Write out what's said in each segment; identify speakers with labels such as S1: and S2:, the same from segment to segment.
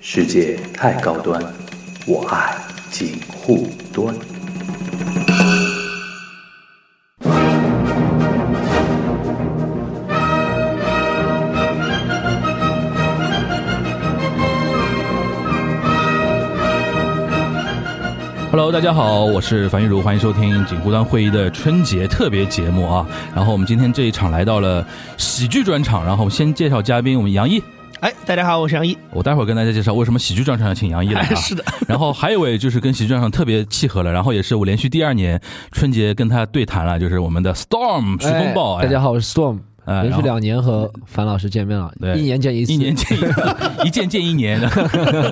S1: 世界太高端，我爱锦护端。
S2: Hello，大家好，我是樊玉茹，欢迎收听锦湖端会议的春节特别节目啊。然后我们今天这一场来到了喜剧专场，然后我们先介绍嘉宾，我们杨毅，
S3: 哎，大家好，我是杨毅。
S2: 我待会儿跟大家介绍为什么喜剧专场要请杨毅来、啊
S3: 哎，是的，
S2: 然后还有一位就是跟喜剧专场特别契合了，然后也是我连续第二年春节跟他对谈了，就是我们的 Storm 徐风暴，哎
S4: 大家好，我是 Storm，、
S2: 哎然
S4: 连续
S2: 后
S4: 两年和樊老师见面了，
S2: 对
S4: 一年见一次，
S2: 一年见一次， 一见见一年。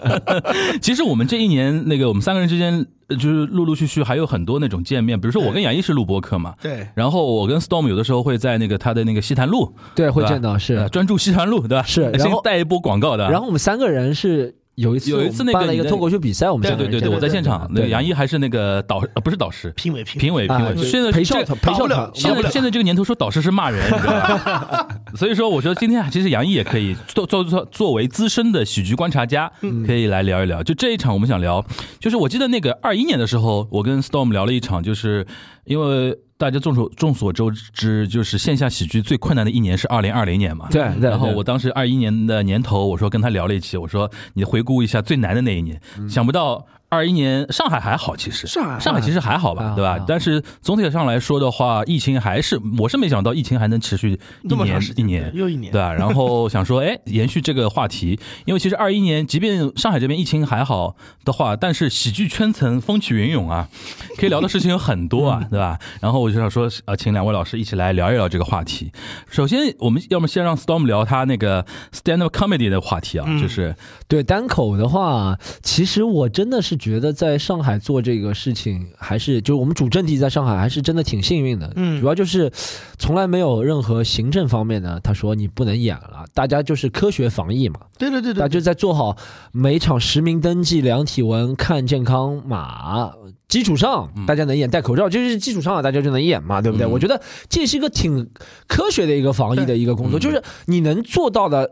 S2: 其实我们这一年，那个我们三个人之间，呃就是陆陆续续还有很多那种见面，比如说我跟杨毅是录播客嘛，
S3: 对，
S2: 然后我跟 Storm 有的时候会在那个他的那个西坛路
S4: 对会
S2: 对吧
S4: 见到是
S2: 呃。专注西坛路，对吧？
S4: 是然
S2: 先
S4: 后
S2: 带一波广告的。
S4: 然后我们三个人是有一次
S2: 有一次那个
S4: 我们办了一
S2: 你
S4: 个
S2: 的
S4: 脱口秀比赛，我们
S2: 对
S4: 三个
S2: 对
S4: 人
S2: 对对，
S4: 见
S2: 我在现场，那个
S4: 对
S2: 杨毅还还是那个导呃不是导师，
S3: 评委评
S2: 评委评
S4: 啊
S2: 委。
S4: 对
S2: 现在
S4: 陪
S2: 这
S4: 笑
S2: 个
S4: 团陪
S3: 到不
S4: 笑
S3: 了
S4: 团，
S2: 现
S3: 到不
S2: 在
S3: 了
S2: 现在这个年头说导师是骂人，你知道吧？ 所以说，我觉得今天啊，其实杨毅也可以作作作作为资深的喜剧观察家，可以来聊一聊。就这一场，我们想聊，就是我记得那个二一年的时候，我跟 Storm 聊了一场，就是因为大家众所众所周知，就是线下喜剧最困难的一年是二零二零年嘛。
S4: 对对对
S2: 然后我当时二一年的年头，我说跟他聊了一期，我说你回顾一下最难的那一年，想不到。二一年上海还好，其实
S3: 上海
S2: 上海其实还好
S4: 还
S2: 吧，
S4: 好
S2: 对
S4: 还
S2: 吧
S4: 好？
S2: 但是总体上来说的话，疫情还是我是没想到疫情还能持续一
S3: 这么
S2: 年
S3: 长时
S2: 一
S3: 间，
S2: 年
S3: 对，又一年，
S2: 对，啊，然后想说，哎，延续这个话题，因为其实二一年，即便上海这边疫情还好的话，但是喜剧圈层风起云涌啊，可以聊的事情有很多啊，对吧？然后我就想说，呃，请两位老师一起来聊一聊这个话题。首先，我们要么先让 Storm 聊他那个 stand up comedy 的话题啊，
S3: 嗯
S2: 就是
S4: 对单口的话，其实我真的是觉得在上海做这个事情，还是就是我们主阵地在上海，还是真的挺幸运的。
S3: 嗯
S4: 主要就是从来没有任何行政方面的他说你不能演了，大家就是科学防疫嘛，
S3: 对对对
S4: 大家
S3: 对，
S4: 就在做好每场实名登记、量体温、看健康码基础上
S2: 嗯，
S4: 大家能演戴口罩，就是基础上大家就能演嘛，对不对？
S2: 嗯
S4: 我觉得这是一个挺科学的一个防疫的一个工作，
S2: 嗯
S4: 就是你能做到的。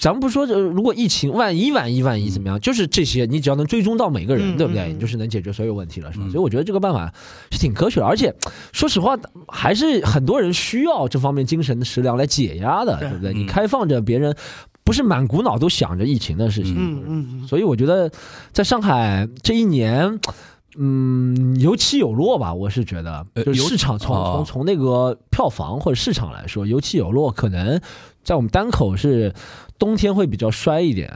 S4: 咱们不说，呃如果疫情万一万一万一怎么样，就是这些，你只要能追踪到每个
S3: 嗯
S4: 人，对不对？
S3: 嗯嗯
S4: 你就是能解决所有问题了，是吧？
S2: 嗯
S4: 所以我觉得这个办法是挺科学的，而且说实话，还是很多人需要这方面精神的食粮来解压的，
S3: 对
S4: 对不对？
S2: 嗯
S4: 你开放着别人，不是满股脑都想着疫情的事情。
S3: 嗯嗯嗯，
S4: 所以我觉得，在上海这一年，嗯，有起有落吧。我是觉得
S2: 呃，
S4: 就是
S2: 有
S4: 市场从
S3: 啊
S2: 哦
S4: 从从那个票房或者市场来说，有起有落。可能在我们单口是冬天会比较衰一点，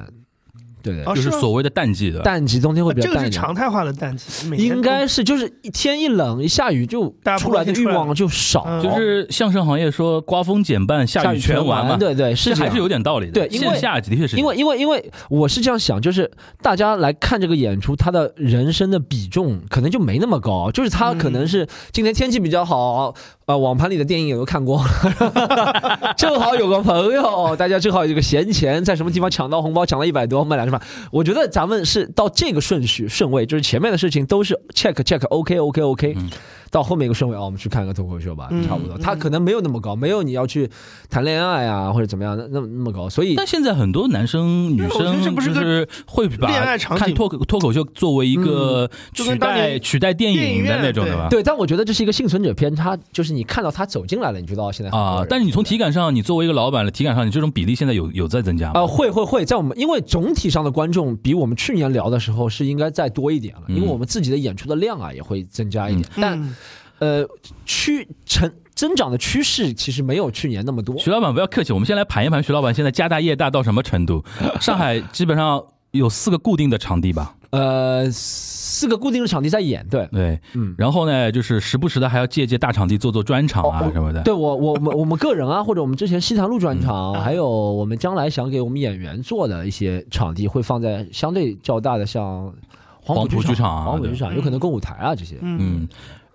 S4: 对对
S3: 哦，
S2: 就是
S3: 吗
S2: 所谓的淡季的，
S4: 淡季冬天会
S3: 啊
S4: 比
S3: 这
S4: 较
S3: 个
S4: 淡
S3: 是
S4: 一点。
S3: 常态化的淡季，每年
S4: 应该是就是一天一冷一下雨就
S3: 大家不
S4: 出来的
S3: 会
S4: 欲
S3: 出来
S4: 望就少，
S3: 嗯
S2: 就是相声行业说刮风减半，下
S4: 下
S2: 雨
S4: 雨全
S2: 完嘛，
S4: 对对是
S2: 这
S4: 这
S2: 还
S4: 样
S2: 是有点道理的。
S4: 对因为
S2: 线下的确是
S4: 因为因为因为我是这样想，就是大家来看这个演出，他的人生的比重可能就没那么高，就是他可能
S2: 嗯
S4: 是今天天气比较好，呃，网盘里的电影也都看光了， 正好有个朋友，大家正好有个闲钱，在什么地方抢到红包，抢了一百多，买两十万。我觉得咱们是到这个顺序顺位，就是前面的事情都是 check check OK OK OK，、
S2: 嗯
S4: 到后面一个顺位啊、哦我们去看个脱口秀吧，
S3: 嗯
S4: 差不多。
S3: 嗯
S4: 他可能没有那么高，没有你要去谈恋爱啊或者怎么样那那那么高，所以
S2: 但现在很多男生、女
S3: 对我觉得这
S2: 生
S3: 不是
S2: 就
S3: 个
S2: 是会把
S3: 恋爱场景嗯
S2: 看脱口脱口秀作为一个
S3: 就
S2: 取
S3: 跟当
S2: 代
S3: 年
S2: 取代电
S3: 电
S2: 影
S3: 影
S2: 的
S3: 院
S2: 那种的吧？
S4: 对，但我觉得这是一个幸存者偏差，就是你看到他走进来了，你就知道现在很多
S2: 啊
S4: 人，
S2: 但是你从体感上，你作为一个老板了，体感上你这种比例现在有有在增加吗？
S4: 啊、会会会，在我们因为总体上的观众比我们去年聊的时候是应该再多一点了，因为
S2: 嗯
S4: 我们自己的演出的量啊也会增加一点，但
S3: 嗯
S4: 呃趋成增长的趋势其实没有去年那么多。
S2: 徐老板不要客气，我们先来盘一盘徐老板现在家大业大到什么程度？上海基本上有四个固定的场地吧？
S4: 呃，四个固定的场地在演，对，
S2: 对，
S4: 嗯。
S2: 然后呢，就是时不时的还要借借大场地做做专场啊
S4: 哦
S2: 什么的。
S4: 对我，我我们我们个人啊，或者我们之前西塘路
S2: 嗯
S4: 专场，还有我们将来想给我们演员做的一些场地，会放在相对较大的，像黄
S2: 黄
S4: 埔
S2: 埔剧场
S4: 场
S2: 啊
S4: 黄埔
S2: 对
S4: 剧场有可能歌舞台啊这些。
S3: 嗯
S2: 嗯，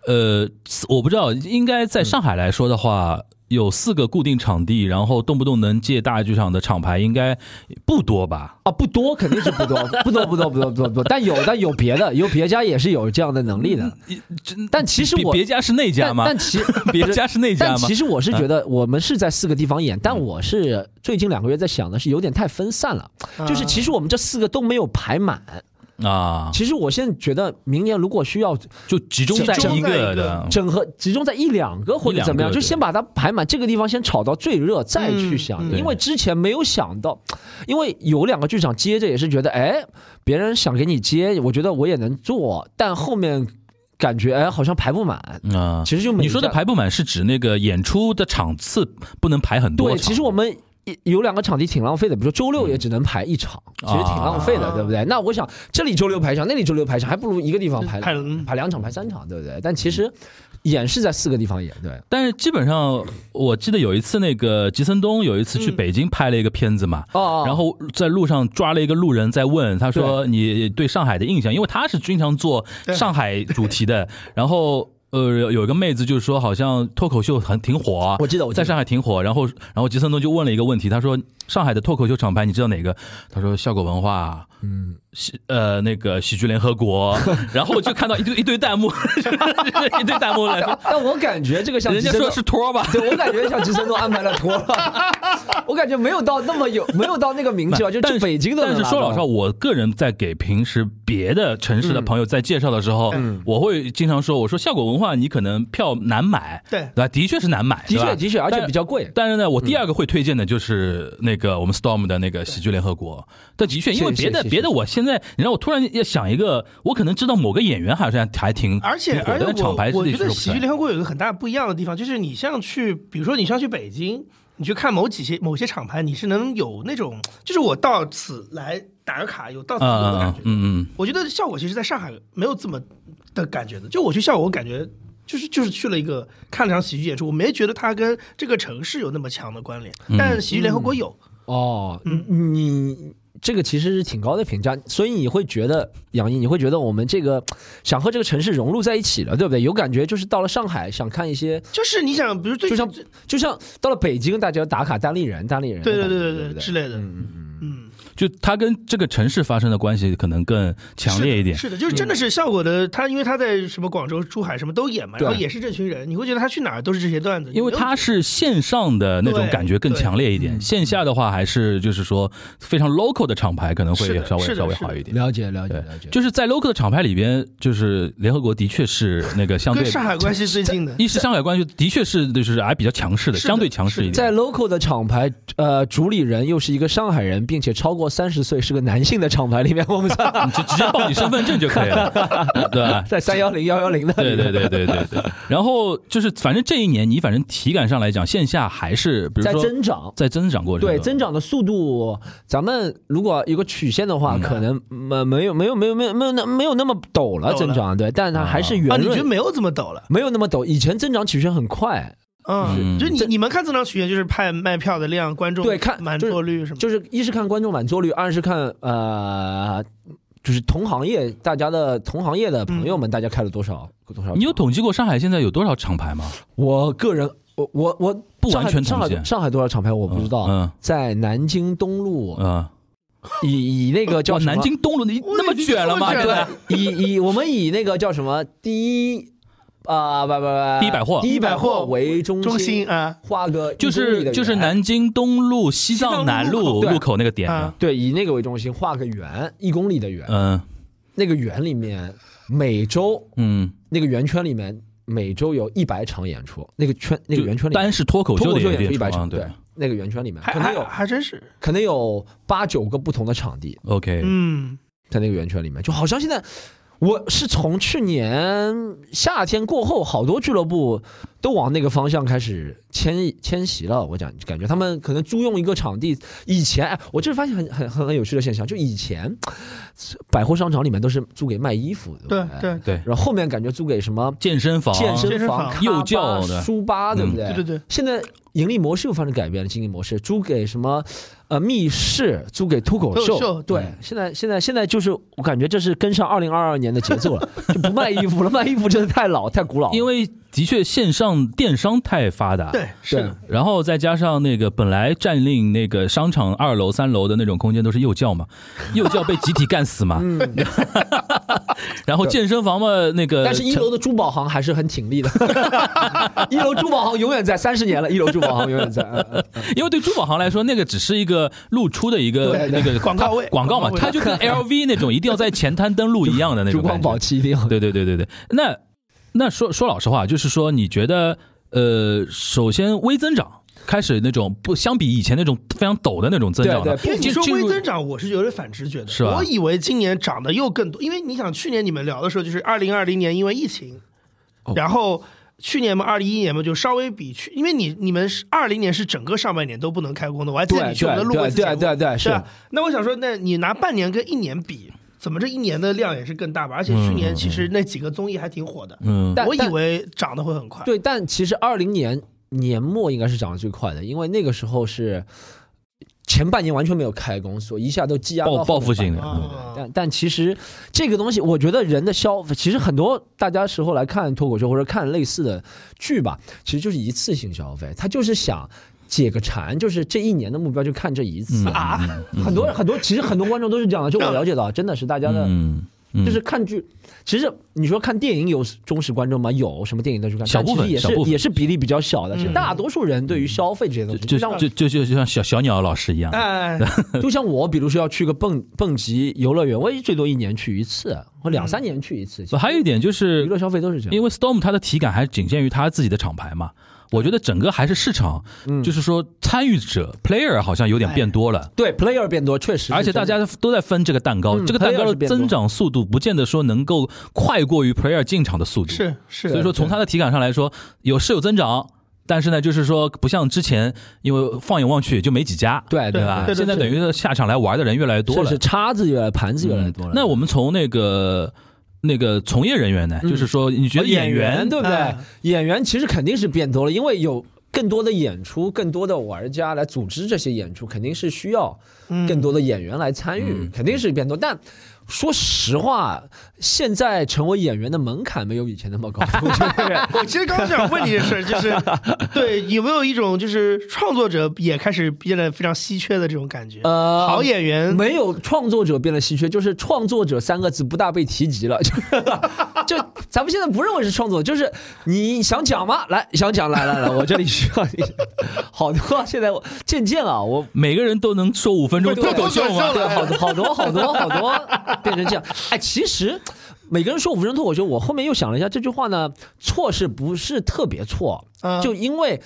S2: 呃，我不知道，应该在上海来说的话，有四个固定场地，然后动不动能借大剧场的厂牌应该不多吧？
S4: 啊，不多，肯定是不多，不多，不多，不多，不多，不多。但有，但有别的，有别家也是有这样的能力的。但其实
S2: 别
S4: 我，
S2: 别家是那嗯家
S4: 但
S2: 吗？
S4: 但其
S2: 别家是那家
S4: 但
S2: 吗嗯
S4: 其？实我是
S2: 啊
S4: 觉得我们是在四个地方演，但我是最近两个月在想的是有点太分散了，
S3: 嗯啊
S4: 就是其实我们这四个都没有排满。
S2: 啊，
S4: 其实我现在觉得明年如果需要
S2: 就集中在
S4: 集中
S2: 一
S3: 在一
S2: 个
S3: 个
S2: 的。
S4: 整合集中在一两个或
S2: 嗯一
S4: 者
S2: 两
S4: 怎么样，
S2: 个
S4: 就
S2: 对
S4: 先把它排满，这个地方先炒到最热，再去
S3: 嗯
S4: 想。
S2: 嗯
S4: 因为之前没有想到，因为有两个剧场接着也是觉得，哎，别人想给你接，我觉得我也能做，但后面感觉哎好像排不满。
S2: 啊，
S4: 其实就每
S2: 你说的
S4: 家
S2: 排不满是指那个演出的场次不能排很多
S4: 对，
S2: 场。嗯
S4: 其实我们一。有两个场地挺浪费的，比如说周六也只能排一场，其实挺浪费的，
S3: 啊
S4: 对不对？那我想这里周六排一场，那里周六排一场，还不如一个地方排
S3: 排嗯
S4: 排两场、排三场，对不对？但其实
S2: 嗯
S4: 演是在四个地方演，对。
S2: 但是基本上，我记得有一次那个吉森东有一次去
S3: 嗯
S2: 北京拍了一个片子嘛，
S4: 哦
S2: 然后在路上抓了一个路人在问他说你对上海的印象，因为他是经常做上海主题的， 然后。呃，有一个妹子就是说，好像脱口秀很挺火，啊
S4: 我记得我记
S2: 在
S4: 得
S2: 上海挺火。然后，然后吉森东就问了一个问题，他说：“上海的脱口秀厂牌你知道哪个？”他说：“笑果文化，嗯，喜呃那个喜剧联合国。” 然后就看到一堆一堆弹幕， 一堆弹幕来说，
S4: 但我感觉这个像
S2: 人家
S4: 吉森
S2: 说
S4: 诺
S2: 是托儿吧，
S4: 对我感觉像吉森诺安排了托了， 我感觉没有到那么有，没有到那个名气吧，就
S2: 但
S4: 去北京的。
S2: 但是说老实话，，我个人在给平时别的城市的朋友在介绍的时候，我会经常说，我说效果文化你可能票难买，
S3: 对
S2: 对吧？的确是难买，
S4: 的
S2: 对吧
S4: 确的确，而且
S2: 但
S4: 比较贵。
S2: 但是呢，我第二个会推荐的就是那个我们 Storm 的那个喜剧联合国。但的确，因为
S4: 是
S2: 别的
S4: 是是
S2: 别的，我现在你让我突然要想一个，我可能知道某个演员好像还挺
S3: 而且
S2: 挺火
S3: 而
S2: 的，
S3: 且
S2: 但厂
S3: 我
S2: 牌
S3: 我
S2: 自己
S3: 觉
S2: 说
S3: 得
S2: 不
S3: 喜
S2: 出来。
S3: 剧联合国有一个很大不一样的地方，就是你像去，比如说你像去北京，你去看某几些某些厂牌，你是能有那种，就是我到此来打个卡，有到此一游的感
S2: 嗯
S3: 觉。
S2: 嗯
S3: 我觉得效果其实在上海没有这么的感觉的。就我去效果，我感觉就是就是去了一个看了场喜剧演出，我没觉得它跟这个城市有那么强的关联，但喜剧联合国有。
S4: 哦，
S3: 嗯
S4: 你这个其实是挺高的评价，所以你会觉得杨毅，你会觉得我们这个想和这个城市融入在一起了，对不对？有感觉，就是到了上海想看一些，
S3: 就是你想，比如最
S4: 就像就像到了北京，大家打卡单立人、单立人的
S3: 对
S4: 感觉，
S3: 对对
S4: 对
S3: 对
S4: 不
S3: 之类的，嗯嗯，
S2: 嗯，就它跟这个城市发生的关系可能更强烈一点。
S3: 是的，就是真的是效果的。他因为他在什么广州、珠海什么都演嘛，
S4: 对
S3: 然后也是这群人，你会觉得他去哪儿都是这些段子，
S2: 因为
S3: 你
S2: 它是线上的那种感觉更强烈一点，线下的话还是就是说非常 local 的厂牌可能会
S3: 是的
S2: 稍微
S3: 是的
S2: 稍微
S3: 是的
S2: 好一点。
S4: 了解了解
S2: 对
S4: 了解，，
S2: 就是在 local 的厂牌里边，就是联合国的确是那个相
S3: 就
S2: 对
S3: 跟上海关系最近的，
S2: 一是上海关系的确是就是还比较强势的，
S3: 是的
S2: 相对强势一点
S4: 在。local 的厂牌，呃，主理人又是一个上海人，并且超过三十岁，是个男性的厂牌里面，我们在
S2: 你就直接报你身份证就可以了，对吧？
S4: 在三幺零幺幺零的
S2: 对
S4: 里面，
S2: 对对对对对。然后就是，反正这一年你反正体感上来讲，线下还是比如
S4: 在
S2: 说
S4: 增长。
S2: 在增长过程中，
S4: 对增长的速度，咱们如果有个曲线的话，可能没没有没有没有没有没有那没有那么陡了
S3: 陡了
S4: 增长，对，但它还是
S3: 啊，
S4: 圆
S3: 你觉得
S4: 润，
S3: 没有这么陡了，
S4: 没有那么陡。以前增长曲线很快，
S3: 嗯，
S2: 嗯
S3: 就你
S4: 这
S3: 你们看这张曲线就是看卖票的量、观众
S4: 对看
S3: 满
S4: 就是
S3: 座率什么的，
S4: 就是一是看观众满座率，二是看呃，就是同行业大家的同行业的朋友们，大家开了多少多少。
S2: 你有统计过上海现在有多少厂牌吗？
S4: 我个人，我我我
S2: 不
S4: 上海
S2: 完全
S4: 上
S2: 统计
S4: 海上海多少厂牌我不知道，
S2: 嗯嗯
S4: 在南京东路、
S2: 嗯，
S4: 以以那个叫
S2: 哇，
S4: 什么
S2: 南京东路你那么卷了吗？
S3: 我已经这
S2: 对
S3: 么卷了
S2: 吧？
S4: 以以 我们以那个叫什么第一啊不不不
S2: 第一百货
S4: 第一百货为中
S3: 中心啊，
S4: 画个
S2: 就
S4: 一公里
S2: 是
S4: 的
S2: 就是
S4: 圆
S2: 南京东路西藏南路
S4: 西藏路口
S2: 路口那个点
S3: 啊
S4: 对以那个为中心画个圆一公里的圆，
S2: 嗯
S4: 那个圆里面每周
S2: 嗯，
S4: 那个圆圈里面每周有一百场演出，那个圈那
S2: 就
S4: 个圆圈里面
S2: 单是脱口
S4: 脱
S2: 秀
S4: 口
S2: 的
S4: 秀
S2: 也
S4: 演
S2: 有
S4: 出一百
S2: 点长
S4: 场，
S2: 啊对
S4: 对。那个圆圈里面
S3: 还
S4: 可能
S3: 还
S4: 有
S3: 还真是，
S4: 可能有八九个不同的场地，
S2: ，OK，
S3: 嗯，
S4: 在那个圆圈里面，就好像现在我是从去年夏天过后，好多俱乐部都往那个方向开始迁移迁徙了。我讲，感觉他们可能租用一个场地，以前哎我就是发现很很很很有趣的现象，就以前百货商场里面都是租给卖衣服的，
S3: 对
S4: 不
S3: 对
S2: 对，
S4: 然后后面感觉租给什么
S2: 健身房，
S4: 健
S3: 健
S4: 身
S3: 身
S4: 房、
S3: 房
S4: 咖
S2: 幼
S4: 吧
S2: 教的
S4: 书吧，哦对不对？
S3: 对对对。
S4: 现在盈利模式又发生改变了，经营模式租给什么？呃，密室租给脱口
S3: 脱
S4: 秀，
S3: 口秀嗯
S4: 对，现在现在现在就是，我感觉这是跟上二零二二年的节奏了，就不卖衣服了，卖衣服真的太老太古老了。
S2: 因为的确线上电商太发达，
S3: 对，是的，
S2: 然后再加上那个本来占领那个商场二楼、三楼的那种空间都是幼教嘛， 嗯幼教被集体干死嘛，
S4: 嗯
S2: 然后健身房嘛，那个
S4: 但是一楼的珠宝行还是很挺立的，一楼珠宝行永远在，三十年了，一楼珠宝行永远在。嗯嗯嗯
S2: 因为对珠宝行来说，那个只是一个露出的一个
S3: 对
S2: 那个
S3: 广告
S2: 它
S3: 位
S2: 广告嘛，
S3: 广告位
S2: 它就跟 LV 那种一定要在前滩登陆一样的那
S4: 珠
S2: 种感觉
S4: 光宝。气一定要。
S2: 对对对对对，那那说说老实话，就是说你觉得呃，首先微增长。开始那种不相比以前那种非常陡的那种增长了，
S4: 对对
S3: 因为你说
S2: 进入
S3: 微增长，我是有点反直觉的。
S2: 是吧
S3: 我以为今年涨的又更多，因为你想去年你们聊的时候，就是二零二零年因为疫情，然后去年嘛，二零一一年嘛，就稍微比去，因为你你们是二零年是整个上半年都不能开工的，我还记得
S4: 对
S3: 你去我们的录过一次
S4: 对
S3: 节目
S4: 对对对对是
S3: 吧那我想说，那你拿半年跟一年比，怎么这一年的量也是更大吧？而且去年其实那几个综艺还挺火的，
S2: 嗯，
S4: 但
S3: 我以
S4: 但
S3: 为涨得会很快。
S4: 对，但其实二零年年末应该是涨得最快的，因为那个时候是前半年完全没有开工，所以一下都积压到
S2: 报
S4: 后
S2: 报
S4: 面
S2: 复性
S4: 半
S2: 的，
S3: 啊
S2: 嗯
S4: 但但其实这个东西，我觉得人的消费，其实很多大家时候来看脱口秀或者看类似的剧吧，其实就是一次性消费，他就是想解个馋，就是这一年的目标就看这一次啊。
S2: 嗯
S4: 很多很多，其实很多观众都是这样的，就我了解到，真的是大家的。
S2: 嗯，嗯
S4: 就是看剧，其实你说看电影有忠实观众吗？有什么电影都去看，
S2: 小部分
S4: 但其实
S2: 小部分
S4: 也是
S2: 嗯
S4: 也是比例比较小的。其实大多数人对于消费这些东西，
S2: 就
S4: 像
S2: 就就就就像小小鸟老师一样，
S3: 哎，
S4: 就像我，比如说要去个蹦蹦极游乐园，我也最多一年去一次，或两三年去一次。
S2: 不还有一点就是
S4: 娱乐消费都是这
S2: 嗯
S4: 样，
S2: 因为 Storm 它的体感还仅限于它自己的厂牌嘛，我觉得整个还是市场，
S4: 嗯
S2: 就是说参与者 player 好像有点变多了。
S4: 对 player 变多，哎确实是
S2: 而且大家都在分这个蛋糕，
S4: 嗯
S2: 这个蛋
S4: player
S2: 糕
S4: 是
S2: 的
S4: 变多
S2: 增长速度不见得说能够快过于 player 进场的速度，
S3: 是是，
S2: 所以说从它的体感上来说，有是有增长，但是呢，就是说不像之前，因为放眼望去也就没几家，
S4: 对
S2: 对吧？
S3: 对对对
S2: 现在等于是下场来玩的人越来越
S4: 真
S2: 多了，嗯
S4: 是叉子越来盘子越来越多了。
S2: 那我们从那个那个从业人员呢，就是说你觉得
S4: 嗯哦演
S2: 员
S4: 对不对
S3: 嗯？
S4: 演员其实肯定是变多了，因为有更多的演出，更多的玩家来组织这些演出，肯定是需要更多的演员来参
S2: 嗯
S4: 与，肯定是变多。但说实话，现在成为演员的门槛没有以前那 么高， 我觉得
S3: 我其实刚刚想问你这事儿，就是对有没有一种就是创作者也开始变得非常稀缺的这种感觉？
S4: 呃
S3: 好演员
S4: 没有创作者变得稀缺，就是创作者三个字不大被提及了。 就就咱们现在不认为是创作，就是你想讲吗？来，想讲，来来来，我这里需要你。 好多现在我渐渐啊，我
S2: 每个人都能说五分钟脱
S4: 对
S2: 口秀吗？
S4: 对，好多好多好多好 多变成这样。哎，其实每个人说五分钟脱口秀，我后面又想了一下，这句话呢错是不是特别错？
S3: 嗯
S4: 就因为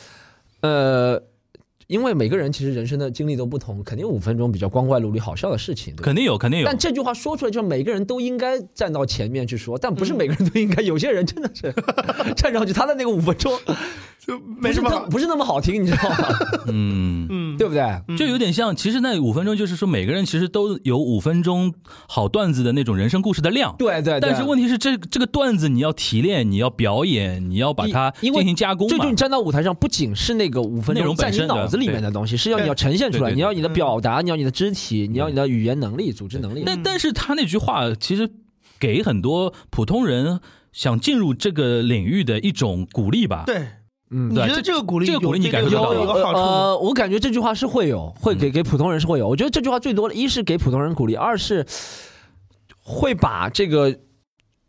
S4: 呃。因为每个人其实人生的经历都不同，肯定五分钟比较光怪陆离、好笑的事情，对吧
S2: 肯定有，肯定有
S4: 但。这句话说出来，就是每个人都应该站到前面去说，但不是每个人都应
S3: 嗯
S4: 该。有些人真的 是站上去，他的那个五分钟
S3: 就
S4: 不
S3: 没
S4: 是
S3: 什么
S4: 那
S3: 好，
S4: 不是那么好听，你知道 吗？
S2: 嗯，
S3: 嗯，
S4: 对不对？
S2: 就有点像，其实那五分钟就是说每个人其实都有五分钟好段子的那种人生故事的量。
S4: 对对对。
S2: 但是问
S4: 题
S2: 题是，这这个段子你要提炼，你要表演，你要把它
S4: 因为
S2: 进行加工
S4: 这就
S2: 嘛
S4: 你。站到舞台上，不仅是那个五分
S2: 内
S4: 钟
S2: 容
S4: 在
S2: 本
S4: 你
S2: 身的
S4: 脑子里面的东西，是要你要呈现出
S2: 对
S4: 来，
S2: 对对
S4: 你要你的表达，你要你的肢体，你要你的语言能力、组织能力。
S2: 但但是他那句话其实给很多普通人想进入这个领域的一种鼓励吧。
S3: 对，
S4: 嗯
S3: 你
S2: 对
S3: 觉得
S2: 这
S3: 这个鼓励
S2: 这个
S3: 有
S2: 鼓励你
S3: 对
S2: 感觉
S3: 有
S2: 到
S3: 有
S2: 了
S3: 有好处吗？
S4: 呃，我感觉这句话是会有，会
S2: 嗯
S4: 给给普通人是会有。我觉得这句话最多的一是给普通人鼓励，二是会把这个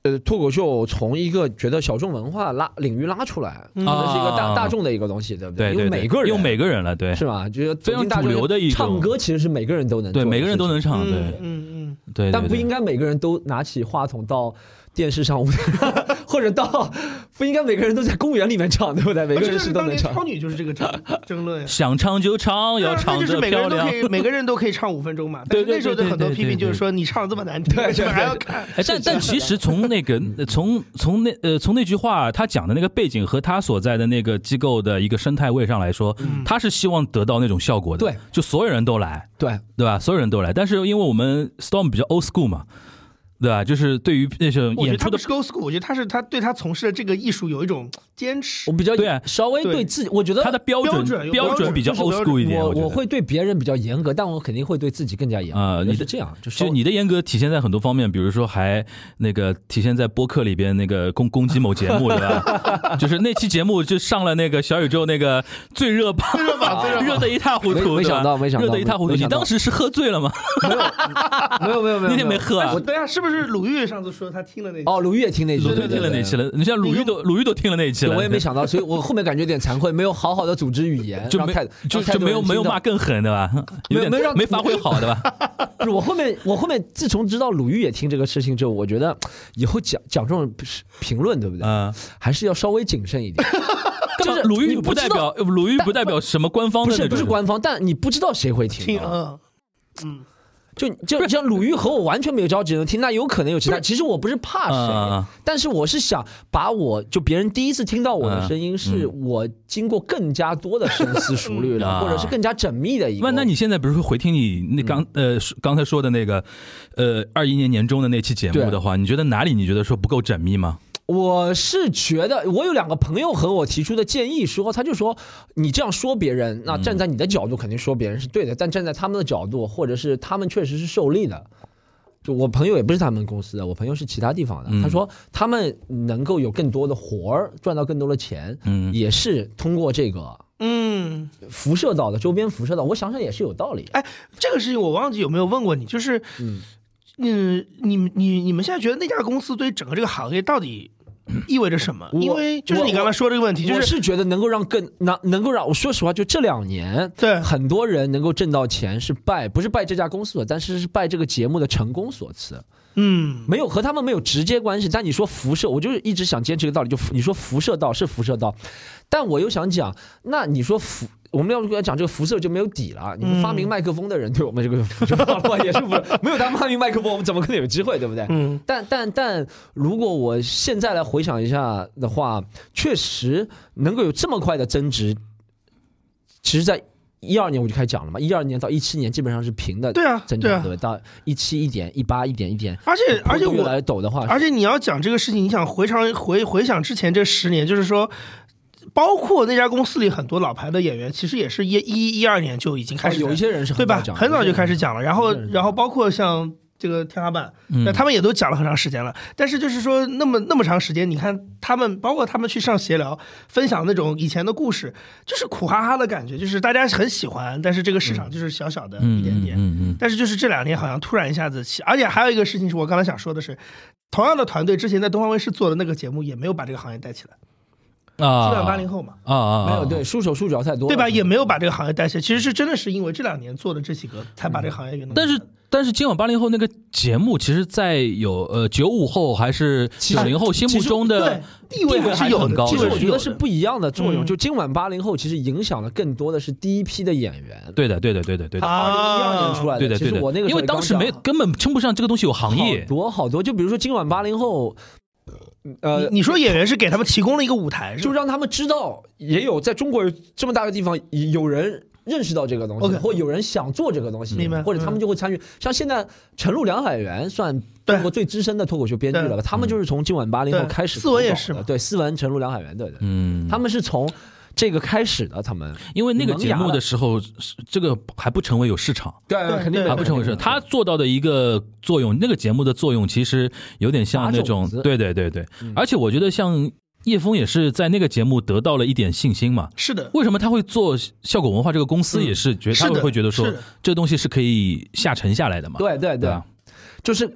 S4: 呃脱口秀从一个觉得小众文化拉领域拉出来，
S3: 嗯
S4: 可能是一个大
S2: 啊
S4: 大众的一个东西，对不
S2: 对
S4: 因为
S2: 对
S4: 每
S2: 对，
S4: 个人
S2: 用每个人了，对
S4: 是吧？就是
S2: 非常
S4: 走进大
S2: 主
S4: 众
S2: 流的一种
S4: 唱歌，其实是每个人都能
S2: 对，
S4: 做的
S2: 每个人都
S4: 事情
S2: 能唱，
S3: 嗯
S2: 对
S3: 嗯嗯，
S2: 对，
S4: 但
S2: 对
S4: 不
S2: 对
S4: 应该每个人都拿起话筒到电视上舞台， 或者到 不应该每个人都在公园里面唱，对不对？每
S3: 我
S4: 个
S3: 觉
S4: 人
S3: 得啊
S4: 是
S3: 是
S4: 都
S3: 当
S4: 能
S3: 年
S4: 唱。
S3: 超女就是这 个争争论呀。
S2: 想唱就唱，要
S3: 那
S2: 唱
S3: 就是
S2: 得
S3: 每个
S2: 漂
S3: 人都
S2: 亮
S3: 可。以，每个人都可以唱五分钟嘛。但
S2: 对
S3: 是那时候的
S2: 对对
S3: 很多
S2: 对
S3: 批评
S2: 对
S3: 就是
S2: 对
S3: 说你唱的这么难听，为什么还要看？
S2: 哎，但但其实从那个
S3: 嗯
S2: 呃从从那呃从那句话他讲的那个背景和他所在的那个机构的一个生态位上来说，
S3: 嗯
S2: 他是希望得到那种效果的，
S4: 对，
S2: 就所有人都来，
S4: 对，
S2: 对吧？所有人都来，但是因为我们 Storm 比较 old school 嘛，对吧？就是对于那种
S3: 我觉
S2: 演
S3: 得
S2: 出
S3: 他
S2: 的
S3: 不是 go school，我觉得他是他对他从事的这个艺术有一种坚持
S4: 我。比较
S2: 对啊
S4: 稍微
S3: 对
S4: 对自己，我觉得
S2: 他的标
S3: 标
S2: 准
S3: 准有标
S2: 准
S3: 准
S2: 比较
S3: 就是
S2: old
S3: 标
S2: school 一点，
S4: 我
S2: 觉得
S4: 我会对别人比较严格，但我肯定会对自己更加严格。
S2: 啊
S4: 我觉得
S2: 你
S4: 是
S2: 的
S4: 这样，就稍
S2: 就你的严格体现在很多方面，比如说还那个体现在播客里边那个攻攻击某节目，对 吧？就是那期节目就上了那个小宇宙那个最热榜，最热榜最热的一塌糊涂，
S4: 没
S2: 对
S4: 没
S2: 吧
S4: 想到没想到
S2: 热的一塌糊涂。
S4: 没
S2: 你
S4: 想到
S2: 当时是喝醉了吗？
S4: 没有没有没有，
S2: 那天没喝啊
S3: 哎我。等一下是不是鲁豫上次说他听了那
S4: 哦，鲁豫也听那期，
S2: 鲁
S4: 对
S2: 豫
S4: 对
S2: 听了
S4: 对
S2: 那期了，你像鲁豫都鲁豫都听了那一期
S4: 对
S2: 了，
S4: 我也没想到，所以我后面感觉有点惭愧，没有好好的组织语言，
S2: 就
S4: 让
S2: 没
S4: 太
S2: 就
S4: 让太
S2: 就
S4: 多
S2: 没有
S4: 人
S2: 没有
S4: 听到
S2: 骂更狠对吧？
S4: 没有
S2: 有点
S4: 没有让
S2: 没发挥好对吧？
S4: 不是我后面，我后面自从知道鲁豫也听这个事情之后，我觉得以后讲讲这种评论， 对不对？
S2: 嗯，
S4: 还是要稍微谨慎一点。就是
S2: 鲁豫
S4: 你
S2: 不
S4: 知
S2: 代
S4: 道，
S2: 表鲁豫不代表什么官方
S4: 不
S2: 的
S4: 是
S2: 那
S4: 不是
S2: 种
S4: 官方，但你不知道谁会听
S3: 听
S4: 啊。
S3: 嗯，
S4: 就就像鲁豫和我完全没有交集能听，那有可能有其他。其实我不是怕
S2: 嗯嗯
S4: 谁
S2: 嗯，
S4: 但是我是想把我就别人第一次听到我的
S2: 嗯
S4: 声音，是我经过更加多的深思熟
S2: 嗯
S4: 虑了，或者是更加缜密的一个。
S2: 那那你现在比如说回听你那刚、
S4: 嗯
S2: 呃说刚才说的那个呃二一年年中的那期节目
S4: 对
S2: 的话，你觉得哪里你觉得说不够缜密吗？
S4: 我是觉得，我有两个朋友和我提出的建议说，他就说你这样说别人，那站在你的角度肯定说别人是对的，但站在他们的角度，或者是他们确实是受力的。就我朋友也不是他们公司的，我朋友是其他地方的。
S2: 嗯
S4: 他说他们能够有更多的活儿，赚到更多的钱，
S2: 嗯
S4: 也是通过这个
S3: 嗯，
S4: 辐射到的周边辐射到。我想想也是有道理。
S3: 哎，这个事情我忘记有没有问过你，就是，
S4: 嗯
S3: 嗯，你你你们现在觉得那家公司对于整个这个行业到底意味着什么？
S4: 我
S3: 因为就是
S4: 我
S3: 你刚才说这个问题，就
S4: 我
S3: 是
S4: 是觉得能够让更能能够让我说实话，就这两年，
S3: 对
S4: 很多人能够挣到钱是拜不是拜这家公司所，但是是拜这个节目的成功所赐，
S3: 嗯，
S4: 没有和他们没有直接关系。但你说辐射，我就是一直想坚持一个道理，就你说辐射到是辐射到，但我又想讲，那你说辐。我们要要讲这个辐射就没有底了。你们发明麦克风的人对我们这个辐射到了也是不没有他发明麦克风，我们怎么可能有机会，对不对？
S3: 嗯，
S4: 但但但，如果我现在来回想一下的话，确实能够有这么快的增值，其实，在一二年我就开始讲了嘛，一二年到一七年基本上是平的
S3: 对啊
S4: 增
S3: 对
S4: 长，
S3: 啊
S4: 对不对？到一七一点一八一点一点，
S3: 而且而且
S4: 坡度越
S3: 我
S4: 来越陡的话，
S3: 而且你要讲这个事情，你想回想回回想之前这十年，就是说，包括那家公司里很多老牌的演员，其实也是一一一二年就已经开始、
S4: 哦有一些人是
S3: 对吧
S4: 很早讲，的
S3: 很早就开始讲了。然后
S4: 有一些人
S3: 然后包括像这个天花板，那、他们也都讲了很长时间了。但是就是说，那么那么长时间，你看他们，包括他们去上闲聊，分享那种以前的故事，就是苦哈哈的感觉，就是大家很喜欢，但是这个市场就是小小的一点点。
S2: 嗯嗯
S3: 但是就是这两年好像突然一下子起，而且还有一个事情是我刚才想说的是，同样的团队之前在东方卫视做的那个节目也没有把这个行业带起来，
S2: 嗯啊
S3: 基本八零后嘛，
S2: 啊啊
S4: 没有对束手束脚太多了，
S3: 对吧？也没有把这个行业带起来，其实是真的是因为这两年做的这几个才把这个行业给弄起来。
S2: 但是但是今晚八零后那个节目，其实，在有呃九五后还是九零后心目中的
S3: 对地位还是有
S2: 很
S3: 的
S2: 高，
S4: 其
S3: 地
S4: 实
S3: 位
S4: 我
S3: 是
S4: 觉
S3: 有的
S4: 得是不一样的作
S3: 嗯
S4: 用。就今晚八零后其实影响的更多的是第一批的演员，
S2: 对的对的对的对的
S4: 二零一二
S3: 啊
S4: 年出来的，
S2: 对的
S4: 其
S2: 对
S4: 实
S2: 的，
S4: 我那个时
S2: 因
S4: 候
S2: 为
S4: 也
S2: 当
S4: 刚
S2: 时没
S4: 讲
S2: 根本称不上这个东西有行业
S4: 好，多好多，就比如说今晚八零后，
S3: 你，
S4: 呃
S3: 你说演员是给他们提供了一个舞台，是
S4: 就
S3: 吧？
S4: 让他们知道，也有在中国有这么大个地方有人。认识到这个东西
S3: OK
S4: 或有人想做这个东西，
S3: 明白嗯
S4: 或者他们就会参与。像现在陈露、梁海源算
S3: 对
S4: 中国最资深的脱口秀编剧了吧？他们就是从今晚八零后
S3: 对
S4: 开始
S3: 思文也
S4: 投稿
S3: 是
S4: 的
S3: 嘛
S4: 对，思文、陈露、梁海源，对对，
S2: 嗯，
S4: 他们是从这个开始的。他们
S2: 因为那个
S4: 萌
S2: 节
S4: 芽
S2: 目
S4: 了
S2: 的时候，是这个还不成为有市场。
S4: 对
S3: 对
S4: 嗯 肯定
S3: 对
S4: 没
S2: 他
S4: 有
S2: 不成为是，他做到的一个作用，那个节目的作用其实有点像那
S4: 拔
S2: 种
S4: 种，子
S2: 对对对对，而且我觉得像叶枫也是在那个节目得到了一点信心嘛。
S3: 是的，
S2: 为什么他会做效果文化这个公司，也是觉得
S3: 是
S2: 他
S3: 的
S2: 会会觉得说
S3: 是的
S2: 这东西是可以下沉下来的嘛？
S4: 对对
S2: 对
S4: 对，啊
S2: 吧，
S4: 就是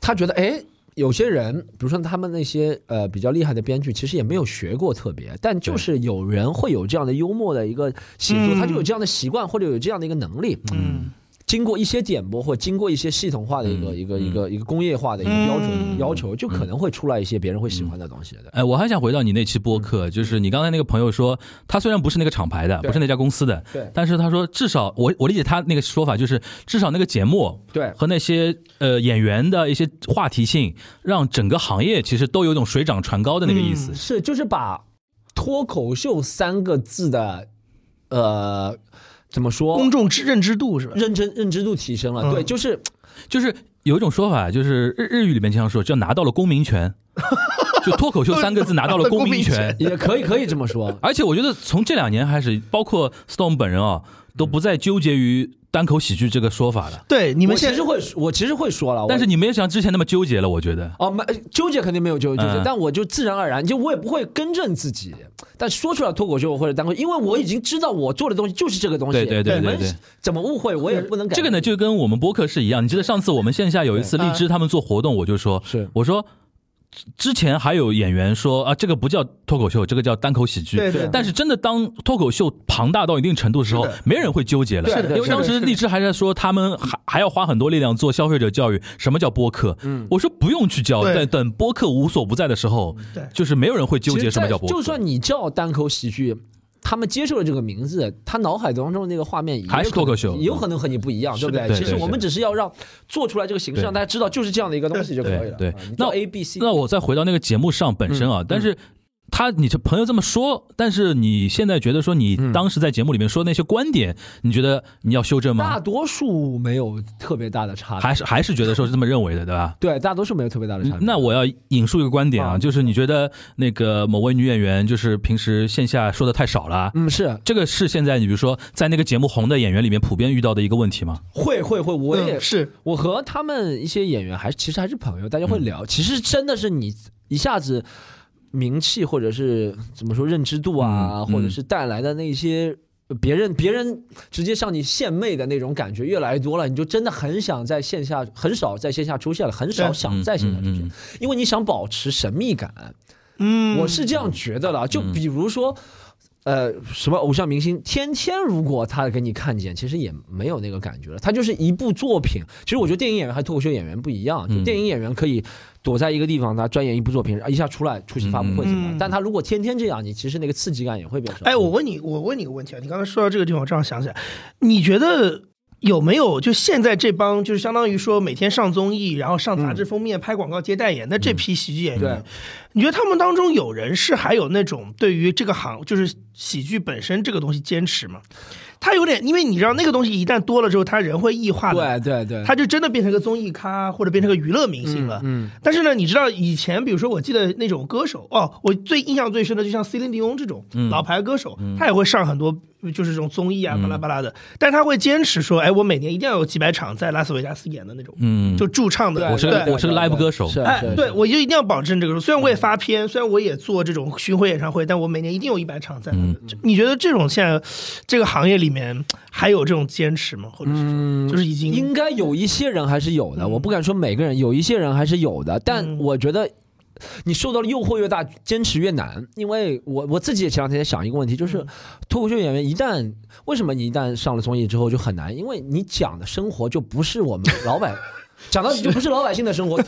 S4: 他觉得，哎，有些人，比如说他们那些呃比较厉害的编剧，其实也没有学过特别，但就是有人会有这样的幽默的一个写作，
S3: 嗯
S4: 他就有这样的习惯或者有这样的一个能力。
S3: 嗯，
S4: 经过一些点拨或经过一些系统化的一个、
S2: 嗯
S4: 一个、
S2: 嗯
S4: 一个一个工业化的一个标准、
S3: 嗯
S4: 要求，就可能会出来一些别人会喜欢的东西的。
S2: 哎，我还想回到你那期播客，就是你刚才那个朋友说，他虽然不是那个厂牌的，
S4: 对
S2: 不是那家公司的，
S4: 对
S2: 但是他说至少我我理解他那个说法，就是至少那个节目
S4: 对
S2: 和那些呃演员的一些话题性，让整个行业其实都有一种水涨船高的那个意思。
S4: 是就是把脱口秀三个字的，呃，怎么说？
S3: 公众知认知度是吧？
S4: 认真认知度提升了，
S3: 嗯
S4: 对，就是
S2: 就是有一种说法，就是日日语里面经常说，叫拿到了公民 权，就脱口秀三个字拿到了公民
S3: 公民
S2: 权。。
S4: 也可以可以这么说
S2: 而且我觉得从这两年开始，包括 Stone 本人啊，都不再纠结于单口喜剧这个说法了。
S3: 对，你
S4: 你
S3: 们
S4: 其
S3: 现
S4: 实
S3: 在
S4: 会，我其实会说了，我
S2: 但是你没有像之前那么纠结了，我觉得。
S4: 哦，没纠结肯定没有纠结，
S2: 嗯
S4: 但我就自然而然，就我也不会更正自己，但说出来脱口秀或者单口，因为我已经知道我做的东西就是这个东西，
S2: 对对对
S4: 你们
S2: 对对
S4: 怎么误会我也不能改。
S2: 这个呢，，就跟我们播客是一样。你记得上次我们线下有一次
S4: 对
S2: 荔枝他们做活动，我就说，
S4: 是
S2: 我说之前还有演员说啊，这个不叫脱口秀，这个叫单口喜剧。
S3: 对对
S2: 但是真的当脱口秀庞大到一定程度的时候
S3: 是的，
S2: 没人会纠结了，
S4: 是的
S2: 因为
S4: 是的
S2: 当时
S3: 是的
S2: 荔枝还在说他们还还要花很多力量做消费者教育，什么叫播客？
S4: 嗯
S2: 我说不用去教，
S3: 对
S2: 等等播客无所不在的时候
S3: 对，
S2: 就是没有人会纠
S4: 其
S2: 结
S4: 实
S2: 什么
S4: 在
S2: 叫播客。
S4: 就算你叫单口喜剧。他们接受了这个名字，他脑海当中的那个画面也有
S2: 还是
S4: 可能
S2: 脱口秀嗯
S4: 有可能和你不一样，对不对？
S2: 对
S4: 其实
S2: 对
S4: 我们只是要让做出来这个形式，
S2: 对
S4: 让大家知道就是这样的一个东西就可以了。
S2: 对对
S4: 啊你
S2: 那
S4: 叫 A B C，
S2: 那我再回到那个节目上本身
S3: 嗯
S2: 啊，但是他你这朋友这么说，但是你现在觉得说你
S3: 嗯
S2: 当时在节目里面说那些观点，你觉得你要修正
S4: 大
S2: 吗？
S4: 多数没有特别大的差别，
S2: 还是还是觉得说是这么认为的，对吧？
S4: 对，大多数没有特别大的差别。
S2: 嗯那我要引述一个观点啊，
S4: 啊
S2: 就是你觉得那个某位女演员就是平时线下说的太少了。
S4: 嗯是
S2: 这个是现在你比如说在那个节目红的演员里面普遍遇到的一个问题吗？
S4: 会会会，我也
S3: 嗯是
S4: 我和他们一些演员还是其实还是朋友，
S2: 嗯
S4: 大家会聊。其实真的是你一下子名气或者是怎么说认知度
S2: 嗯
S4: 啊，
S2: 嗯
S4: 或者是带来的那些别人别人直接向你献媚的那种感觉越来越多了，你就真的很想在线下很少在线下出现了，很少
S3: 对
S4: 想在线下出现，
S2: 嗯嗯
S4: 因为你想保持神秘感。
S3: 嗯，
S4: 我是这样觉得的，就比如说。呃，什么偶像明星，天天如果他给你看见，其实也没有那个感觉了。他就是一部作品。其实我觉得电影演员和脱口秀演员不一样，就
S2: 嗯
S4: 电影演员可以躲在一个地方，他钻研一部作品，一下出来出席发布会什么的。
S3: 嗯
S4: 但他如果天天这样，你其实那个刺激感也会变少。
S3: 哎，我问你，我问你个问题啊！你刚才说到这个地方，我正好想起来，你觉得有没有就现在这帮就是相当于说每天上综艺，然后上杂志封面、拍广告、接代言的这批喜剧演员，
S4: 嗯对
S3: 你觉得他们当中有人是还有那种对于这个行就是喜剧本身这个东西坚持吗？他有点，因为你知道那个东西一旦多了之后，他人会异化的，
S4: 对对对，
S3: 他就真的变成个综艺咖或者变成个娱乐明星了。
S4: 嗯
S3: 但是呢，你知道以前，比如说我记得那种歌手哦，我最印象最深的就像 Celine Dion 这种老牌歌手，他也会上很多就是这种综艺啊，巴拉巴拉的。但他会坚持说，哎，我每年一定要有几百场在拉斯维加斯演的那种，
S2: 嗯，
S3: 就驻唱的。
S4: 对
S2: 我是个
S3: 对
S2: 我是个 live 歌手
S4: 是
S3: 哎
S4: 是，
S3: 对，
S4: 是
S3: 我就一定要保证这个。虽然我也发片，虽然我也做这种巡回演唱会，但我每年一定有一百场在那
S2: 嗯
S3: 这你觉得这种现在这个行业里面还有这种坚持吗？或者是
S4: 嗯
S3: 就是已经
S4: 应该有一些人还是有的，我不敢说每个人，有一些人还是有的，但
S3: 嗯
S4: 我觉得你受到的诱惑越大，坚持越难。因为我我自己也前两天想一个问
S3: 嗯
S4: 题，就是脱口秀演员一旦为什么你一旦上了综艺之后就很难，因为你讲的生活就不是我们 老百。讲的就不是老百姓的生活，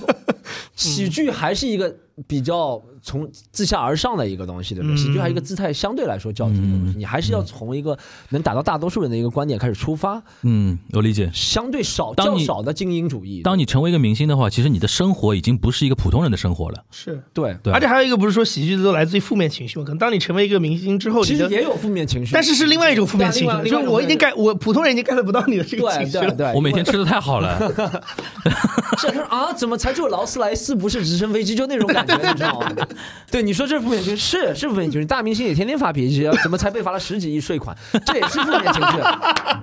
S4: 喜剧还是一个比较从自下而上的一个东西，对不对？
S3: 嗯
S4: 喜剧还是一个姿态相对来说较低的东
S2: 嗯
S4: 西，你还是要从一个能打到大多数人的一个观点开始出发，
S2: 嗯，我理解。
S4: 相对少
S2: 当
S4: 较
S2: 你
S4: 少的精英主义。
S2: 当你成为一个明星的话，其实你的生活已经不是一个普通人的生活了。
S3: 是。
S4: 对，
S2: 对
S3: 而且还有一个不是说喜剧都来自于负面情绪吗？可能当你成为一个明星之后，
S4: 其
S3: 你
S4: 实
S3: 的
S4: 也有负面情绪，
S3: 但是是另外一种负面情
S4: 对啊
S3: 绪，就
S4: 另外另外一种
S3: 是我已经
S4: 负
S3: get 我普通人已经 get 不到你的这 个情
S4: 对
S3: 绪
S4: 对
S3: 了。
S4: 对，
S2: 我每天吃的太好了，
S4: 想说啊，怎么才只有劳斯莱斯不是直升飞机，就那种感觉，你知道吗？对，你说这是负面情绪，是是负面情绪，大明星也天天发脾气，怎么才被罚了十几亿税款？这也是负面情绪。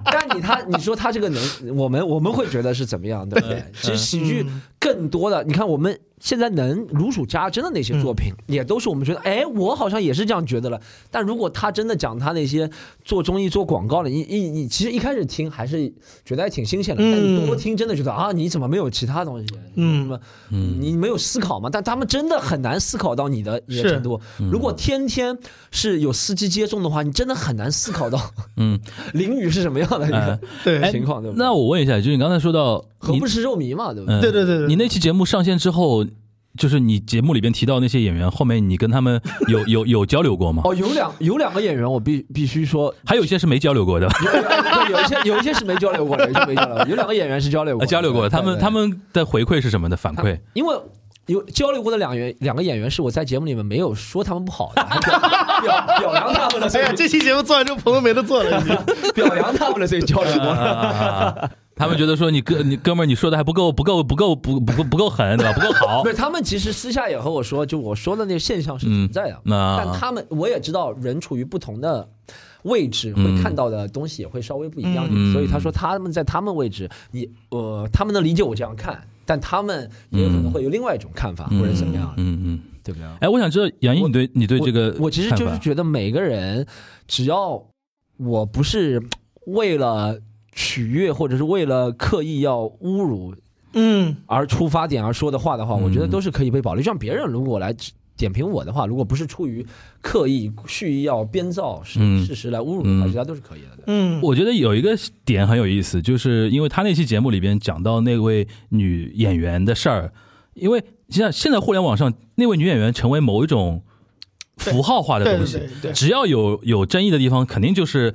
S4: 但你他你说他这个能，我们我们会觉得是怎么样，对不对？其实喜剧更多的，你看我们现在能如数家珍的那些作品，也都是我们觉得，哎，我好像也是这样觉得了。但如果他真的讲他那些做综艺、做广告的，你你你其实一开始听还是觉得还挺新鲜的，但你多听真的觉得啊，你怎么没有其他东西？
S3: 嗯
S4: 什么？你没有思考吗？但他们真的很难思考到你的一个
S3: 是
S4: 程度。
S2: 嗯
S4: 如果天天是有司机接送的话，你真的很难思考到
S2: 嗯，
S4: 淋雨是什么样的一
S2: 呃
S4: 个
S3: 对
S4: 情况，对不对？
S2: 那我问一下，就是你刚才说到
S4: 何
S2: 你
S4: 不食肉糜嘛，对不对？
S2: 嗯，
S3: 对对对对
S2: 你那期节目上线之后，就是你节目里边提到那些演员，后面你跟他们 有有有交流过吗？
S4: 哦，有两有两个演员，我必必须说，
S2: 还有一些是没交流过的，
S4: 有有有一些有一些是没交流过的，有一些没交流过，有两个演员是交流过
S2: 呃
S4: 的，
S2: 交流过的。他们
S4: 对对啊
S2: 他们的回馈是什么的反馈？
S4: 因为有交流过的两员两个演员是我在节目里面没有说他们不好的，还表表表扬他们了，所
S3: 哎呀，
S4: 以
S3: 这期节目做完之后，朋友没得做了，已经。
S4: 表扬他们了，所以交流过。
S2: 啊，他们觉得说你哥你哥们儿你说的还不够不够不够不不不不够狠对吧？不够 好
S4: 不，是，他们其实私下也和我说，就我说的那个现象是存在的，
S2: 嗯那
S4: 但他们我也知道，人处于不同的位置，
S2: 嗯
S4: 会看到的东西也会稍微不一样。
S2: 嗯
S4: 所以他说他们在他们位置，你呃，他们能理解我这样看，但他们也有可能会有另外一种看法，或者怎么样，
S2: 嗯嗯。
S4: 对不对？
S2: 哎，我想知道杨毅，你对你对这个
S4: 我其实就是
S2: 看法
S4: 觉得每个人，只要我不是为了取悦或者是为了刻意要侮辱
S3: 嗯，
S4: 而出发点而说的话的话，
S2: 嗯
S4: 我觉得都是可以被保留。就像别人如果来点评我的话，如果不是出于刻意蓄意要编造事、
S2: 嗯
S4: 事实来侮辱
S2: 嗯
S4: 的话，其实他都是可以的。
S3: 嗯，
S2: 我觉得有一个点很有意思，就是因为他那期节目里边讲到那位女演员的事儿，因为像现在互联网上那位女演员成为某一种符号化的
S3: 对
S2: 东
S3: 对
S2: 西
S3: 对，对，
S2: 只要有有争议的地方，肯定就是。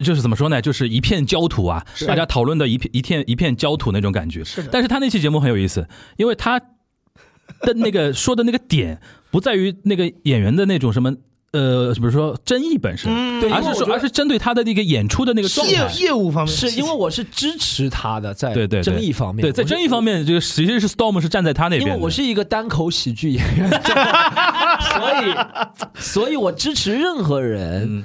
S2: 就是怎么说呢？就是一片焦土啊，
S3: 是
S2: 大家讨论的一片一片一片焦土那种感觉。
S3: 是的
S2: 但是他那期节目很有意思，因为他的那个说的那个点不在于那个演员的那种什么呃，比如说争议本身，
S3: 嗯
S4: 对
S2: 而
S4: 因为
S2: 是说
S4: 我觉得
S2: 而是针对他的那个演出的那个状态。
S3: 业业务方面
S4: 是因为我是支持他的，在
S2: 对对对
S4: 争议方面，
S2: 对，在争议方
S4: 面，
S2: 面，这个其实是 Storm 是站在他那
S4: 因
S2: 边的。
S4: 为我是一个单口喜剧演员，所以， 所以我支持任何人。
S2: 嗯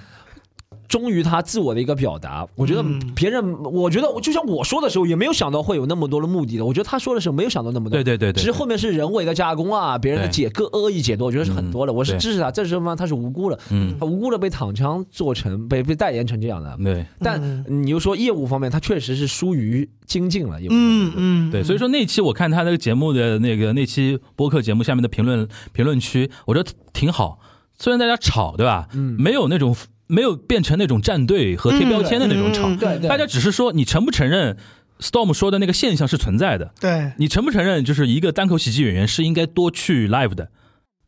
S4: 忠于他自我的一个表达。我觉得
S3: 嗯
S4: 别人，我觉得我就像我说的时候，也没有想到会有那么多的目的的。我觉得他说的时候没有想到那么多，
S2: 对对对嗯对
S4: 只是后面是人为的加工啊，别人的
S2: 对
S4: 解各恶意解读，我觉得是很多的。我是
S2: 对
S4: 支持他，在这方面他是无辜的，
S2: 嗯
S4: 他无辜的被躺枪做成被被代言成这样的。
S2: 对
S4: 但你又说业务方面，他确实是疏于精进了，业务
S3: 嗯嗯，
S2: 对，所以说那期我看他那个节目的那个那期播客节目下面的评论评论区，我觉得挺好。虽然大家吵，对吧？嗯，没有那种没有变成那种站队和贴标签的那种吵，
S3: 嗯
S4: 对对
S2: 大家只是说你承不承认 Storm 说的那个现象是存在的，
S3: 对，
S2: 你承不承认就是一个单口喜剧演员是应该多去 live 的，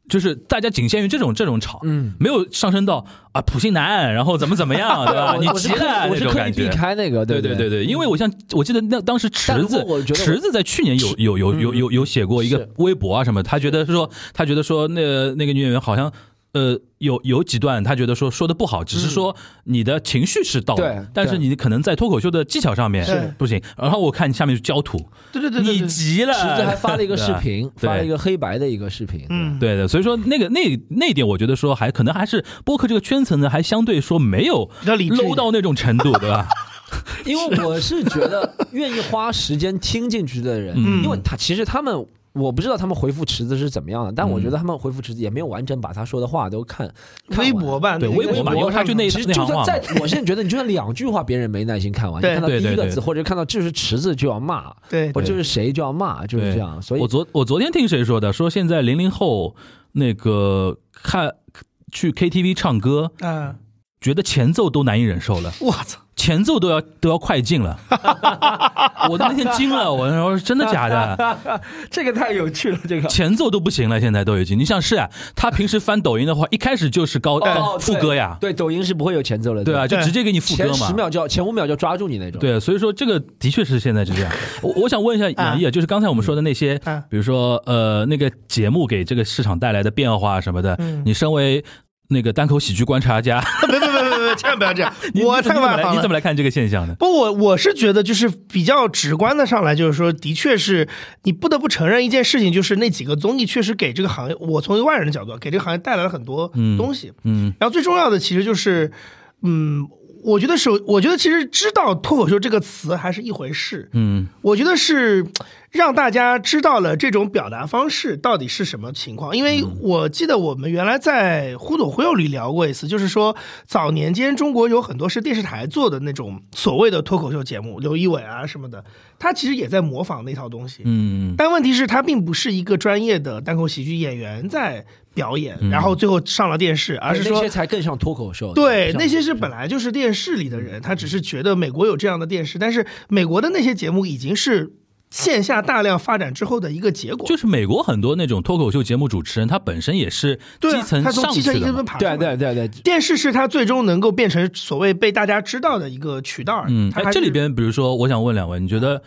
S2: 就是大家仅限于这种这种吵，
S4: 嗯，
S2: 没有上升到啊普信男，然后怎么怎么样，对吧？
S4: 我
S2: 你
S4: 我是
S2: 急
S4: 刻
S2: 了
S4: 意我
S2: 那
S4: 是
S2: 种
S4: 刻意
S2: 感
S4: 避
S2: 觉。
S4: 开那个，
S2: 对
S4: 对
S2: 对对对，因为我像我记得那当时
S4: 但
S2: 池
S4: 如
S2: 子
S4: 果我觉，得我嗯
S2: 池子在去年有有有有有有写过一个
S4: 是
S2: 微博啊什么，他觉得说他觉得说那那个女演员好像。呃，有有几段他觉得说说的不好，只是说你的情绪是到的，
S4: 嗯对
S2: 但是
S4: 对
S2: 你可能在脱口秀的技巧上面
S3: 是
S2: 不行。然后我看下面就焦土，
S3: 对对对对
S2: 你急了，
S4: 池子还发了 一个视频，
S2: 对
S4: 发了一个黑白的一个视频，对
S3: 嗯，
S2: 对的，所以说那个那那一点，我觉得说还可能还是播客这个圈层呢，还相对说没有
S3: 比较理智一点
S2: low 到那种程度，对 吧？
S4: 因为我是觉得愿意花时间听进去的人，
S2: 嗯
S4: 因为他其实他们我不知道他们回复池子是怎么样的，但我
S2: 嗯
S4: 觉得他们回复池子也没有完整把他说的话都看。看完
S3: 微博吧，
S2: 对
S3: 那个
S2: 微博吧因为他就那
S4: 其实
S2: 那
S4: 就
S2: 行话
S4: 算
S2: 嘛
S4: 在，我现在觉得你就算两句话，别人没耐心看完，你
S3: 对
S4: 看到第
S2: 对
S4: 一
S2: 对
S4: 个
S2: 对
S4: 字或者看到就是池子就要骂，
S3: 对
S4: 或者就是谁就要骂，就是
S2: 对
S4: 这样。所以
S2: 我昨我昨天听谁说的？说现在零零后那个看去 KTV 唱歌，
S3: 啊，
S2: 觉得前奏都难以忍受了，
S3: 我操，
S2: 前奏都要都要快进 了。我那天惊了，我说真的假的？
S4: 这个太有趣了，这个
S2: 前奏都不行了，现在都已经。你想是啊，他平时翻抖音的话，一开始就是高、
S4: 哦，
S2: 副歌呀，
S4: 对，对抖音是不会有前奏的，
S2: 对啊，就
S3: 对
S2: 直接给你副歌
S4: 前
S2: 嘛。
S4: 十秒就要前五秒就要抓住你那种。
S2: 对，所以说这个的确是现在是这 样。我我想问一下杨毅，就是刚才我们说的那些
S3: 啊嗯，
S2: 比如说呃那个节目给这个市场带来的变化什么的，
S3: 嗯
S2: 你身为那个单口喜剧观察 家，，
S3: 别别别别别，千万不要这样
S2: 你
S3: 我
S2: 你怎
S3: 太
S2: 么
S3: 外
S2: 来
S3: 行
S2: 你
S3: 了
S2: 怎。么来看这个现象呢？
S3: 不，我我是觉得就是比较直观的上来，就是说，的确是你不得不承认一件事情，就是那几个综艺确实给这个行业，我从一个外人的角度，给这个行业带来了很多东西。
S2: 嗯
S3: 然后最重要的其实就是，嗯，我觉得首，我觉得其实知道脱口秀这个词还是一回事，
S2: 嗯
S3: 我觉得是让大家知道了这种表达方式到底是什么情况，因
S4: 嗯
S3: 为我记得我们原来在《忽左忽右》里聊过一次，就是说早年间中国有很多是电视台做的那种所谓的脱口秀节目，刘仪伟啊什么的，他其实也在模仿那套东西。
S2: 嗯
S3: 但问题是，他并不是一个专业的单口喜剧演员在表演，然后最后上了电视，而是
S4: 嗯那
S3: 说
S4: 些才更像脱口秀。
S3: 对，
S4: 像
S3: 那些是本来就是电视里的人，他只是觉得美国有这样的电视，但是美国的那些节目已经是线下大量发展之后的一个结果。
S2: 就是美国很多那种脱口秀节目主持人，他本身也是
S3: 对
S2: 基
S3: 啊，
S2: 层
S3: 他从
S2: 上
S3: 基层
S2: 去
S3: 一
S2: 的
S3: 层
S2: 嘛啊
S3: 层。爬上
S4: 对
S3: 来。
S4: 对对对，
S3: 电视是他最终能够变成所谓被大家知道的一个渠道。
S2: 嗯，
S3: 它
S2: 哎，
S3: 还是
S2: 这里边比如说，我想问两位，你觉得，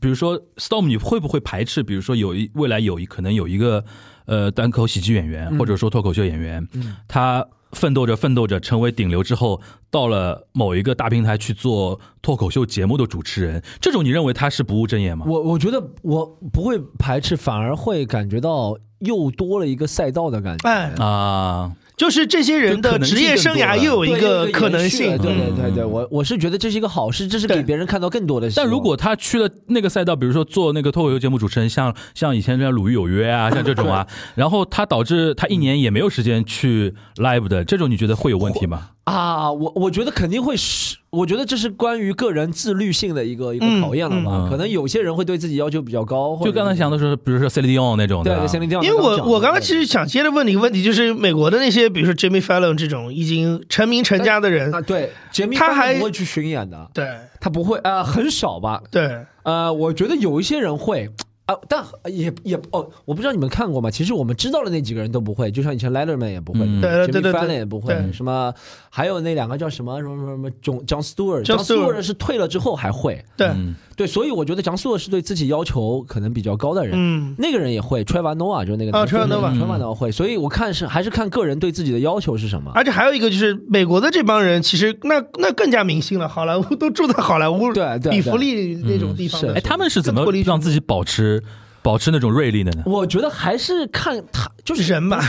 S2: 比如说 Storm，你会不会排斥？比如说有一
S3: 嗯
S2: 未来有一可能有一个呃单口喜剧演员，或者说脱口秀演员，他奋斗着奋斗着成为顶流之后，到了某一个大平台去做脱口秀节目的主持人，这种你认为他是不务正业吗？
S4: 我我觉得我不会排斥，反而会感觉到又多了一个赛道的感觉。
S3: 哎，
S2: 啊，
S3: 就是这些人的职业生涯又有一个可能性，
S4: 对
S3: 嗯
S4: 对对对，我我是觉得这是一个好事，这是给
S3: 对
S4: 别人看到更多的希望。
S2: 但如果他去了那个赛道，比如说做那个脱口秀节目主持人，像像以前这样《鲁豫有约》啊，像这种啊，然后他导致他一年也没有时间去 live 的，这种你觉得会有问题吗？
S4: 啊，我我觉得肯定会是，我觉得这是关于个人自律性的一个一个
S3: 嗯
S4: 考验了吧。
S2: 嗯
S4: 可能有些人会对自己要求比较高，或者
S2: 就刚才想的时候，比如说 Celine Dion 那种
S4: 对
S2: 的
S4: 对
S2: 啊，
S4: 心理调查
S3: 因为
S4: 刚
S3: 我
S4: 讲的
S3: 我刚刚其实想接着问你一个问题，就是美国的那些，比如说 Jimmy Fallon 这种已经成名成家的人
S4: 啊，，对杰米
S3: 他
S4: 他
S3: 还
S4: 还不会去巡演的，
S3: 对
S4: 他不会啊、呃很少吧？
S3: 对，
S4: 呃，我觉得有一些人会。啊，但也也哦，我不知道你们看过吗？其实我们知道的那几个人都不会，就像以前 Letterman 也不会，
S2: 嗯
S3: 对呃对对对
S4: 翻
S3: 对
S4: 也不会，
S3: 对
S4: 什么还有那两个叫什么什么什么什么 John Stewart，John
S3: Jon Stewart
S4: 是退了之后还会，
S3: 对，
S2: 嗯
S4: 对，所以我觉得 John Stewart 是对自己要求可能比较高的人，
S3: 嗯，
S4: 那个人也会 Trevor Noah 就是那个
S3: 啊
S4: 男生
S3: Trevor Noah
S4: 嗯 Trevor Noah 会，所以我看是还是看个人对自己的要求是什么。
S3: 啊而且还有一个就是美国的这帮人，其实那那更加明星了，好莱坞都 住在好莱坞，
S4: 对对对
S3: 比弗利那种地方的，
S4: 嗯
S2: 哎，他们是怎么
S3: 脱离
S2: 让自己保持保持那种锐利的呢？
S4: 我觉得还是看他就是
S3: 人吧。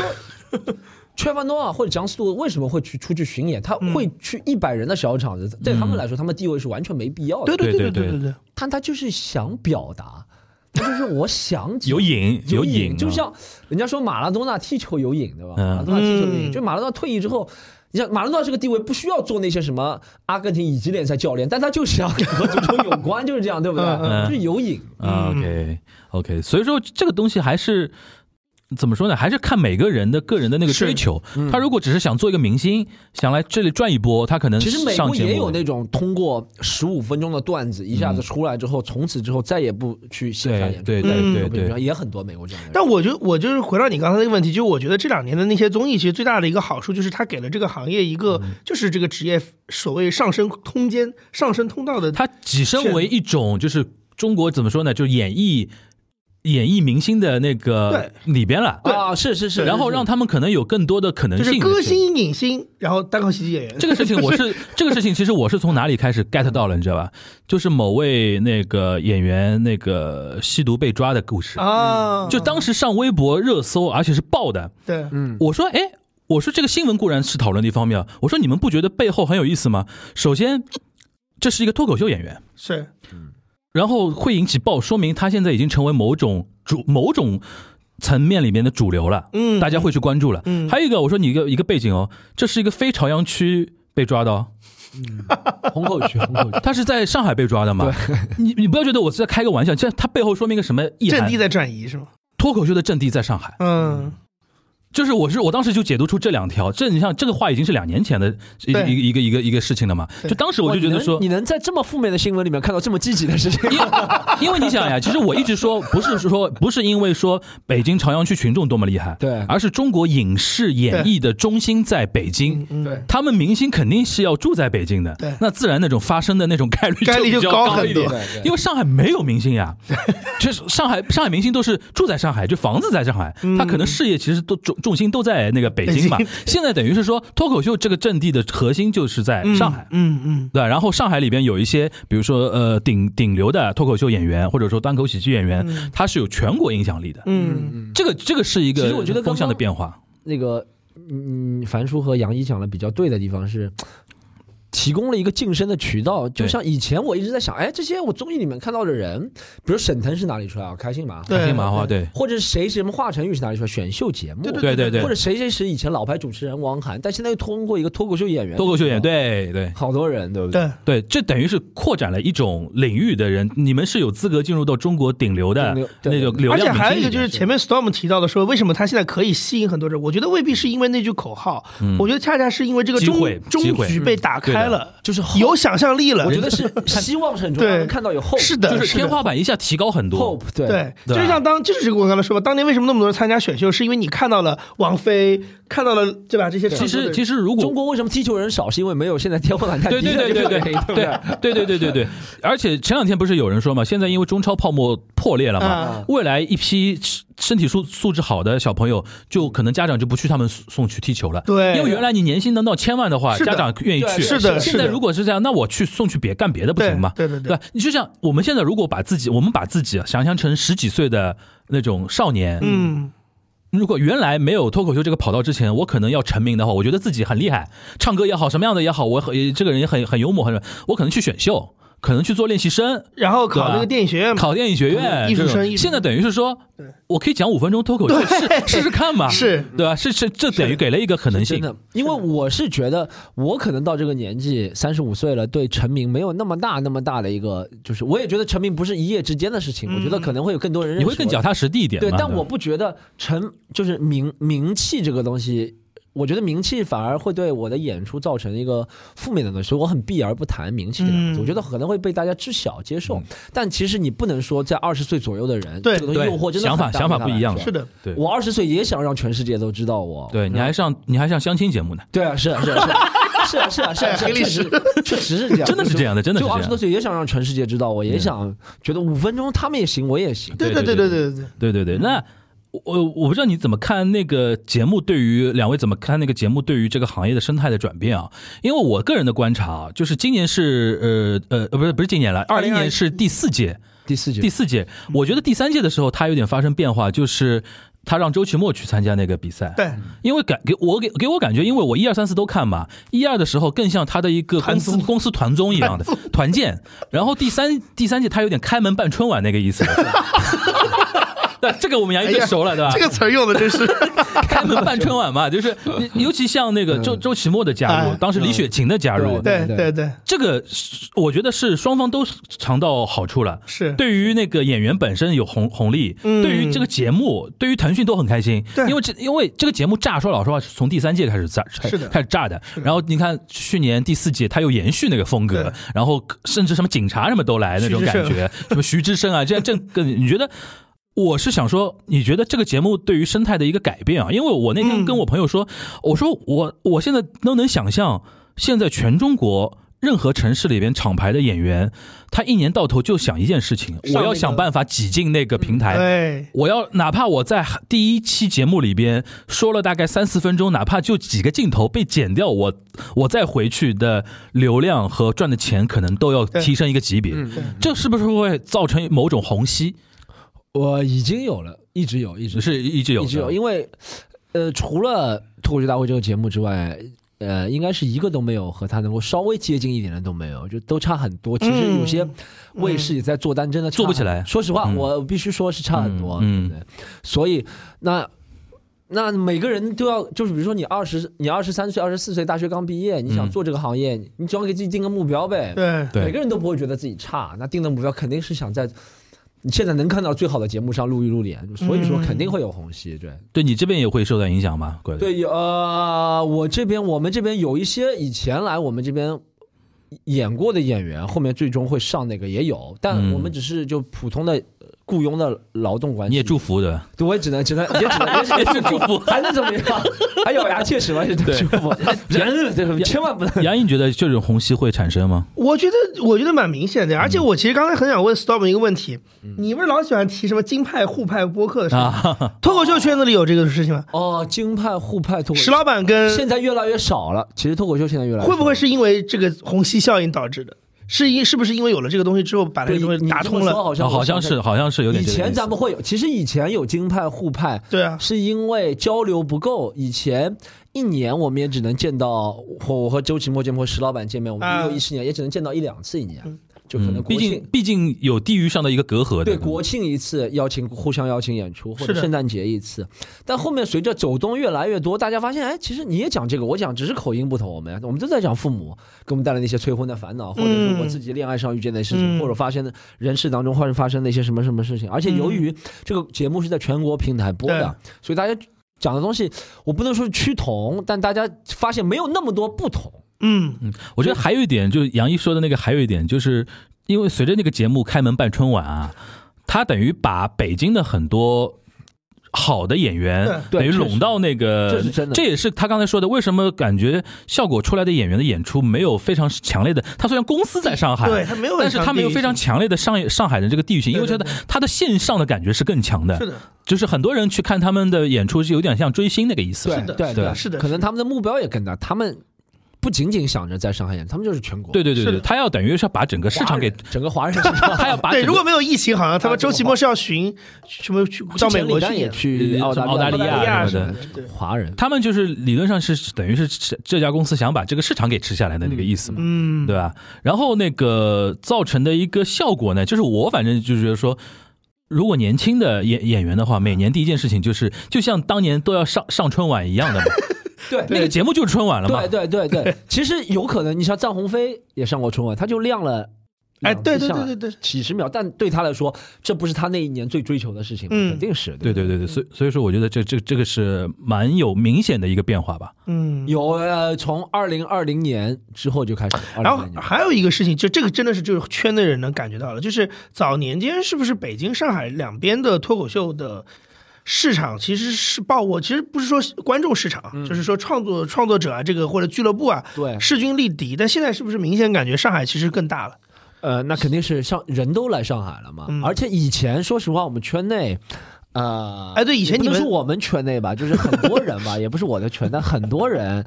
S4: Trevor Noah 或者江苏为什么会去出去巡演？他
S2: 嗯
S4: 会去一百人的小场子，对他们来说，他们地位是完全没必要的。
S3: 对对
S2: 对
S3: 对
S2: 对
S3: 对对，
S4: 但他就是想表达，他就是我想
S2: 有瘾，
S4: 有
S2: 瘾啊，
S4: 就像人家说马拉多纳踢球有瘾，对吧？
S2: 嗯
S4: 马拉多纳踢球有瘾，
S3: 嗯
S4: 就马拉多纳退役之后。你像马拉多纳这个地位，不需要做那些什么阿根廷乙级联赛教练，但他就是要和足球有 关，就是这样，对不对？
S2: 嗯
S4: 就是有瘾。
S2: 啊 OK OK，所以说这个东西还是怎么说呢？还是看每个人的个人的那个
S3: 是
S2: 追求。
S4: 嗯
S2: 他如果只是想做一个明星，想来这里赚一波，他可能
S4: 其实美
S2: 上
S4: 国
S2: 节目嗯
S4: 也有那种通过十五分钟的段子一下子出来之后，从此之后再也不去线下演出，嗯
S2: 对
S3: 对对
S4: 就不
S2: 对
S4: 一样也很多美国这样的人。
S3: 但我就我就是回到你刚才那个问题，就我觉得这两年的那些综艺，其实最大的一个好处就是它给了这个行业一个、
S2: 嗯
S3: 就是这个职业所谓上升空间、上升通道的。
S2: 他跻身为一种就是中国怎么说呢？就是演艺演艺明星的那个里边了，
S4: 啊，是是是，
S2: 然后让他们可能有更多的可能
S3: 就
S2: 性。
S3: 是歌星、影星，然后单口喜剧演员，
S2: 这个事情我是这个事情，其实我是从哪里开始 get 到了，你知道吧？就是某位那个演员那个吸毒被抓的故事，
S3: 啊，
S2: 嗯就当时上微博热搜，而且是爆的。
S3: 对，
S2: 我说，哎，我说这个新闻固然是讨论的一方面啊，我说你们不觉得背后很有意思吗？首先，这是一个脱口秀演员，
S3: 是
S2: 然后会引起爆，说明他现在已经成为某种主某种层面里面的主流了，
S3: 嗯
S2: 大家会去关注了。
S3: 嗯
S2: 还有一个，我说你一个一个背景哦，这是一个非朝阳区被抓的哦。
S4: 虹嗯口区，虹口区。
S2: 他是在上海被抓的嘛？你你不要觉得我是在开个玩笑，这他背后说明一个什么意
S3: 阵
S2: 涵
S3: 地？在转移是吗？
S2: 脱口秀的阵地在上海，
S3: 嗯，
S2: 就是我是我当时就解读出这两条，这你像这个话已经是两年前的一一
S3: 对
S2: 个一个一个一个事情了嘛？
S3: 对
S2: 就当时我就觉得说
S4: 哇你能，你能在这么负面的新闻里面看到这么积极的事 情，
S2: 因为 因为你想呀，其实我一直说不是说不是因为说北京朝阳区群众多么厉害，
S4: 对
S2: 而是中国影视演艺的中心在北京。
S3: 嗯对，
S2: 他们明星肯定是要住在北京的，
S3: 对
S2: 那自然那种发生的那种概率
S3: 概率
S2: 比
S3: 就
S2: 较
S3: 高
S2: 高
S3: 很
S2: 一点
S3: 多
S4: 对对
S2: 因为上海没有明星呀，就是上海上海明星都是住在上海，就房子在上海，他可能事业其实都重重心都在那个北京嘛
S3: 嗯北京。
S2: 现在等于是说脱口秀这个阵地的核心就是在上海，
S3: 嗯嗯
S2: 对吧，然后上海里边有一些，比如说呃顶顶流的脱口秀演员，或者说单口喜剧演员，他是有全国影响力的。
S3: 嗯
S2: 这个这个是一
S4: 其
S2: 个
S4: 实我觉得刚刚
S2: 风向的变化。
S4: 那个，嗯，樊叔和杨一讲的比较对的地方是。提供了一个晋升的渠道，就
S2: 对
S4: 像以前我一直在想，哎，这些我综艺里面看到的人，比如沈腾是哪里出来啊？开心麻花，
S3: 对
S2: 开心麻花对，
S4: 或者谁什么华晨宇是哪里出来？选秀节目，
S2: 对对对
S4: 或者谁谁谁以前老牌主持人王涵，但现在又通过一个脱口秀演员，
S2: 脱口秀演员，对对
S4: 好多人，对不对？
S2: 对，
S3: 对，
S2: 这等于是扩展了一种领域的人，你们是有资格进入到中国顶流的
S4: 顶流对
S2: 那种流
S3: 而且
S2: 量明星里面。
S3: 还有一个就是前面 Storm 提到的说，为什么他现在可以吸引很多人？我觉得未必是因为那句口号，我觉得恰恰是因为这
S2: 嗯
S3: 个
S2: 机
S3: 中
S2: 会机
S3: 中
S2: 会
S3: 局被打开
S2: 对的
S3: 了，
S4: 就是后
S3: 有想象力了。
S4: 我觉得是希望是很重要的，
S3: 对
S4: 看到有 hope，
S3: 是的
S2: 就是天花板一下提高很多。
S4: ，hope，对
S3: 对，
S2: 对
S3: 就是像当就是这个我刚才说吧，当年为什么那么多人参加选秀，是因为你看到了王菲，看到了对吧？这些
S2: 其实其实
S3: 实
S2: 如果
S4: 中国为什么踢球人少，是因为没有现在天花板太
S2: 对
S4: 低，
S2: 对对对对对对对对对对，而且前两天不是有人说嘛，现在因为中超泡沫破裂了嘛。
S3: 啊，
S2: 未来一批身体素素质好的小朋友，就可能家长就不去他们送送去踢球了。
S3: 对
S2: 因为原来你年薪能到千万的话，
S3: 是的
S2: 家长愿意去。
S3: 是的是
S2: 现在
S3: 的
S2: 如果是这样，那我去送去别干别的不
S3: 对
S2: 行吗？
S3: 对对
S2: 对吧，你就像我们现在如果把自己，我们把自己想象成十几岁的那种少年，
S3: 嗯，
S2: 如果原来没有脱口秀这个跑道之前，我可能要成名的话，我觉得自己很厉害，唱歌也好，什么样的也好，我很这个人也很很幽默，很我可能去选秀，可能去做练习生，
S3: 然后考那个电影学院 嘛，
S2: 考电影学院，
S3: 嗯艺术
S2: 这种
S3: 生艺术生
S2: 现在等于是说
S3: 对，
S2: 我可以讲五分钟脱口秀，试试试看嘛，
S3: 是
S2: 对吧？是是，这等于给了一个可能
S4: 真
S2: 性。
S4: 的，因为我是觉得我可能到这个年纪，三十五岁了，对成名没有那么大那么大的一个，就是我也觉得成名不是一夜之间的事情，我觉得可能会有更多人
S2: 嗯
S4: 认
S2: 你
S4: 识
S2: 会更脚
S4: 我
S2: 踏实地一点嘛，
S4: 对，但我不觉得成就是名名气这个东西。我觉得名气反而会对我的演出造成一个负面的东西，所以我很避而不谈名气这两个
S3: 嗯
S4: 字。我觉得可能会被大家知晓接受，
S2: 嗯
S4: 但其实你不能说在二十岁左右的人，
S3: 对
S4: 这个东西
S2: 对
S4: 诱惑真的
S2: 想法
S4: 很大
S2: 想法
S4: 对
S2: 不
S4: 他
S2: 一样
S4: 来
S2: 的
S4: 说
S3: 是的，嗯
S2: 对
S4: 我二十岁也想让全世界都知道我，
S2: 对，你还上你还上相亲节目呢，
S4: 对啊，是啊，是啊，是啊，是啊，是啊，是啊，
S3: 哎黑历
S4: 确
S3: 史
S4: 实，确实是这样，
S2: 真的是这样的真的是这
S4: 就
S2: 样
S4: 二十多岁也想让全世界知道，我也
S2: 嗯
S4: 想觉得五分钟他们也行，我也行。
S3: 对
S2: 对
S3: 对
S2: 对
S3: 对对对，
S2: 对对对，那我我我不知道你怎么看那个节目，对于两位怎么看那个节目对于这个行业的生态的转变啊？因为我个人的观察啊，就是今年是呃呃呃不是不是今年了，二零年是第四届，
S4: 第四
S2: 第
S4: 节，
S2: 四届，
S3: 嗯
S2: 我觉得第三届的时候它有点发生变化，就是。他让周奇墨去参加那个比赛，
S3: 对，
S2: 因为感给我给给我感觉，因为我一二三四都看嘛，一二的时候更像他的一个公司
S3: 团综
S2: 公司团综一样的团建，然后第三第三届他有点开门办春晚那个意 思。那这个我们杨毅最熟了，对吧？
S3: 这个词儿用的真 是，
S2: 开门办春晚嘛，就是尤其像那个周周奇墨的加入，
S3: 嗯哎
S2: 当时李雪琴的加入，
S3: 对
S4: 对
S3: 对对，
S2: 这个是我觉得是双方都尝到好处了。
S3: 是
S2: 对于那个演员本身有红红利，
S3: 嗯
S2: 对于这个节目，对于腾讯都很开心，
S3: 对
S2: 因为这因为这个节目炸说老实话是从第三届开始炸，开
S3: 是的
S2: 开始炸的。然后你看去年第四届，他又延续那个风格
S3: 对，
S2: 然后甚至什么警察什么都来那种
S3: 徐志
S2: 感
S3: 胜
S2: 觉，什么徐志胜啊，这这个你觉得？我是想说，你觉得这个节目对于生态的一个改变啊？因为我那天
S3: 嗯
S2: 跟我朋友说，我说我我现在都能想象，现在全中国任何城市里边厂牌的演员，他一年到头就想一件事情，
S3: 上那
S2: 我
S3: 个
S2: 要想办法挤进那个平台。
S3: 对，
S2: 我要哪怕我在第一期节目里边说了大概三四分钟，哪怕就几个镜头被剪掉，我我再回去的流量和赚的钱可能都要
S3: 对
S2: 提升一个级别。
S3: 嗯
S2: 这是不是会造成某种虹吸？
S4: 我已经有了，一直有，一直
S2: 是一直有
S4: 一
S2: 的，
S4: 直有，因为呃，除了脱口秀大会这个节目之外。呃，应该是一个都没有和他能够稍微接近一点的都没有，就都差很多。其实有些卫视也在做，但真的差
S2: 做不起来
S4: 说实话，
S2: 嗯
S4: 我必须说是差很多，
S2: 嗯嗯
S4: 对不对？所以那那每个人都要，就是比如说你二十，你二十三岁、二十四岁，大学刚毕业，你想
S2: 嗯
S4: 做这个行业，你只要给自己定个目标呗。
S3: 对
S2: 对
S4: 每个人都不会觉得自己差，那定的目标肯定是想在你现在能看到最好的节目上露一露脸，所以说肯定会有虹吸。对，
S2: 对你这边也会受到影响吗？对
S4: 对，有呃，我这边我们这边有一些以前来我们这边。演过的演员，后面最终会上那个也有，但
S2: 嗯
S4: 我们只是就普通的呃雇佣的劳动关系。
S2: 你也祝福的，
S4: 对，我也只能只能也只能也只能祝福，还能怎么样？还咬牙切齿吗？也只能
S2: 对
S4: 祝福。 人千万不能
S2: 杨颖觉得这种虹吸会产生吗？
S3: 我觉得我觉得蛮明显的，而且
S4: 嗯
S3: 我其实刚才很想问 Storm 一个问题，你不是老喜欢提什么京派沪派播客的事情，
S2: 啊，
S3: 脱口秀圈子里有这个事情吗？
S4: 哦，京派互派脱口
S3: 石
S4: 秀
S3: 老板跟
S4: 现在越来越少了。其实脱口秀现在越来越少
S3: 会不会是因为这个虹吸效应导致的？是因是不是因为有了这个东西之后，把这
S4: 对
S3: 个东西
S4: 你
S3: 打
S4: 这
S3: 通
S4: 么说
S3: 了？
S4: 好像
S2: 哦好像是，好像是有点
S4: 以
S2: 这个意思。
S4: 前咱们会有，其实以前有京派沪派，
S3: 对啊，
S4: 是因为交流不够。以前一年我们也只能见到，我我和周奇墨见面，和石老板见面，我们一
S3: 啊
S4: 六一七年也只能见到一两次一年
S3: 嗯，
S4: 就可能
S2: 嗯
S4: 国
S2: 毕
S4: 庆。
S2: 竟毕竟有地域上的一个隔阂的，
S4: 对国庆一次邀请互相邀请演出，或
S3: 是
S4: 者
S3: 的
S4: 圣诞节一次，但后面随着走动越来越多，大家发现，哎，其实你也讲这个，我讲只是口音不同，我们我们都在讲父母给我们带来那些催婚的烦恼，或者是我自己恋爱上遇见的事情，
S3: 嗯
S4: 或者发生的人事当中或者发生的一些什么什么事情，而且由
S3: 嗯
S4: 于这个节目是在全国平台播的，所以大家讲的东西，我不能说趋同，但大家发现没有那么多不同。
S3: 嗯，
S2: 我觉得还有一点，就是杨一说的那个，还有一点，就是因为随着那个节目开门办春晚啊，他等于把北京的很多好的演员
S4: 对
S2: 得
S4: 确实
S2: 拢到那个，
S4: 这是真的
S2: 这也是他刚才说的，为什么感觉效果出来的演员的演出没有非常强烈的？他虽然公司在上海，
S3: 对他没有很
S2: 但是他没有
S3: 强地域
S2: 非常强烈的上上海的这个地域性，因为我觉
S3: 对
S2: 得他的线上的感觉是更强的。
S3: 是的，
S2: 就是很多人去看他们的演出是有点像追星那个意思。
S4: 对
S3: 的
S4: 对
S3: 是
S4: 对，
S3: 的是的
S4: 可能他们的目标也更大，他们不仅仅想着在上海演，他们就是全国，
S2: 对对对
S3: 是
S2: 对，
S3: 的
S2: 他要等于是要把整个市场给，
S4: 整个华人 市场。
S2: 他要把
S3: 对，
S2: 整
S3: 如
S2: 个
S3: 果没有疫情，好像他们周奇墨是要巡什么去到美国
S4: 之前
S3: 去演，
S4: 李诞也去澳
S2: 澳大利
S3: 呃澳大利
S2: 亚
S3: 亚
S2: 什么的
S3: 什么。的，对，
S4: 华人，
S2: 他们就是理论上是等于是这这家公司想把这个市场给吃下来的那个意思嘛，
S3: 嗯，
S2: 对吧？然后那个造成的一个效果呢，就是我反正就觉得说，如果年轻的演演员的话，每年第一件事情就是，就像当年都要上上春晚一样的嘛，
S4: 对
S2: 那个节目就是春晚了嘛
S4: 对，对对对，其实有可能，你像臧鸿飞也上过春晚，他就亮了。
S3: 哎，对对对对
S4: 对，
S3: 对，
S4: 啊几十秒，但对他来说，这不是他那一年最追求的事情，
S3: 嗯
S4: 肯定是
S2: 对
S4: 对
S2: 对对对，所以所以说我觉得这这这个是蛮有明显的一个变化吧。
S3: 嗯。
S4: 有呃，从二零二零年之后就开始，
S3: 然后
S4: 2020年
S3: 还有一个事情，就这个真的是就是圈内人能感觉到了，就是早年间是不是北京、上海两边的脱口秀的市场其实是爆我，其实不是说观众市场啊，
S4: 嗯
S3: 就是说创作创作者啊，这个或者俱乐部啊，
S4: 对
S3: 势均力敌。但现在是不是明显感觉上海其实更大了？
S4: 呃，那肯定是上人都来上海了嘛，
S3: 嗯
S4: 而且以前说实话，我们圈内。呃，
S3: 哎对以前
S4: 也不能
S3: 你们
S4: 说我们圈内 吧，就是很多人吧，也不是我的圈，但很多人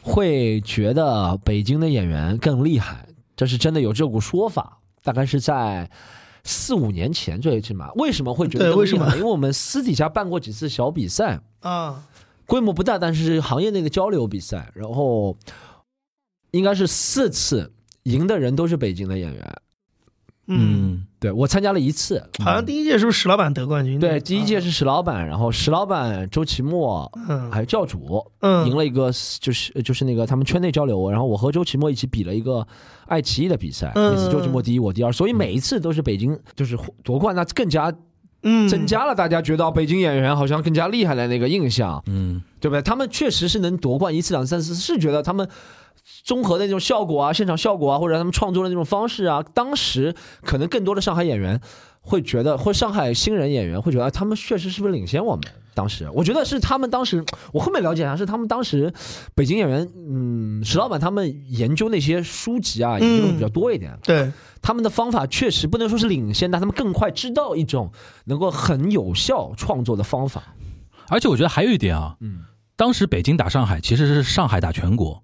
S4: 会觉得北京的演员更厉害，这是真的有这股说法，大概是在四五年前最起码。为什么会觉得
S3: 对
S4: 更
S3: 为什
S4: 厉害
S3: 么
S4: 因为我们私底下办过几次小比赛，
S3: 啊，
S4: 规模不大，但是行业内的交流比赛，然后应该是四次赢的人都是北京的演员。
S3: 嗯，，嗯
S4: 对我参加了一次，
S3: 好像第一届是不是史老板得冠军？
S4: 嗯
S3: 啊
S4: 对，第一届是史老板，然后史老板、周奇墨
S3: 嗯
S4: 还有教主
S3: 嗯
S4: 赢了一个，就是就是那个他们圈内交流，然后我和周奇墨一起比了一个爱奇艺的比赛，
S3: 嗯
S4: 每次周奇墨第一，我第二，所以每一次都是北京就是夺冠，那更加
S3: 嗯
S4: 增加了大家觉得北京演员好像更加厉害的那个印象。
S2: 嗯，
S4: 对不对？他们确实是能夺冠一次、两次、三次，是觉得他们综合的那种效果啊、现场效果啊，或者他们创作的那种方式啊，当时可能更多的上海演员会觉得，或者上海新人演员会觉得，哎他们确实是不是领先我们？当时我觉得是他们当时，我后面了解一下是他们当时北京演员，嗯，石老板他们研究那些书籍啊，研究的比较多一点。
S3: 对，
S4: 他们的方法确实不能说是领先，但他们更快知道一种能够很有效创作的方法。
S2: 而且我觉得还有一点啊，
S4: 嗯，
S2: 当时北京打上海其实是上海打全国，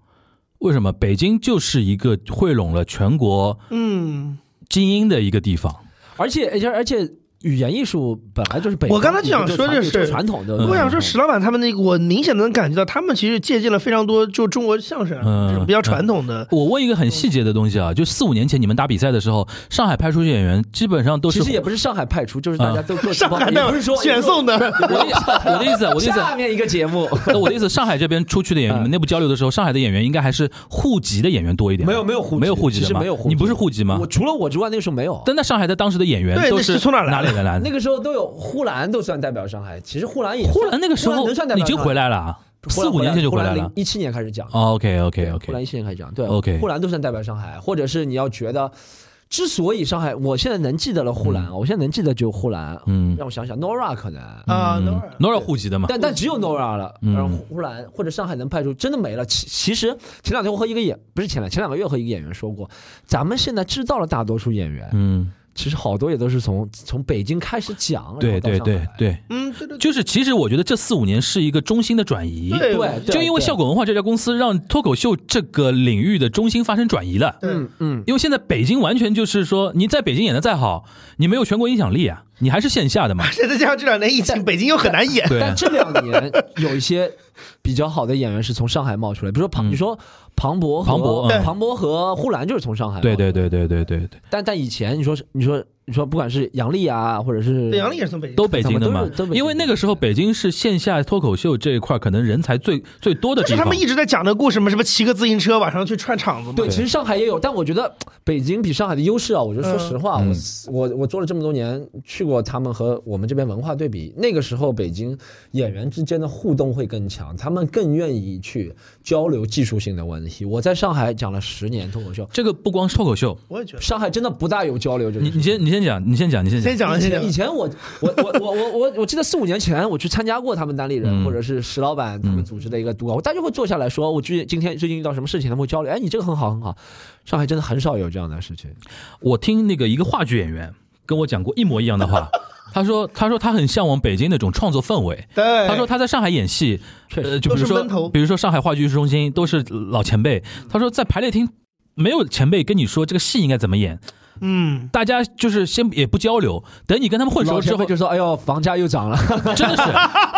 S2: 为什么？北京就是一个汇拢了全国
S3: 嗯。
S2: 精英的一个地方。
S4: 而且而且而且，语言艺术本来就是北方，
S3: 我刚才就想
S4: 有这
S3: 说
S4: 传
S3: 这
S4: 有这
S3: 是
S4: 传统的。嗯
S3: 我想说，石老板他们那个，我明显能感觉到，他们其实借鉴了非常多，就中国相声啊
S2: 嗯
S3: 这种比较传统的。
S2: 我问一个很细节的东西啊，就四五年前你们打比赛的时候，上海派出去演员基本上都是
S4: 其实也不是上海派出，就是
S2: 啊
S4: 大家都各自
S3: 上海
S4: 也不
S3: 的
S4: 是说哎
S3: 选送。的，
S2: 我的意思我的意思，我的意思
S4: 下嗯面一个节目
S2: 呃，我的意思，上海这边出去的演员，你们内部交流的时候，上海的演员应该还是户籍的演员多一点吧。
S4: 没有没有户籍
S2: 没有户籍
S4: 其
S2: 的
S4: 实
S2: 吗？
S4: 没有户籍
S2: 你不是户籍吗
S4: 我？除了我之外，那个时候没有。
S2: 但那上海的当时的演员
S3: 对
S2: 都
S3: 那是从哪儿来
S2: 哪里来的？
S4: 那个时候都有呼兰都算代表上海，其实呼兰也
S2: 呼兰那个时
S4: 呼兰
S2: 候
S4: 能算代
S2: 已
S4: 表
S2: 经回来了啊，四五年前就回来了。
S4: 一七年开始讲。
S2: OK OK
S4: 呼兰
S2: OK，
S4: 一七年开始讲，对
S2: OK
S4: 呼兰都算代表上海，或者是你要觉得，之所以上海，我现在能记得了呼兰，我现在能记得就呼兰，
S2: 嗯
S4: 让我想想，Nora 可能，
S3: 啊等会儿
S2: n o r a 户籍的嘛，
S4: 但但只有 Nora 了，
S2: 嗯
S4: 然后呼兰或者上海能派出，真的没了。其其实前两天我和一个演不是前两前两个月和一个演员说过，咱们现在知道了大多数演员，
S2: 嗯，
S4: 其实好多也都是从从北京开始讲，
S2: 对对对
S4: 对
S2: 对，
S3: 嗯，对对对，
S2: 就是其实我觉得这四五年是一个中心的转移，
S3: 对
S4: 对，
S2: 就因为效
S4: 果，
S2: 果文化这家公司让脱口秀这个领域的中心发生转移了。
S4: 嗯嗯，
S2: 因为现在北京完全就是说，你在北京演的再好，你没有全国影响力啊，你还是线下的 嘛。
S3: 而且再加上这两年疫情，北京又很难演。
S2: 对啊
S4: 但这两年有一些比较好的演员是从上海冒出来，比如说庞，
S2: 嗯
S4: 你说庞博和、
S2: 庞博嗯
S3: 对
S4: 庞博和呼兰就是从上海，
S2: 对对，对对对对对，
S4: 但但以前你说是你说你说不管是杨笠啊，或者是
S3: 对，杨笠也是从北京，
S2: 都北京的嘛
S4: 咱们都是都北京。的
S2: 因为那个时候北京是线下脱口秀这一块可能人才最最多的
S3: 就
S2: 地
S3: 是他
S2: 方
S3: 们。一直在讲的故事嘛，什么骑个自行车晚上去串场子嘛。
S4: 对，其实上海也有，但我觉得北京比上海的优势啊，我觉得说实话，
S2: 嗯
S4: 我我我做了这么多年，去过他们和我们这边文化对比，那个时候北京演员之间的互动会更强，他们更愿意去交流技术性的问题。我在上海讲了十年脱口秀，
S2: 这个不光是脱口秀，
S3: 我也觉得，
S4: 上海真的不大有交流这个
S2: 你
S4: 事情。
S2: 你先你先先讲，你先讲，你先讲
S3: 先。讲了，先讲
S4: 以
S3: 了。
S4: 前我我我我我我我记得四五年前我去参加过他们单立人
S2: 嗯
S4: 或者是石老板他们组织的一个读稿，我大家会坐下来说，我最今天最近遇到什么事情，他们会交流。哎，你这个很好很好，上海真的很少有这样的事情。
S2: 我听那个一个话剧演员跟我讲过一模一样的 话，他说他说他很向往北京那种创作氛围。
S3: 对，
S4: 哎
S2: 他说他在上海演戏，
S4: 确实
S2: 呃，就比如
S3: 都是闷头
S2: 说，比如说上海话剧艺术中心都是老前辈。他说在排练厅没有前辈跟你说这个戏应该怎么演，
S3: 嗯，
S2: 大家就是先也不交流，等你跟他们混熟
S4: 老
S2: 之
S4: 前
S2: 后
S4: 辈，就说：“哎呦，房价又涨了。
S2: 真的是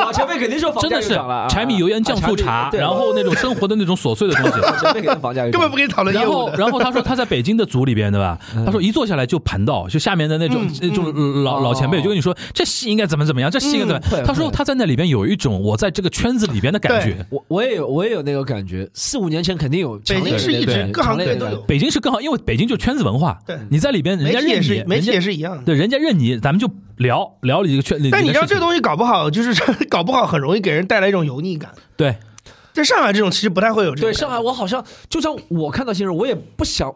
S4: 老前辈肯定说房
S2: 真
S4: 价
S2: 的
S4: 又
S2: 是
S4: 涨了啊，
S2: 柴米油盐酱醋
S4: 啊
S2: 茶，
S4: 柴米对
S2: 然后那种生活的那种琐碎的东西。
S4: 老前辈肯定房价又
S3: 根
S4: 涨
S3: 本
S4: 了
S3: 不。跟你讨论业
S2: 然
S3: 务
S2: 后，
S3: 的。
S2: 然后他说他在北京的组里边，对吧？
S4: 嗯
S2: 他说一坐下来就盘道，就下面的那种
S3: 嗯
S2: 这种老
S4: 哦
S2: 老前辈就跟你说这戏应该怎么怎么样，这戏应该怎么
S4: 嗯会
S2: 样。他说
S4: 会
S2: 他在那里边有一种我在这个圈子里边的感觉。
S4: 我我也有我也有那个感觉，四五年前肯定有强
S3: 北
S4: 烈的
S3: 京是一直
S4: 那个
S3: 各行
S4: 强烈的
S3: 各业都
S4: 那个
S3: 有
S2: 北京是更好，因为北京就圈子文化，
S3: 对
S2: 你在里边人
S3: 媒
S2: 家
S3: 体
S2: 认
S3: 也
S2: 你，
S3: 是，媒
S2: 人
S3: 体
S2: 家
S3: 也是一样的。
S2: 对人家认你，咱们就聊聊你这个圈。
S3: 但你知道这
S2: 这
S3: 东西搞不好，就是搞不好很容易给人带来一种油腻感。
S2: 对
S3: 在上海这种其实不太会有这种
S4: 对
S3: 感觉。
S4: 上海，我好像就算我看到新人，我也不想，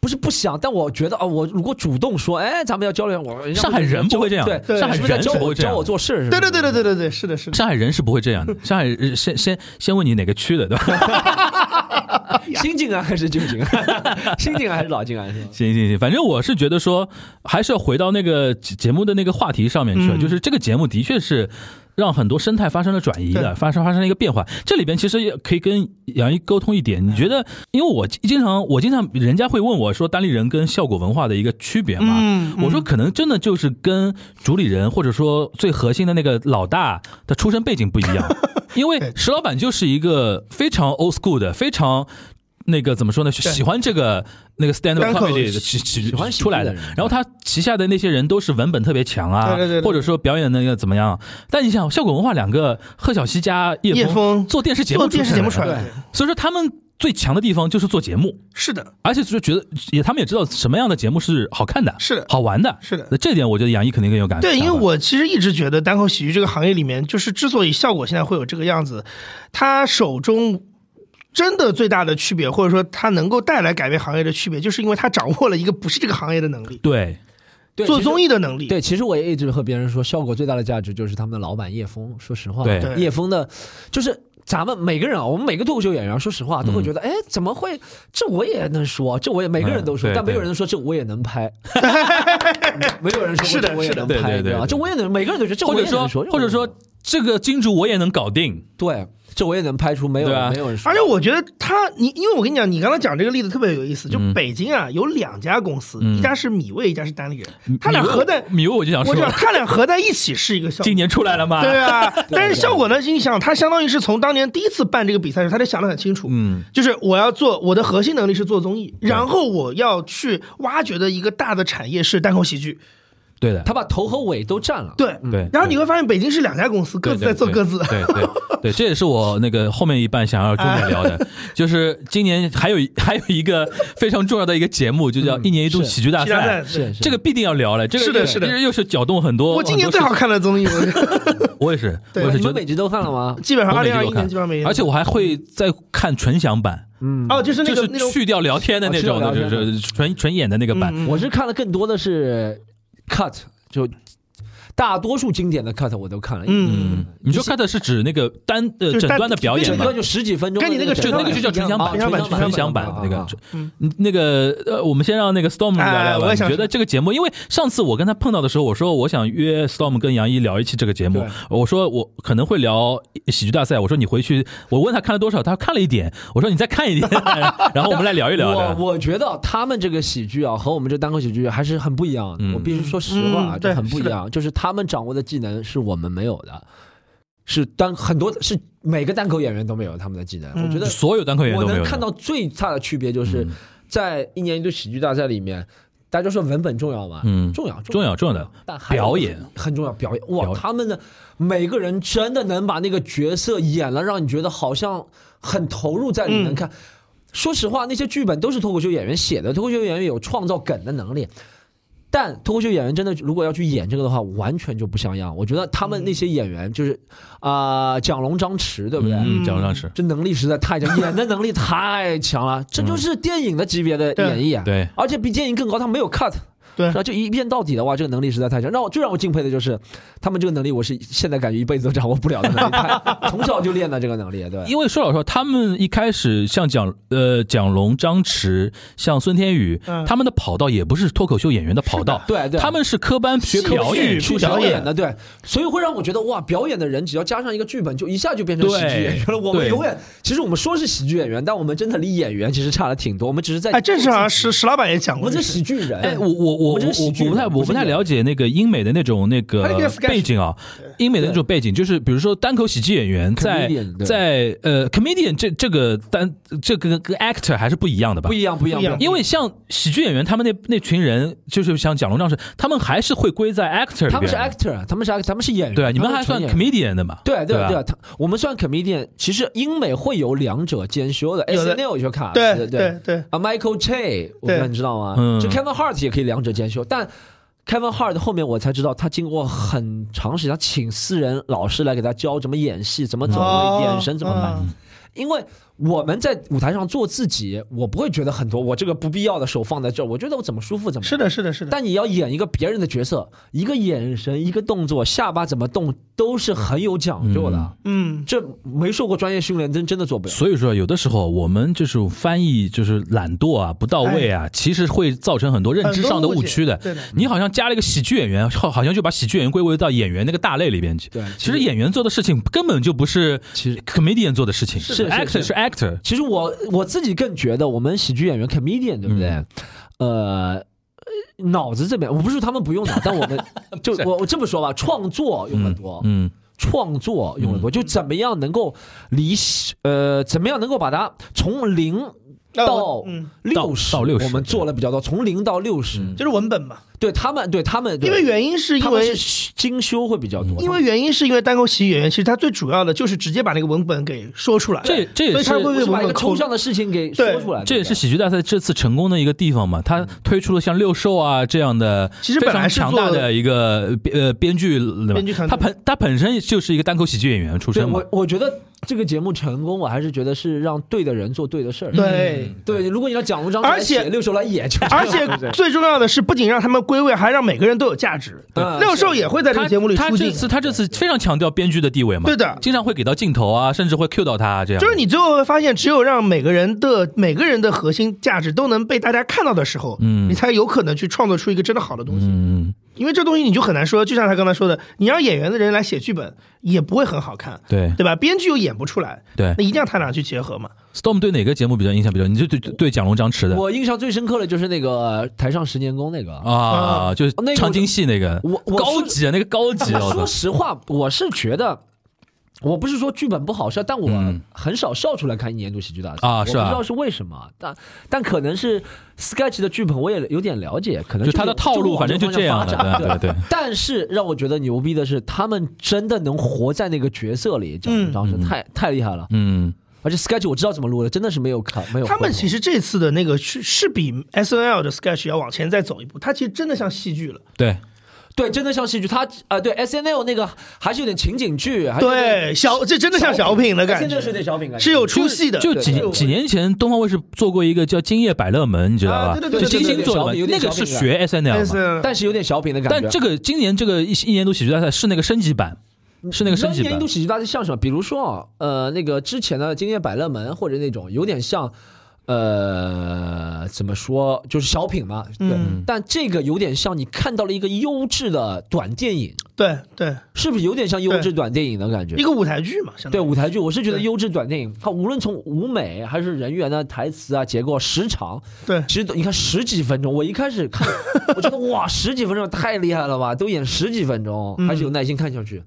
S4: 不是不想，但我觉得啊，我如果主动说，哎，咱们要交流，我人家
S2: 上海人不会这样
S4: 对，
S3: 对
S4: 上海
S2: 是不是
S4: 人
S2: 在
S4: 教
S2: 教
S4: 我
S2: 我这样
S4: 教我做事，是吧
S3: 对对对对对对对，是的，是的。
S2: 上海人是不会这样的。上海人先先先问你哪个区的，对吧？
S4: 新静安还是旧静安？ 新静安还是老啊 静安？是吧？
S2: 行行行，反正我是觉得说，还是要回到那个节节目的那个话题上面去，
S3: 嗯
S2: 就是这个节目的确是。让很多生态发生了转移的，
S3: 对
S2: 发生发生了一个变化。这里边其实也可以跟杨一沟通一点，你觉得？因为我经常我经常人家会问我说，单立人跟效果文化的一个区别嘛，
S3: 嗯嗯
S2: 我说可能真的就是跟主理人或者说最核心的那个老大的出身背景不一 样，因为石老板就是一个非常 old school 的，非常那个怎么说呢，喜欢这个那个 stand up
S3: 单口
S2: comedy 的喜喜
S4: 喜欢喜剧
S2: 出来
S4: 的
S2: 的
S4: 人。
S2: 然后他旗下的那些人都是文本特别强啊，
S3: 对对对对
S2: 或者说表演那个怎么样？啊但你想，效果文化两个贺小西加叶
S3: 嗯叶枫
S2: 做电视节目
S3: 做电视节目出来
S2: 的
S3: 的，对
S2: 所以说他们最强的地方就是做节目。
S3: 是的，
S2: 而且就觉得也，他们也知道什么样的节目是好看的，
S3: 是的
S2: 好玩的，
S3: 是的
S2: 那这点我觉得杨毅肯定更有感。
S3: 对，因为
S2: 想法
S3: 我其实一直觉得单口喜剧这个行业里面，就是之所以效果现在会有这个样子，他手中真的最大的区别，或者说他能够带来改变行业的区别，就是因为他掌握了一个不是这个行业的能力，
S2: 对
S4: 对
S3: 做综
S4: 艺。
S3: 艺的能力。
S4: 对，其实我也一直和别人说，效果最大的价值就是他们的老板叶枫。说实话，
S2: 对
S3: 对
S4: 叶枫的，就是咱们每个人啊，我们每个脱口秀演员，说实话
S2: 嗯
S4: 都会觉得，哎、怎么会？这我也能说，这我也每个人都说，
S2: 嗯对
S4: 但没有
S2: 对
S4: 人说这我也 能拍，没有人说
S3: 是的
S4: 这我也
S3: 是的
S4: 能
S2: 对
S4: 拍，
S2: 对
S4: 你知道吧
S2: 对对
S4: 这我也能，每个人都觉得这
S2: 或
S4: 我
S2: 者
S4: 也能
S2: 说
S4: 说，
S2: 或者说这个金主我也能搞定，
S4: 对，这我也能拍出没有
S2: 对啊
S4: 没有人说
S3: 而且，我觉得他，你因为我跟你讲，你刚才讲这个例子特别有意思，就
S2: 嗯
S3: 北京啊有两家公司，
S2: 嗯
S3: 一家是米味，一家是单立人，他俩
S2: 米未
S3: 合在，
S2: 米未我就想
S3: 我
S2: 说
S3: 知，道他俩合在一起是一个效果
S2: 今。年出来了吗？
S3: 对啊， 但是效果呢？你想，他相当于是从当年第一次办这个比赛的时，候，他就想得很清楚，
S2: 嗯，
S3: 就是我要做我的核心能力是做综艺，然后我要去挖掘的一个大的产业是单口喜剧，
S2: 对的，
S4: 他把头和尾都占了。
S3: 对
S2: 对
S3: 然后你会发现，北京是两家公嗯司，
S2: 嗯
S3: 各
S2: 对
S3: 自在做各自。
S2: 对对对对对，这也是我那个后面一半想要重点聊 的，就是今年还有一还有一个非常重要的一个节目，就
S3: 嗯
S2: 叫一年一度
S4: 是
S2: 喜剧大
S3: 其他
S2: 赛
S3: 在。
S4: 是是
S2: 这个必定要聊了，这个
S3: 是的
S2: 又
S3: 是的
S2: 这又是搅动很多。
S3: 我今年
S2: 很多
S3: 最
S2: 事
S3: 好看的综艺，我
S2: 我也是，我
S3: 对
S2: 也是
S4: 你
S2: 觉
S4: 们
S2: 得
S4: 每集都看了吗？
S3: 基本上
S2: 我
S3: 二
S2: 每
S3: 零二
S2: 集
S3: 一
S2: 都看
S3: 年基本上每，年，
S2: 而且我还会再看纯享版，
S4: 嗯
S3: 哦，就是那
S2: 就
S3: 个
S2: 是
S3: 那种
S2: 去掉聊天的那种
S4: 哦
S2: 的，
S4: 去掉
S2: 就
S4: 聊天的
S2: 是纯纯演的那个版。
S3: 嗯
S4: 我是看了更多的是 cut，就大多数经典的 cut 我都看了。
S3: 嗯，
S2: 你说 cut 是指那个单呃
S3: 就是
S2: 整
S3: 单
S2: 段的表
S4: 一
S2: 演
S4: 整
S2: 吗
S4: 个？就十几分钟的，
S3: 跟你那个
S2: 就
S3: 整
S2: 那
S3: 个
S2: 个就叫纯享版，
S4: 纯
S3: 版
S2: 纯享
S4: 享啊
S2: 版那个就
S3: 嗯
S2: 那个呃，我们先让那个 Storm 聊
S3: 哎
S2: 聊吧。
S3: 我也
S2: 你
S3: 想
S2: 觉得这个节目，因为上次我跟他碰到的时候，我说我想约 Storm 跟杨一聊一期这个节目
S4: 对，
S2: 我说我可能会聊喜剧大赛，我说你回去，我问他看了多少，他说看了一点，我说你再看一点， 然后我们来聊一聊
S4: 我
S2: 的。
S4: 我觉得他们这个喜剧啊，和我们这单口喜剧还是很不一样的。
S2: 嗯
S4: 我必须说实话啊，
S3: 嗯
S4: 这
S3: 对
S4: 很不一样。就是他们掌握的技能是我们没有的，是单很多是每个单口演员都没有他们的技能。我觉得
S2: 所有单口演员
S4: 我
S2: 都没
S4: 能
S2: 有
S4: 看
S2: 的。嗯
S4: 到最大的区别就是在一年一度喜剧大赛里面，大家说文本重要吗？
S2: 嗯
S4: 重要，
S2: 重要重要的
S4: 但还有
S2: 表演
S4: 很重要，表演
S2: 表
S4: 哇，
S2: 演
S4: 他们的每个人真的能把那个角色演了，让你觉得好像很投入在里
S2: 嗯
S4: 面看。说实话，那些剧本都是脱口秀演员写的，脱口秀演员有创造梗的能力。但脱口秀演员真的如果要去演这个的话，完全就不像样。我觉得他们那些演员就是啊、蒋龙、张弛，对不对？
S2: 嗯，讲上是，
S4: 这能力实在太强，演的能力太强了，这就是电影的级别的演绎啊！
S2: 嗯对嗯
S4: 而且比电影更高，他没有 cut，
S3: 对
S4: 那就一片到底的话，这个能力实在太强。让我最让我敬佩的就是他们这个能力，我是现在感觉一辈子都掌握不了的能力，太从小就练的这个能力，对。
S2: 因为说老实话，他们一开始像蒋呃蒋龙、张弛，像孙天宇，
S3: 嗯
S2: 他们的跑道也不是脱口秀演员的跑道，
S4: 对对，
S2: 他们是科班学
S3: 表
S2: 表
S3: 演
S2: 演
S3: 出
S2: 出
S3: 身
S2: 身。
S4: 表
S3: 表
S4: 演
S3: 演
S4: 的，对，所以会让我觉得哇，表演的人只要加上一个剧本，就一下就变成喜
S2: 对
S4: 剧演员了。我们
S2: 对
S4: 永远，其实我们说是喜剧演员，但我们真的离演员其实差了挺多。我们只是在
S3: 哎，这是好像石石老板也讲
S4: 我
S3: 过
S4: 们
S3: 这
S4: 这
S3: 事，
S4: 喜剧人。
S2: 哎，我我我
S4: 我
S2: 我
S4: 这是喜剧
S2: 我不太我
S4: 人
S2: 不太
S4: 不是
S2: 了解那个英美的那种那
S3: 它那个
S2: 个
S3: sketch
S2: 背景啊，英美的那种背景就是比如说单口喜剧演员在
S4: Comedian，对
S2: 在呃 comedian 这这个单这个跟 actor 还是不一样的吧
S4: 不？一样，不一样，
S3: 不一样
S2: 因为像喜剧演员他们那那群人，就是像蒋龙这样是，他们还是会归在 actor
S4: 他
S2: 里
S4: 们
S2: 边
S4: 是
S2: 的。
S4: actor，他们是 act，他们是演员。
S2: 对啊，你们还
S4: 他是
S2: 算
S4: 纯演员
S2: comedian 的嘛？
S4: 对对
S2: 对啊
S4: 对，
S2: 吧
S4: 啊他我们算 comedian，其实英美会有两者兼修的
S3: 有的
S4: ，SNL 也有卡斯，
S3: 对
S4: 对
S3: 对对，
S4: 啊，Michael Che，我不知道你知道吗？
S2: 嗯
S4: 就 Kevin Hart 也可以两者兼修，但 Kevin Hart 后面我才知道，他经过很长时间，他请私人老师来给他教怎么演戏，怎么走
S3: 哦
S4: 位，眼神怎么摆。
S3: 嗯
S4: 因为我们在舞台上做自己，我不会觉得很多，我这个不必要的手放在这儿，我觉得我怎么舒服怎么来。
S3: 是的，是的，是的，
S4: 但你要演一个别人的角色，一个眼神、一个动作、下巴怎么动，都是很有讲究的。
S3: 嗯，
S4: 这没受过专业训练，真真的做不了。
S2: 所以说，有的时候我们就是翻译就是懒惰啊、不到位啊，其实会造成很多认知上的误区的
S3: 很多误解对的。
S2: 你好像加了一个喜剧演员，好好像就把喜剧演员归为到演员那个大类里边去。
S4: 对
S2: 其实演员做的事情根本就不是
S4: 其实
S2: comedian 做的事情，
S4: 是
S2: actor
S4: 是
S2: 是 actor。
S4: 其实我我自己更觉得，我们喜剧演员 comedian 对不对？
S2: 嗯
S4: 呃。脑子这边，我不是说他们不用脑， 但我们就我我这么说吧，创作用很多，
S2: 嗯，
S4: 创作用很多，就怎么样能够离呃，怎么样能够把它从零
S3: 那
S4: 到
S3: 我嗯，
S4: 六十，
S2: 到到60
S4: 我们做了比较多，从零到六十、
S2: 嗯
S3: 就是文本嘛，
S4: 对他们，对他们，对
S3: 因为原因是
S4: 他
S3: 因
S4: 们
S3: 为
S4: 是精修会比较多，
S3: 因为原因是因为单口喜剧演员，其实他最主要的就是直接把那个文本给说出来，
S2: 这这也
S3: 所以他
S2: 是
S3: 会
S4: 他们
S3: 为
S4: 是把一
S3: 文本
S4: 个抽
S3: 扣
S4: 象的事情给说
S3: 对
S4: 出来，
S2: 这也是
S4: 对不对
S2: 喜剧大赛这次成功的一个地方嘛，他推出了像六兽啊这样的
S3: 其实
S2: 非
S3: 本来
S2: 常
S3: 是
S2: 强
S3: 做
S2: 大的一个编呃编剧，
S3: 编
S2: 编
S3: 剧团队
S2: 他本他本身就是一个单口喜剧演员出
S4: 对
S2: 身嘛
S4: 我，我觉得这个节目成功，我还是觉得是让对的人做对的
S2: 嗯
S4: 事儿。
S3: 对。
S4: 对，如果你让蒋龙章
S3: 而且
S4: 来写六兽来演，就
S3: 而且最重要的是，不仅让他们归位，还让每个人都有价值。
S4: 嗯
S3: 六兽也会在这个节目里
S2: 他
S3: 出
S2: 他这
S3: 镜，
S2: 次他这次非常强调编剧的地位嘛，
S3: 对的
S2: 经常会给到镜头啊，甚至会 cue 到他这样。
S3: 就是你最后会发现，只有让每个人的每个人的核心价值都能被大家看到的时候，
S2: 嗯
S3: 你才有可能去创作出一个真的好的东西。
S2: 嗯，
S3: 因为这东西你就很难说，就像他刚才说的，你让演员的人来写剧本也不会很好看，
S2: 对
S3: 对吧？编剧又演不出来，
S2: 对
S3: 那一定要他俩去结合嘛。
S2: ，Storm 对哪个节目比较印象比较？你就对对对蒋龙张弛的
S4: 我印象最深刻的就是那个呃台上十年功那个。
S2: 啊，就是
S4: 那个
S2: 唱京戏那个，
S4: 我我
S2: 高级啊，那个高级啊，我
S4: 说
S2: 操
S4: 实话，我是觉得，我不是说剧本不好笑，但我
S2: 嗯
S4: 很少笑出来看一年度喜剧大赛
S2: 啊
S4: 我不
S2: 是
S4: 知
S2: 吧
S4: 道是为什么，但但可能是 sketch 的剧本我也有点了解，可能
S2: 就他的
S4: 有
S2: 套路，
S4: 往
S2: 反正就
S4: 方向
S2: 这样
S4: 发展
S2: 的，对对对。
S4: 但是让我觉得牛逼的是，他们真的能活在那个角色里，讲
S3: 嗯
S4: 张是太太厉害了。
S2: 嗯，
S4: 而且 sketch 我知道怎么录的，真的是没有看没有。
S3: 他们其实这次的那个是是比 S N L 的 sketch 要往前再走一步，它其实真的像戏剧了，
S2: 对，
S4: 对真的像戏剧，他呃对 S N L 那个还是有点情景剧，还是有点
S3: 哎对，小这真的像小品的感
S4: 真的是
S3: 觉，
S4: 有点小品感觉，
S3: 是有出戏的，
S2: 就
S3: 对
S2: 几
S3: 是有
S2: 年几年前，东方卫视做过一个叫《今夜百乐门》，你知道
S3: 啊
S2: 吧？
S3: 对对对
S2: 就
S3: 对
S2: 金
S3: 对
S2: 星做的嘛，
S4: 有点
S2: 那
S4: 小
S2: 个
S4: 品
S2: 是
S4: 有点小
S2: 学 S N L 嘛。
S3: S
S4: 但是有点小品的感觉。
S2: 但这个今年这个一一年度喜剧大赛是那个升级版，是那个升级
S4: 年
S2: 版
S4: 度。喜剧大赛像什么？比如说啊，呃，那个之前的《今夜百乐门》或者那种有点像，呃，怎么说，就是小品嘛。对，
S3: 嗯
S4: 但这个有点像你看到了一个优质的短电影，
S3: 对对，
S4: 是不是有点像优质短电影的感觉
S3: 一？个舞台剧嘛，相
S4: 对
S3: 当于
S4: 舞台剧，我是觉得
S3: 对
S4: 优质短电影，它无论从舞美还是人员的台词啊、结构、时长，
S3: 对
S4: 其实都你看十几分钟，我一开 始看，我觉得哇，十几分钟太厉害了吧，都演十几分钟，
S3: 嗯
S4: 还是有耐心看下去。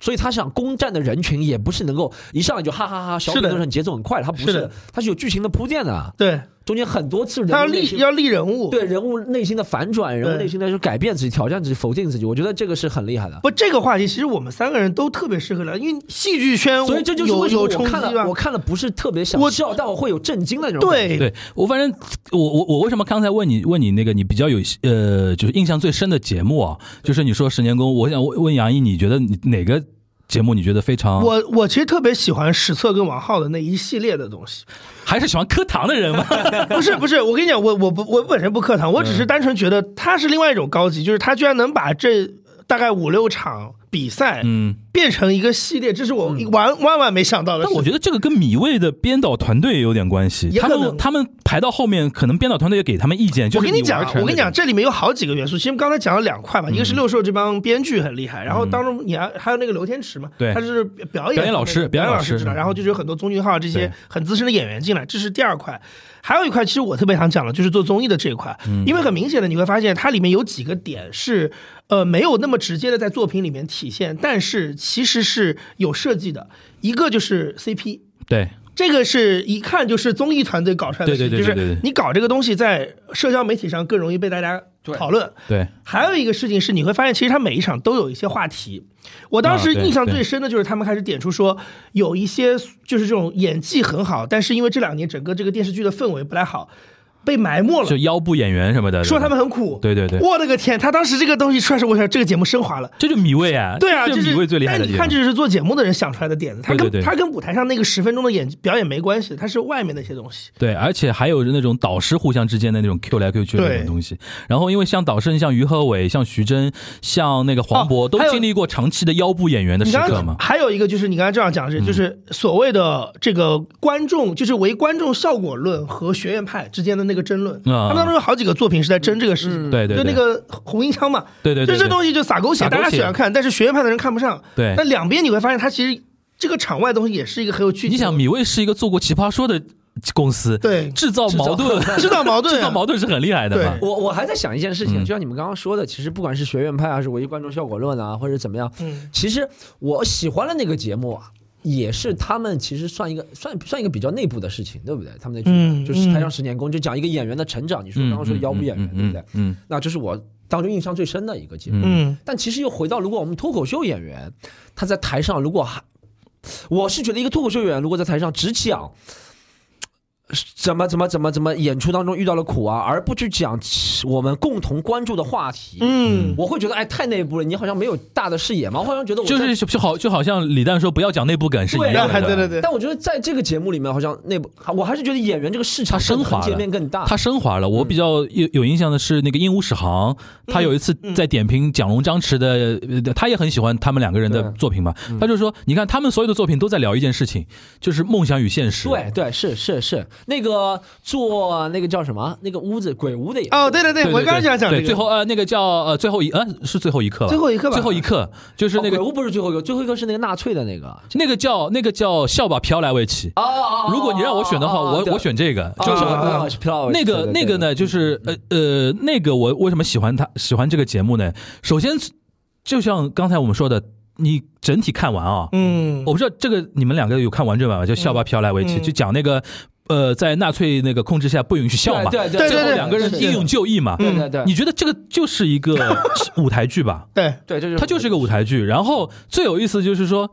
S4: 所以他想攻占的人群也不是能够一上来就哈哈哈，小
S3: 是
S4: 品
S3: 的
S4: 都是很节奏很快的，他不
S3: 是的
S4: 他是有剧情的铺垫的，
S3: 对，
S4: 中间很多次人
S3: 他要
S4: 物内
S3: 立
S4: 心
S3: 要立人物，
S4: 对人物内心的反转，人物
S3: 对
S4: 内心的就是改变自己、挑战自己、否定自己，我觉得这个是很厉害的。
S3: 不，这个话题其实我们三个人都特别适合聊，因为戏剧圈我
S4: 所以这就是
S3: 有
S4: 为什么
S3: 有冲
S4: 我
S3: 击
S4: 看了，
S3: 吧
S4: 我。看了不是特别想
S3: 我
S4: 笑，但我会有震惊的那种感觉。
S3: 对，
S2: 对我反正我我我为什么刚才问你问你那个你比较有呃就是印象最深的节目啊，就是你说十年功，我想问问杨毅，你觉得你哪个节目你觉得非常？
S3: 我我其实特别喜欢史策跟王浩的那一系列的东西，
S2: 还是喜欢磕糖的人 吗？
S3: 不是不是，我跟你讲，我我不我本身不课堂，我只是单纯觉得他是另外一种高级，就是他居然能把这大概五六场比赛
S2: 嗯，
S3: 变成一个系列，这是我完万万没想到的事
S2: 但
S3: 情。
S2: 我觉得这个跟米味的编导团队有点关系，
S3: 也
S2: 他
S3: 可能
S2: 们他们排到后面，可能编导团队也给他们意见。就
S3: 我
S2: 是
S3: 跟你
S2: 玩
S3: 讲
S2: 儿
S3: 啊，
S2: 成
S3: 我跟你讲，
S2: 这种，嗯
S3: 这里面有好几个元素。其实刚才讲了两块嘛，一个是六兽这帮编剧很厉害，然后当中你还还有那个刘天池嘛，
S2: 对
S3: 他是表演
S2: 表演老师表
S3: 表
S2: 演
S3: 演
S2: 老
S3: 老
S2: 师
S3: 知道，然后就是有很多宗俊浩这
S2: 对
S3: 些很资深的演员进来，这是第二块。还有一块，其实我特别想讲的就是做综艺的这一块，
S2: 嗯
S3: 因为很明显的你会发现它里面有几个点是，呃，没有那么直接的在作品里面体现，但是其实是有设计的。一个就是 CP，
S2: 对
S3: 这个是一看就是综艺团队搞出来的事情，
S2: 对对对对对
S3: 就是你搞这个东西在社交媒体上更容易被大家讨论。
S2: 对，
S3: 还有一个事情是，你会发现其实它每一场都有一些话题。我当时
S2: 啊对
S3: 印象
S2: 对
S3: 最深的就是他们开始点出说，有一些就是这种演技很好，但是因为这两年整个这个电视剧的氛围不太好，被埋没了
S2: 就。腰部演员什么的，
S3: 说他
S2: 对吧
S3: 们很苦，
S2: 对对对
S3: 我的个天！他当时这个东西出来时候，我想这个节目升华了。
S2: 这就米味啊，
S3: 对啊，
S2: 这
S3: 就
S2: 米
S3: 是
S2: 味最厉害的
S3: 但
S2: 地
S3: 你看，
S2: 方。
S3: 这是做节目的人想出来的点子，他
S2: 对对
S3: 跟
S2: 对
S3: 他跟舞台上那个十分钟的演表演没关系，他是外面那些东西。
S2: 对，而且还有那种导师互相之间的那种 Q 来 Q 去的那种
S3: 对
S2: 东西。然后，因为像导师，像于和伟、像徐峥、像那个黄渤，
S3: 哦
S2: 都
S3: 还有
S2: 经历过长期的腰部演员的
S3: 你
S2: 时
S3: 刚
S2: 刻嗯
S3: 刚
S2: 嘛。
S3: 还有一个就是你刚才这样讲的是，就是所谓的这个观众，就是为观众效果论和学院派之间的那个争论。
S2: 啊
S3: 他们当中有好几个作品是在争这个事情，
S2: 对对
S3: 就
S2: 对
S3: 那个红缨枪嘛，
S2: 对对对
S3: 就这
S2: 对
S3: 东西就撒狗血，
S2: 撒狗
S3: 大
S2: 血
S3: 家喜欢看，但是学院派的人看不上。
S2: 对
S3: 但两边你会发现，它其实这个场外的东西也是一个很有趣。
S2: 你想，米味是一个做过《奇葩说》的公司，
S3: 对
S2: 制造矛盾，
S3: 制造矛盾啊，
S2: 制造矛盾是很厉害的嘛。
S3: 对
S4: 我我还在想一件事情，
S2: 嗯
S4: 就像你们刚刚说的，其实不管是学院派啊还是唯一观众效果论啊，或者怎么样，
S3: 嗯
S4: 其实我喜欢的那个节目啊，也是他们其实算一个算算一个比较内部的事情，对不对？他们那剧、
S3: 嗯
S4: 就是台上十年功，就讲一个演员的成长。你说
S2: 嗯
S4: 刚刚说的腰部演员，对不对？？
S2: 嗯嗯嗯嗯，
S4: 那就是我当中印象最深的一个节目。
S2: 嗯
S3: 嗯，
S4: 但其实又回到，如果我们脱口秀演员，他在台上如果还，我是觉得一个脱口秀演员如果在台上只讲怎么怎么怎么怎么演出当中遇到了苦啊，而不去讲我们共同关注的话题，
S3: 嗯，
S4: 我会觉得哎太内部了，你好像没有大的视野嘛，我好像觉得我在
S2: 就是就好就好像李诞说不要讲内部梗是一
S4: 对
S2: 样的，
S3: 对对对，
S4: 但我觉得在这个节目里面，好像内部，我还是觉得演员这个市场
S2: 它升华了
S4: 界面更
S3: 啊
S4: 大。
S2: 他升华了。我比
S3: 嗯
S2: 较有有印象的是那个《鹦鹉史航》，他有一次在点评蒋龙、张弛的，呃他也很喜欢他们两个人的
S4: 对
S2: 作品嘛。
S3: 嗯
S2: 他就说，你看他们所有的作品都在聊一件事情，就是梦想与现实。
S4: 对对是是是，那个做那个叫什么那个屋子鬼屋的也
S2: 啊
S3: 哦，对对对，
S2: 对。
S3: 我刚刚想讲这
S2: 对
S3: 个，
S2: 最后呃那个叫呃最后一呃是最后一刻吧，
S3: 最后一刻吧
S2: 最后一刻就是那
S4: 哦鬼
S2: 个
S4: 屋不是最后一个，最后一个是那个纳粹的那个。
S2: 那个叫那个叫笑吧飘莱维奇。
S4: 哦哦
S2: 如果你让我选的话，
S3: 哦
S2: 我我选这个，就是
S3: 啊
S2: 那个那个，
S3: 嗯
S2: 呢，就是呃呃，那个我为什么喜欢他喜欢这个节目呢？首先，就像刚才我们说的，你整体看完啊，
S3: 嗯
S2: 我不知道这个你们两个有看完整版吗？就《校巴飘来维奇》，
S3: 嗯
S2: 就讲那个呃，在纳粹那个控制下不允许笑嘛，
S4: 对
S3: 对
S2: 最后
S3: 对嗯
S2: 两个人英勇，就义嘛。
S4: 对对对，
S2: 你觉得这个就是一 个舞台剧吧？
S3: 对，
S4: 对就是
S2: 它就是一个舞台剧。然后最有意思就是说，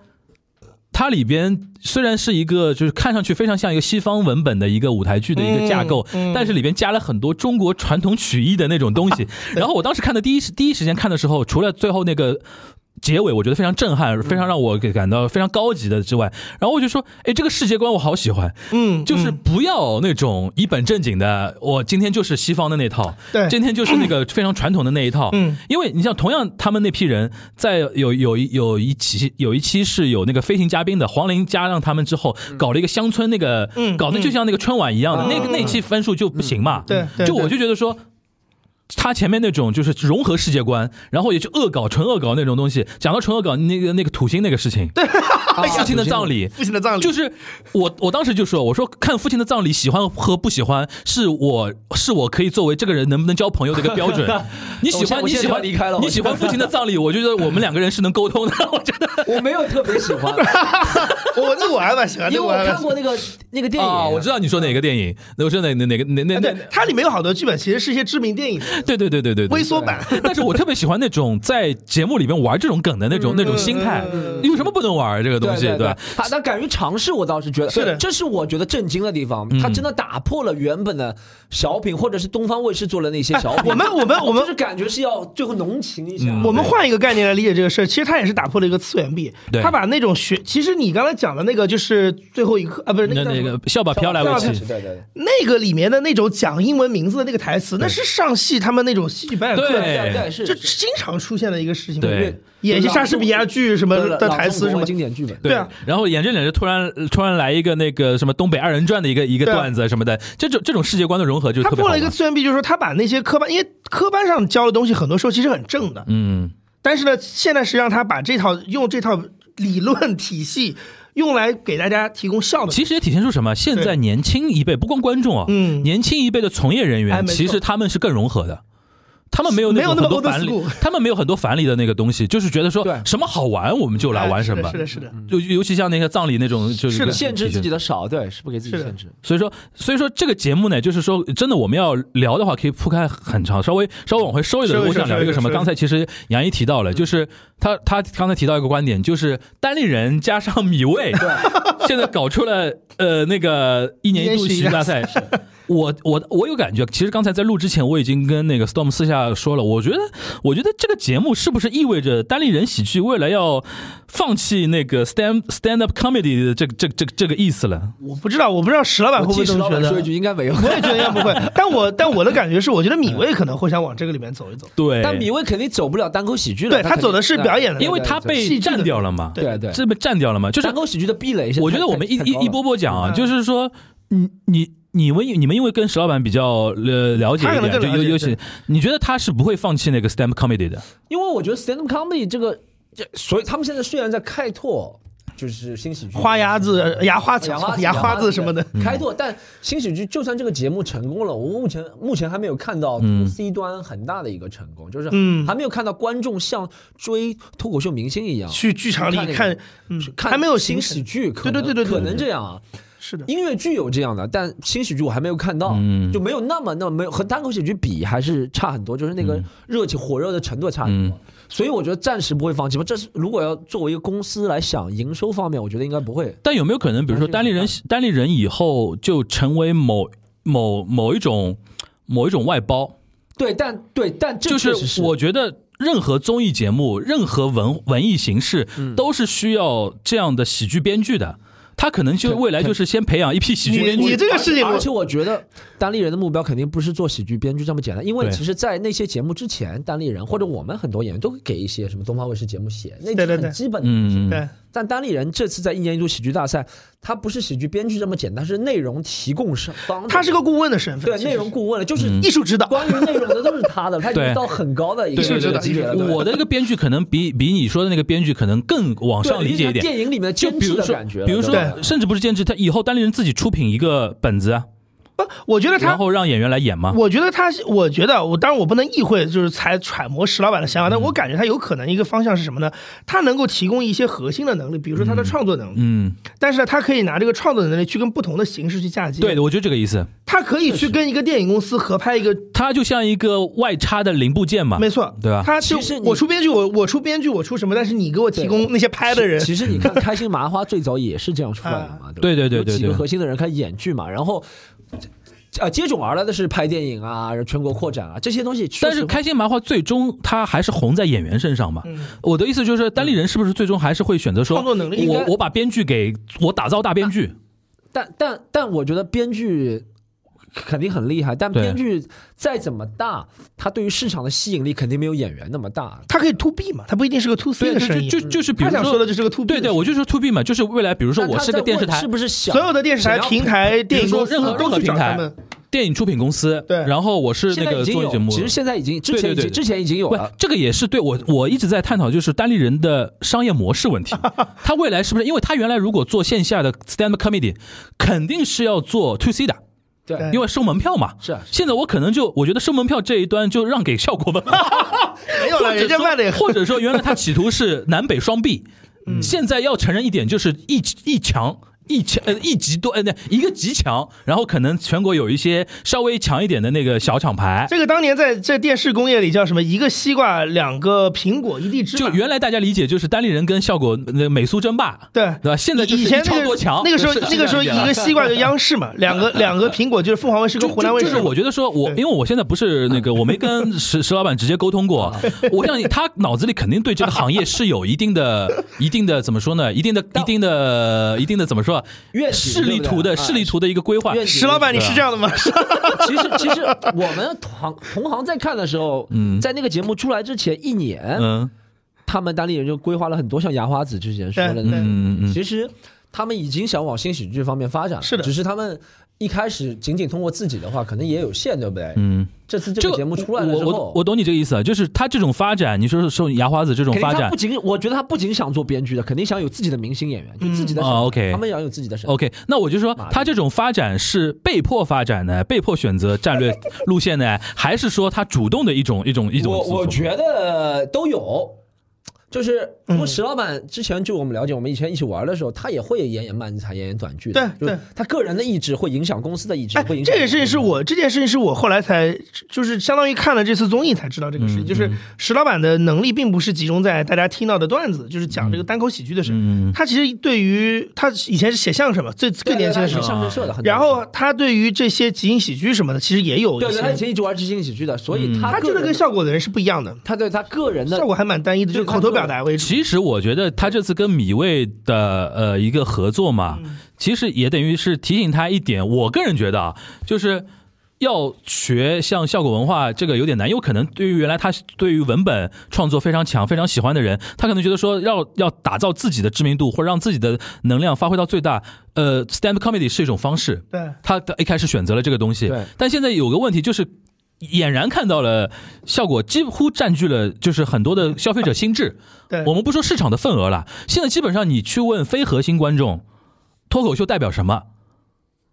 S2: 它里边虽然是一个就是看上去非常像一个西方文本的一个舞台剧的一个架构，
S3: 嗯嗯
S2: 但是里边加了很多中国传统曲艺的那种东西。然后我当时看的第一时第一时间看的时候，除了最后那个。结尾我觉得非常震撼，非常让我给感到非常高级的之外，然后我就说，哎，这个世界观我好喜欢，
S3: 嗯，
S2: 就是不要那种一本正经的，我今天就是西方的那套，
S3: 对
S2: 今天就是那个非常传统的那一套，
S3: 嗯，
S2: 因为你像同样他们那批人，在有有一有一期有一期是有那个飞行嘉宾的，黄龄加上他们之后，搞了一个乡村那个，
S3: 嗯
S2: 搞得就像那个春晚一样的，
S3: 嗯
S2: 那个那期分数就不行嘛，
S3: 对对
S2: 就
S3: 对
S2: 我就觉得说。他前面那种就是融合世界观，然后也就恶搞、纯恶搞那种东西。讲到纯恶搞，那个那个土星那个事情，对，父亲的葬礼，
S3: 父亲的葬礼
S2: 就是我，我当时就说，我说看父亲的葬礼，喜欢和不喜欢，是我是我可以作为这个人能不能交朋友的一个标准。你喜欢
S4: 我
S2: 你喜
S4: 现在就要
S2: 欢
S4: 离开了
S2: 你
S4: 我
S2: 喜欢父亲的葬礼，我觉得我们两个人是能沟通的。我觉得
S4: 我没有特别喜 欢，
S3: 我那个我还蛮喜欢，
S4: 因为
S3: 那个
S4: 我
S3: 我还蛮喜欢
S4: 看过那个那个电
S2: 啊，我
S4: 影
S2: 知，道你说哪个电影，我说哪哪哪个哪哪哪
S3: 哎对，它里面有好多剧本，其实是一些知名电影的
S2: 对对对对对
S3: 微
S2: 对。
S3: 缩版。
S2: 但是我特别喜欢那种在节目里面玩这种梗的那种那种心态，有什么不能玩这个东西，
S4: 对
S2: 吧？，
S4: 他他敢于尝试，我倒是觉得，
S3: 是的
S4: 这是我觉得震惊的地方。
S2: 嗯
S4: 他真的打破了原本的小品，或者是东方卫视做的那些小品。
S2: 哎
S3: 我们我们我们
S4: 就是敢感觉是要最后浓情一下。
S2: 嗯
S3: 我们换一个概念来理解这个事儿，其实它也是打破了一个次元壁
S2: 对。
S3: 它把那种学，其实你刚才讲的那个就是最后一刻啊，不是
S2: 那
S3: 那个叫
S2: 那
S3: 什么
S2: 个笑把飘来为
S4: 对
S2: 妻，
S4: 对对，
S3: 那个里面的那种讲英文名字的那个台词，那是上戏他们那种戏剧表演课
S2: 对
S4: 对对是
S3: 就经常出现的一个事情。
S2: 对，
S3: 演一些莎士比亚剧什么的台词什么。
S4: 经典剧本。
S3: 对啊，
S2: 然后演着演着，突然突然来一个那个什么东北二人转的一个一个
S3: 对啊
S2: 段子什么的，这种这种世界观的融合就
S3: 他
S2: 特别
S3: 破
S2: 好
S3: 了
S2: 玩。
S3: 一个次元壁，就是说他把那些科班，因为科班上教的东西很多时候其实很正的，
S2: 嗯，
S3: 但是呢，现在是让他把这套用这套理论体系用来给大家提供效能。
S2: 其实也体现出什么？现在年轻一辈不光观众啊，
S3: 嗯
S2: 年轻一辈的从业人
S3: 哎
S2: 员，
S3: 没错
S2: 其实他们是更融合的。他们没有
S3: 没
S2: 种
S3: 有那
S2: 很
S3: 么
S2: 多
S3: old
S2: 樊篱
S3: school，
S2: 他们没有很多樊篱的那个东西，就是觉得说
S4: 对
S2: 什么好玩我们就来玩什么嗯
S3: 哎是，的，是的，是的，
S2: 就尤其像那个葬礼那种，就是
S3: 是的
S4: 限制自己
S2: 的。
S4: 的少，对，是不给自己
S3: 是的
S4: 限制。
S2: 所以说，所以说这个节目呢，就是说，真的我们要聊的话，可以铺开很长，稍微稍微往回收一点。嗯
S3: 收一收
S2: 我想聊一个什么？
S3: 收一收
S2: 刚才其实杨一提到了，就是他他刚才提到一个观点，就是单立人加上米未， 现在搞出了呃那个一年一度喜剧大赛。我我我有感觉，其实刚才在录之前，我已经跟那个 Storm 私下说了，我觉得我觉得这个节目是不是意味着单立人喜剧未来要放弃那个 stand stand up comedy 的这个这个这个这个意思了？
S3: 我不知道，我不知道石老板会不
S4: 我
S3: 会
S4: 替
S3: 这
S4: 石
S3: 么
S4: 老
S3: 觉
S4: 板
S3: 得
S4: 说一。句，应 该没有。
S3: 我也觉得应该不会，但我但我的感觉是，我觉得米未可能会想往这个里面走一走。
S2: 对，
S4: 但米未肯定走不了单口喜剧了，
S3: 对他
S4: 肯定
S3: 走的是表演的，
S2: 因为他被
S3: 戏剧的
S2: 占掉了嘛，
S4: 对对，
S2: 这被占掉了嘛，就是
S4: 单口喜剧的壁垒。
S2: 我觉得我们一
S4: 太
S2: 一一，波波讲
S3: 嗯
S2: 啊，就是说，你你你们你们因为跟石老板比较呃了解
S3: 他
S2: 一
S3: 可能
S2: 点，就
S3: 更了
S2: 尤
S3: 解
S2: 尤其你觉得他是不会放弃那个 stand comedy 的，
S4: 太高了因为我觉得 stand up comedy 这个，这所以他们现在虽然在开拓，就是新喜剧
S3: 花鸭子、呃牙花
S4: 哦
S3: 子、牙花子什么的。
S2: 嗯
S4: 开拓，但新喜剧就算这个节目成功了，我目前目前还没有看到
S2: 嗯
S4: to C 端很大的一个成功，就是
S3: 嗯
S4: 还没有看到观众像追脱口秀明星一样
S3: 去剧场里
S4: 那个
S3: 看，嗯
S4: 去，看
S3: 还没有形
S4: 新喜
S3: 式。
S4: 剧，可
S3: 对对
S4: 能
S3: 对对对
S4: 可能这样啊。
S3: 是的，
S4: 音乐剧有这样的，但新喜剧我还没有看到，
S2: 嗯
S4: 就没有那么那么没有和单口喜剧比还是差很多，就是那个热情火热的程度差很多。所以我觉得暂时不会放弃吧。这是如果要作为一个公司来想营收方面，我觉得应该不会。
S2: 但有没有可能，比如说单立人单立人以后就成为某某某一种某一种外包，
S4: 对，但对，但这
S2: 就
S4: 确实
S2: 是我觉得。任何综艺节目、任何文文艺形式，
S3: 嗯
S2: 都是需要这样的喜剧编剧的。他可能就未来就是先培养一批喜剧
S3: 你
S2: 编剧，
S3: 你这个事情我
S4: 而且我觉得单立人的目标肯定不是做喜剧编剧这么简单，因为
S2: 对
S4: 其实，在那些节目之前，单立人或者我们很多演员都会给一些什么东方卫视节目写，那
S3: 对对
S4: 很
S3: 对
S4: 基本的。
S2: 嗯，嗯
S3: 对，
S4: 但单立人这次在一年一度喜剧大赛，它不是喜剧编剧这么简单，是内容提供商方的。
S3: 他是个顾问的身份，
S4: 对
S3: 其实
S4: 内容顾问了，就是
S2: 嗯
S3: 艺术指导。
S4: 关于内容的都是 他的，他已
S2: 对
S4: 经到很高的一个
S3: 对对对
S4: 级别了。对
S2: 我的这个编剧可能比比你说的那个编剧可能更往上
S4: 对
S2: 理解一
S4: 就是
S2: 点。
S4: 电影里面的
S2: 就
S4: 监
S2: 比
S4: 制
S2: 如
S4: 的
S2: 说
S4: 感觉，了，
S2: 比如说
S4: 对吧，
S2: 甚至不是监制，他以后单立人自己出品一个本子啊，
S3: 不，我觉得
S2: 然
S3: 他，
S2: 后让演员来演嘛。
S3: 我觉得他，我觉得我当然我不能意会，就是才揣摩石老板的想法，
S2: 嗯
S3: 但我感觉他有可能一个方向是什么呢？他能够提供一些核心的能力，比如说他的创作能力，
S2: 嗯，
S3: 但是呢，他可以拿这个创作能力去跟不同的形式去嫁接。
S2: 对，，我觉得这个意思。
S3: 他可以去跟一个电影公司合拍一个，
S2: 他就像一个外插的零部件嘛。
S3: 没错，
S2: 啊对吧
S3: 他就
S4: 其实你
S3: 我出编剧，我我出编剧，我出什么，但是你给我提
S4: 对
S3: 供那些拍的人，
S4: 其实 你看，开心麻花最早也是这样出来的嘛，吧
S2: 啊对对对对
S4: 有几
S2: 对
S4: 个核心的人开始演剧嘛，然后。呃，接踵而来的是拍电影啊，然后全国扩展啊，这些东西确实。
S2: 但是开心麻花最终他还是红在演员身上嘛。我的意思就是，单立人是不是最终还是会选择说，
S3: 嗯创作能力应
S2: 我
S3: 该啊
S2: 我把编剧给我打造大编剧，
S4: 但但但我觉得编剧肯定很厉害，但
S2: 对
S4: 编剧再怎么大，他对于市场的吸引力肯定没有演员那么大。
S3: 他可以 to B 嘛，他不一定是个 to C
S2: 对，
S3: 的
S2: 就
S3: 生
S2: 就
S3: 意。嗯
S2: 就就是比
S3: 他
S2: 如
S3: 想
S2: 说
S3: 说的就是个 to B
S2: 对对，我就说 to B 嘛，就是未来，比如说
S4: 但
S2: 我
S4: 他
S2: 是个
S4: 在
S2: 电视
S4: 问
S2: 台
S4: 是，不是想
S3: 所有的电视台、
S4: 想要
S3: 平台、电影公司
S2: 比如说任何
S3: 都去找他们。
S2: 电影出品公司，
S3: 对
S2: 然后我是
S4: 现
S2: 那
S4: 在已
S2: 个
S4: 经
S2: 综艺节
S4: 有，
S2: 目，
S4: 其实现在已经之前
S2: 对
S4: 已
S2: 对
S4: 经
S2: 对
S4: 之前已经有
S2: 不
S4: 了，，
S2: 这个也是对我我一直在探讨，就是单立人的商业模式问 题。他未来是不是？因为他原来如果做线下的 stand up comedy，肯定是要做 to C 的，
S4: 对
S3: 对
S2: 因为收门票嘛。
S4: 是啊是啊
S2: 现在我可能就我觉得收门票这一端就让给效果吧，
S3: 没有
S2: 或
S3: 了，
S2: 者
S3: 人家卖的也
S2: 说或者
S3: 嗯
S2: 说原来他企图是南北双臂，现在要承认一点就是一一强。一强呃一极多呃那一个极强，然后可能全国有一些稍微强一点的那个小厂牌，
S3: 这个当年在在电视工业里叫什么？一个西瓜，两个苹果，一地芝
S2: 就
S3: 麻。
S2: 原来大家理解就是单立人跟效果那美苏争霸，
S3: 对
S2: 对吧？现在就是
S3: 以
S2: 一
S3: 前那
S2: 超
S3: 个
S2: 多强，
S3: 那个时候
S2: 是
S3: 那个时候
S2: 是
S3: 一
S2: 这样
S3: 个西瓜就 央视嘛，两个两个苹果就是凤凰卫视
S2: 就
S3: 跟湖南卫视
S2: 就
S3: 嘛。
S2: 就是我觉得说我，因
S3: 对
S2: 为我现在不是那个，我没跟 石石老板直接沟通过，我相信他脑子里肯定对这个行业是有一定 的、一定的怎么说呢？一定的、一定的、一定的怎么说？
S4: 愿景
S2: 示力图
S4: 对
S2: 的
S3: 啊
S4: 不对
S2: 示力图的一个规划。
S4: 愿景
S3: 石老板，你是这样的吗？
S4: 啊其实其实我们同同行在看的时候，在那个节目出来之前一年，
S2: 嗯
S4: 他们单立人就规划了很多，像牙花子之前说的
S3: 对
S4: 那种。
S2: 嗯嗯
S4: 其实他们已经想往新喜剧方面发展了，
S3: 是的
S4: 只是他们一开始仅仅通过自己的话，可能也有限，对不对？
S2: 嗯，
S4: 这次
S2: 这
S4: 这个节目出来了
S2: 我
S4: 之
S2: 我
S4: 后，
S2: 我懂你这个意思啊，就是他这种发展，你说是受牙花子这种
S4: 肯定
S2: 发
S4: 他
S2: 展
S4: 不仅，我觉得他不仅想做编剧的，肯定想有自己的明星演员，就自己的
S2: 嗯
S4: 审美、
S2: 哦，OK
S4: 他们也要有自己的审美。
S2: ，OK，那我就说他这种发展是被迫发展呢，被迫选择战略路线呢，还是说他主动的一种一种一种？
S4: 我我觉得都有，就是
S3: 嗯
S4: 因为石老板之前据我们了解，我们以前一起玩的时候，他也会演演漫才、演演短剧的，
S3: 对
S4: 就是
S3: 对
S4: 他个人的意志会影响公司的意志，
S3: 哎
S4: 会，影 响
S3: 这个事情是
S4: 公司的
S3: 我这件事情是我后来才就是相当于看了这次综艺才知道这个事
S2: 嗯
S3: 情，就是石老板的能力并不是集中在大家听到的段子，就是讲这个单口喜剧的事。
S2: 嗯
S3: 他其实对于他以前是写相声嘛，最
S4: 对
S3: 更年轻的时
S4: 对对
S3: 候，
S4: 相声社的，很多
S3: 然后他对于这些即兴喜剧什么的，其实也有
S4: 对
S3: 一
S4: 对，他以
S3: 些。
S4: 前一直玩即兴喜剧的，所以他
S3: 他
S4: 个
S3: 这个
S4: 人
S3: 跟效果的人是不一样的，
S4: 他对他个人的
S3: 效果还蛮单一的，就是口头表达为主。
S2: 其实我觉得他这次跟米未的呃一个合作嘛，其实也等于是提醒他一点。我个人觉得啊，就是要学像效果文化这个有点难，因为可能对于原来他对于文本创作非常强、非常喜欢的人，他可能觉得说要要打造自己的知名度或者让自己的能量发挥到最大。呃，stand up comedy 是一种方式，
S3: 对，
S2: 他他一开始选择了这个东西
S4: 对，
S2: 但现在有个问题就是。俨然看到了效果几乎占据了就是很多的消费者心智，
S3: 对
S2: 我们不说市场的份额了，现在基本上你去问非核心观众，脱口秀代表什么？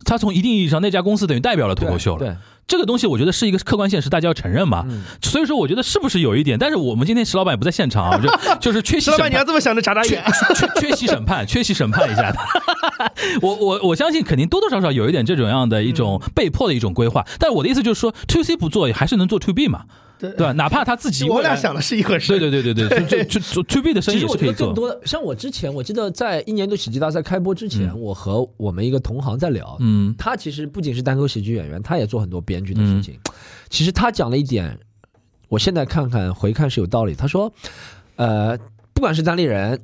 S2: 他从一定意义上，那家公司等于代表了脱口秀了。
S4: 对，
S2: 这个东西我觉得是一个客观现实，大家要承认嘛。
S3: 嗯
S2: 所以说，我觉得是不是有一点？但是我们今天石老板也不在现场啊， 就就是缺席
S3: 石老
S2: 审
S3: 板，你要
S2: 判，
S3: 这么想着眨眨
S2: 缺
S3: 眼。
S2: 缺缺席审判，缺席审判一下 的。我我我相信肯定多多少少有一点这种样的一种
S3: 嗯
S2: 被迫的一种规划。但我的意思就是说，to C 不做还是能做 to B 嘛，
S3: 对
S2: 对吧？哪怕他自己
S3: 我
S2: 未来
S3: 俩想的是一回事。
S2: 对对对对对，就就 to B 的生
S4: 其
S2: 意
S4: 实
S2: 也是
S4: 我
S2: 可
S4: 觉
S2: 以
S4: 得
S2: 做
S4: 更。多的，像我之前，我记得在一年度喜剧大赛开播之前，我和我们一个同行在聊，
S2: 嗯
S4: 他其实不仅是单口喜剧演员，他也做很多编剧的事情。
S2: 嗯
S4: 其实他讲了一点，我现在看看回看是有道理。他说，呃，不管是单立人，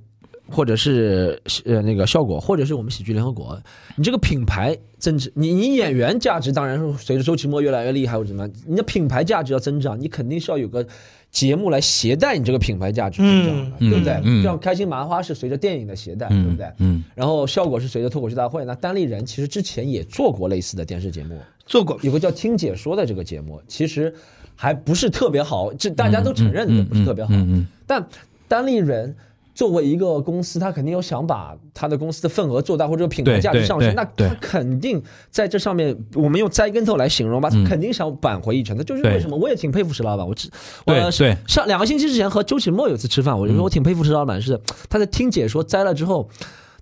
S4: 或者是呃那个效果，或者是我们喜剧联合国，你这个品牌增值，你你演员价值当然是随着周奇墨越来越厉害或者怎么样，你的品牌价值要增长，你肯定是要有个节目来携带你这个品牌价值增长的，
S2: 嗯
S4: 对不对？
S2: 嗯嗯
S4: 像开心麻花是随着电影的携带，对不
S2: 嗯
S4: 对？
S2: 嗯。
S4: 然后效果是随着脱口秀大会，那单立人其实之前也做过类似的电视节目，
S3: 做过。
S4: 有个叫听解说的这个节目，其实还不是特别好，这大家都承认的不是特别好。
S2: 嗯
S4: 但单立人作为一个公司，他肯定有想把他的公司的份额做大，或者品牌
S2: 对
S4: 价值上升
S2: 对，
S4: 那
S2: 对
S4: 他肯定在这上面，我们用栽跟头来形容吧，他肯定想扳回一城。那就是
S2: 嗯对
S4: 为什么我也挺佩服石老板，我之
S2: 对
S4: 我
S2: 对
S4: 上两个星期之前和周启墨有一次吃饭，我
S3: 嗯
S4: 就说我挺佩服石老板，是他在听解说栽了之后，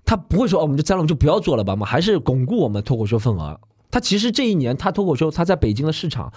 S4: 他不会说哦，我们就栽了，我们就不要做了吧，我们还是巩固我们脱口秀份额。他其实这一年，他脱口秀，他在北京的市场，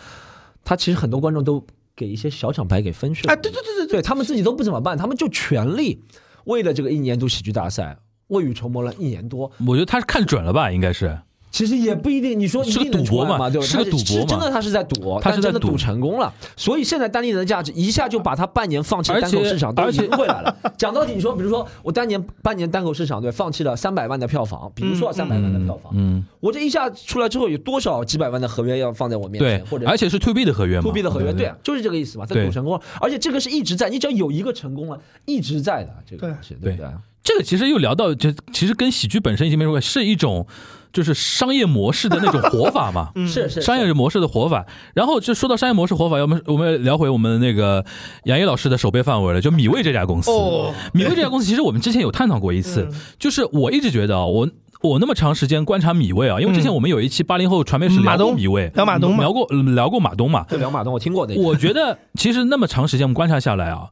S4: 他其实很多观众都给一些小厂牌给分去了。
S3: 啊，对对对对
S4: 对他们自己都不怎么办，他们就全力为了这个一年度喜剧大赛未雨绸缪了一年多。
S2: 嗯，我觉得他是看准了吧，应该是。
S4: 其实也不一定，你说一
S2: 是个
S4: 定能
S2: 赌博
S4: 出来
S2: 嘛
S4: 对吧？
S2: 是个
S4: 他
S2: 赌博
S4: 是
S2: 嘛
S4: 真的他是在赌，
S2: 他是
S4: 但
S2: 在
S4: 真的
S2: 赌
S4: 赌成功了，所以现在单立人的价值一下就把他半年放弃
S2: 而
S4: 的
S2: 且
S4: 单口市场都
S2: 而且
S4: 赢回 来了。讲到底，你说比如说我当年半年单口市场对放弃了三百万的票房，比如说三百万的票房，
S2: 嗯，
S4: 我这一下出来之后有多少几百万的合约要放在我面
S2: 对
S4: 前，或，者
S2: 而且是 to B 的合约嘛
S4: to B 的合约，
S2: 对
S4: 对，啊就是这个意思嘛。他
S2: 对
S4: 赌成功了，而且这个是一直在，你只要有一个成功了，一直在的这个
S3: 对
S4: 东西，对不对？
S2: 这个其实又聊到，就其实跟喜剧本身已经没什么关系，是一种就是商业模式的那种活法 嘛。嗯，
S4: 是是
S2: 商业模式的活法。然后就说到商业模式活法，要么我们聊回我们那个杨毅老师的手背范围了，就米未这家公司。
S3: 哦
S2: 米未这家公司，其实我们之前有探讨过一次，
S3: 嗯
S2: 就是我一直觉得啊，我。我那么长时间观察米未啊，因为之前我们有一期八零后传媒史
S3: 嗯马
S2: 聊过
S3: 东
S2: 米未，
S3: 聊马东嘛
S2: 聊过聊过马东嘛，
S4: 这两码东我听过的，
S2: 我觉得其实那么长时间我们观察下来啊，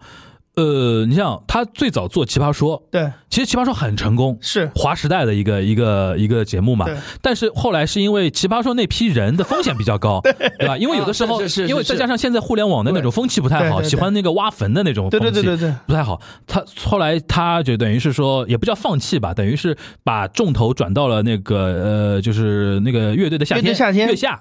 S2: 呃，你像他最早做《奇葩说》，
S3: 对，
S2: 其实《奇葩说》很成功，
S3: 是
S2: 划时代的一个一个一个节目嘛
S3: 对。
S2: 但是后来是因为《奇葩说》那批人的风险比较 高，对吧？因为有的时候，
S4: 啊是是是
S2: 因为再加上现在互联网的那种风气不太好，
S3: 对对对
S2: 喜欢那个挖坟的那种风
S3: 对
S2: 气，
S3: 对对对对
S2: 不太好。他后来他就等于是说，也不叫放弃吧，等于是把重头转到了那个呃，就是那个乐队的夏
S3: 乐
S2: 天，
S3: 队夏天
S2: 月下。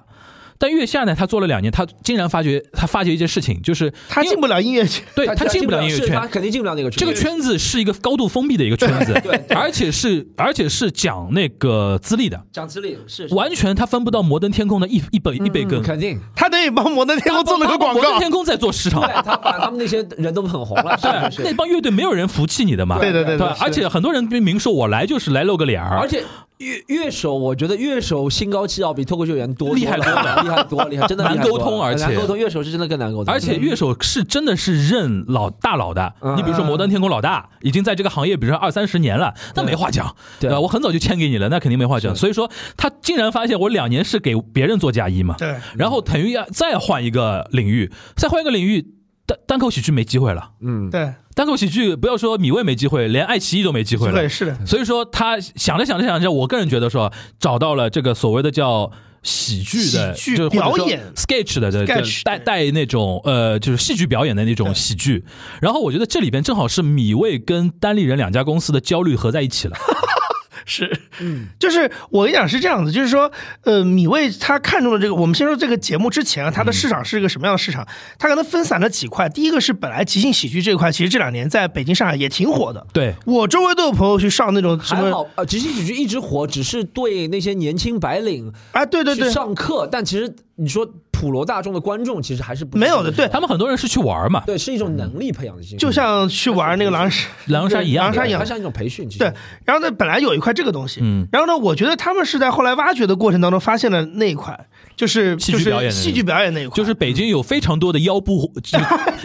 S2: 但月下呢，他做了两年，他竟然发觉他发觉一件事情，就是
S3: 他
S2: 因为
S3: 进不了音乐圈，
S2: 对他进不了音乐
S4: 是
S2: 圈
S4: 他，肯定进不了那个圈。
S2: 这个圈子是一个高度封闭的一个圈子，而且是而且是讲那个资历的，
S4: 讲资历是
S2: 完全他分不到摩登天空的一一本一杯羹。
S4: 肯定，
S3: 他等于帮摩登天空做了个广
S2: 摩登
S3: 告。
S2: 天空在做市场，
S4: 对他把他们那些人都捧红 了，
S2: 对，
S4: 是是
S2: 那
S4: 是。
S2: 帮乐队没有人服气你的嘛，
S3: 对对对
S2: 对吧，
S3: 是
S2: 而且很多人明说我来就是来露个脸儿，
S4: 而且乐乐手，我觉得乐手心高气傲比脱口秀演员多
S2: 厉害
S4: 多了，厉害多了，厉害真的
S2: 难
S4: 厉害多
S2: 沟通
S4: 了
S2: 而且
S4: 难沟通，乐手是真的更难沟通，嗯
S2: 而且乐手是真的是认老大佬的，你比如说摩登天空老大，已经在这个行业，比如说二三十年了，那没话讲，
S4: 对
S2: 吧？我很早就签给你了，那肯定没话讲。所以说，他竟然发现我两年是给别人做嫁衣嘛，
S3: 对，
S2: 然后等于要再换一个领域，再换一个领域，单单口喜剧没机会了，
S4: 嗯，
S3: 对，
S2: 单口喜剧不要说米未没机会，连爱奇艺都没机会了
S3: 对，。是的，
S2: 所以说，他想着想着想着，我个人觉得说，找到了这个所谓的叫。喜剧的，
S3: 喜剧
S2: 就是或者说
S3: 表演
S2: sketch 的，对，
S3: sketch，
S2: 带
S3: 对
S2: 带那种呃，就是戏剧表演的那种
S3: 对
S2: 喜剧。然后我觉得这里边正好是米未跟单立人两家公司的焦虑合在一 起了。
S3: 是，
S2: 嗯
S3: 就是我跟你讲是这样子，就是说，呃，米未他看中了这个，我们先说这个节目之前啊，它的市场是一个什么样的市场？它可能分散了几块，第一个是本来即兴喜剧这块，其实这两年在北京、上海也挺火的，
S2: 对，
S3: 我周围都有朋友去上那种什
S4: 还
S3: 么，
S4: 好呃，即兴喜剧一直火，只是对那些年轻白领
S3: 哎，对对
S4: 去
S3: 对，
S4: 上课，但其实你说普罗大众的观众其实还是不
S3: 没有的，对，
S2: 他们很多人是去玩嘛，
S4: 对，是一种能力培养的兴趣，
S3: 就像去玩那个狼人杀。
S2: 狼人杀一样
S3: 狼
S2: 的，
S3: 人杀一样
S4: 它像一种培训，其实
S3: 对，然后呢，本来有一块这个东西，
S2: 嗯
S3: 然后呢，我觉得他们是在后来挖掘的过程当中发现了那一块，就是
S2: 戏剧表演的
S3: 就是
S2: 那
S3: 戏剧
S2: 个
S3: 表演那一块，
S2: 就是北京有非常多的腰部就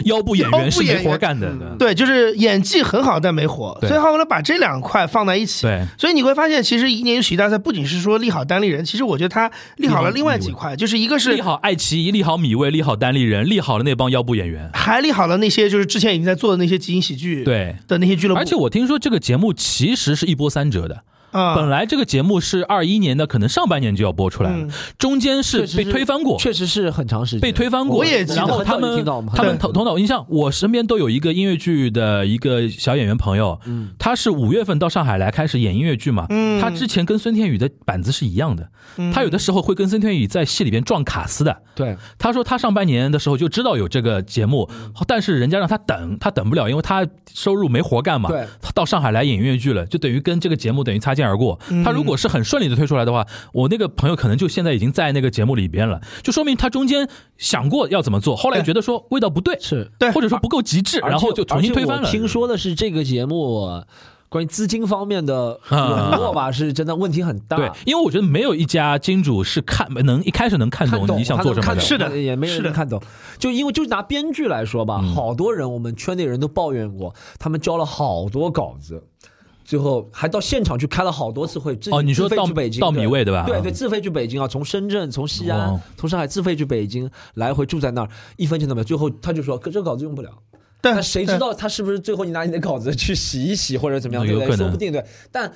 S2: 腰部演员是没活干的，对
S3: 对，就是演技很好但没火，
S2: 对
S3: 所以后来把这两块放在一起。
S2: 对
S3: 所以你会发现，其实一年一度喜剧大赛不仅是说利好单立人，其实我觉得他利好了另外几块，就是一个
S2: 利
S3: 是
S2: 好爱奇艺，利好米未，利好单立人，利好了那帮腰部演员。
S3: 还利好了那些就是之前已经在做的那些即兴喜剧
S2: 对，
S3: 的那些俱乐部，
S2: 而且我听说这个节目其实是一波三折的。
S3: 啊
S2: 本，来这个节目是二一年的，可能上半年就要播出来了，
S3: 嗯
S2: 中间是
S4: 确实
S2: 被推翻过，
S4: 确实是很长时间
S2: 被推翻过。
S3: 我也记得
S2: 然后他
S4: 很早就
S2: 们
S4: 听到我们
S2: 他们
S4: 很早
S2: 头头脑，你像我身边都有一个音乐剧的一个小演员朋友，
S4: 嗯
S2: 他是五月份到上海来开始演音乐剧嘛，
S3: 嗯
S2: 他之前跟孙天宇的板子是一样的，
S4: 嗯
S2: 他有的时候会跟孙天宇在戏里边撞卡斯的。
S4: 对，
S2: 他说他上半年的时候就知道有这个节目，
S4: 嗯
S2: 但是人家让他等，他等不了，因为他收入没活干嘛。
S4: 对
S2: 他到上海来演音乐剧了，就等于跟这个节目等于擦肩而过。
S4: 嗯
S2: 他如果是很顺利的推出来的话，我那个朋友可能就现在已经在那个节目里边了，就说明他中间想过要怎么做，后来
S3: 对
S2: 觉得说味道不对，
S4: 是，
S3: 对
S2: 或者说不够极致，然后就重新推翻
S4: 而且
S2: 了。
S4: 我听说的是这个节目关于资金方面的沦落吧，是真的问题很大。
S2: 啊对，因为我觉得没有一家金主是看能一开始能看
S4: 看
S2: 懂
S4: 懂
S2: 你想做什么
S4: 看
S2: 的
S4: 懂。
S3: 是的
S4: 也没有
S3: 是的
S4: 人看懂。就因为就拿编剧来说
S2: 嗯
S4: 吧，好多人我们圈内人都抱怨过，他们交了好多稿子。最后还到现场去开了好多次会，自己
S2: 哦你说
S4: 自费
S2: 到
S4: 去北京
S2: 到米味对吧
S4: 对
S2: 嗯
S4: 对，自费去北京啊，从深圳、从西安
S2: 哦、
S4: 从上海自费去北京，来回住在那儿，一分钱都没有。最后他就说，可这个稿子用不了，
S3: 对
S4: 那谁知道他是不是最后你拿你的稿子去洗一洗或者怎么样，对不
S2: 有可
S4: 对？
S2: 能
S4: 说不定对。但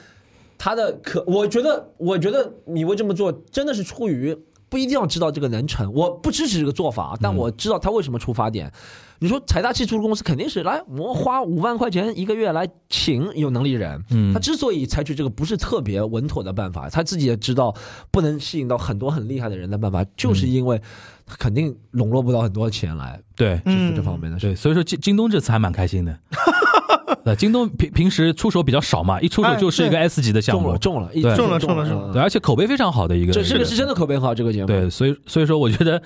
S4: 他的可，我觉得，我觉得米未这么做真的是出于不一定要知道这个能成，我不支持这个做法，
S2: 嗯
S4: 但我知道他为什么出发点。你说财大气粗的公司肯定是来，我花五万块钱一个月来请有能力人。
S2: 嗯
S4: 他之所以采取这个不是特别稳妥的办法，他自己也知道不能吸引到很多很厉害的人的办法，
S2: 嗯
S4: 就是因为他肯定笼络不到很多钱来
S2: 对，
S4: 支付
S3: 嗯
S4: 这方面的事。
S2: 对，所以说京京东这次还蛮开 心的。那京东平平时出手比较少嘛，一出手
S3: 哎
S2: 就是一个
S3: 对
S2: S 级的项
S4: 中
S2: 目
S4: 了，，中了，一
S2: 对
S4: 直
S3: 中了
S4: 中
S3: 中了中
S4: 嗯
S3: 了
S2: 对，而且口碑非常好的一个。
S4: 这这
S2: 一
S4: 个是真的口碑很好，这个节目。
S2: 对，所以所以说我觉得，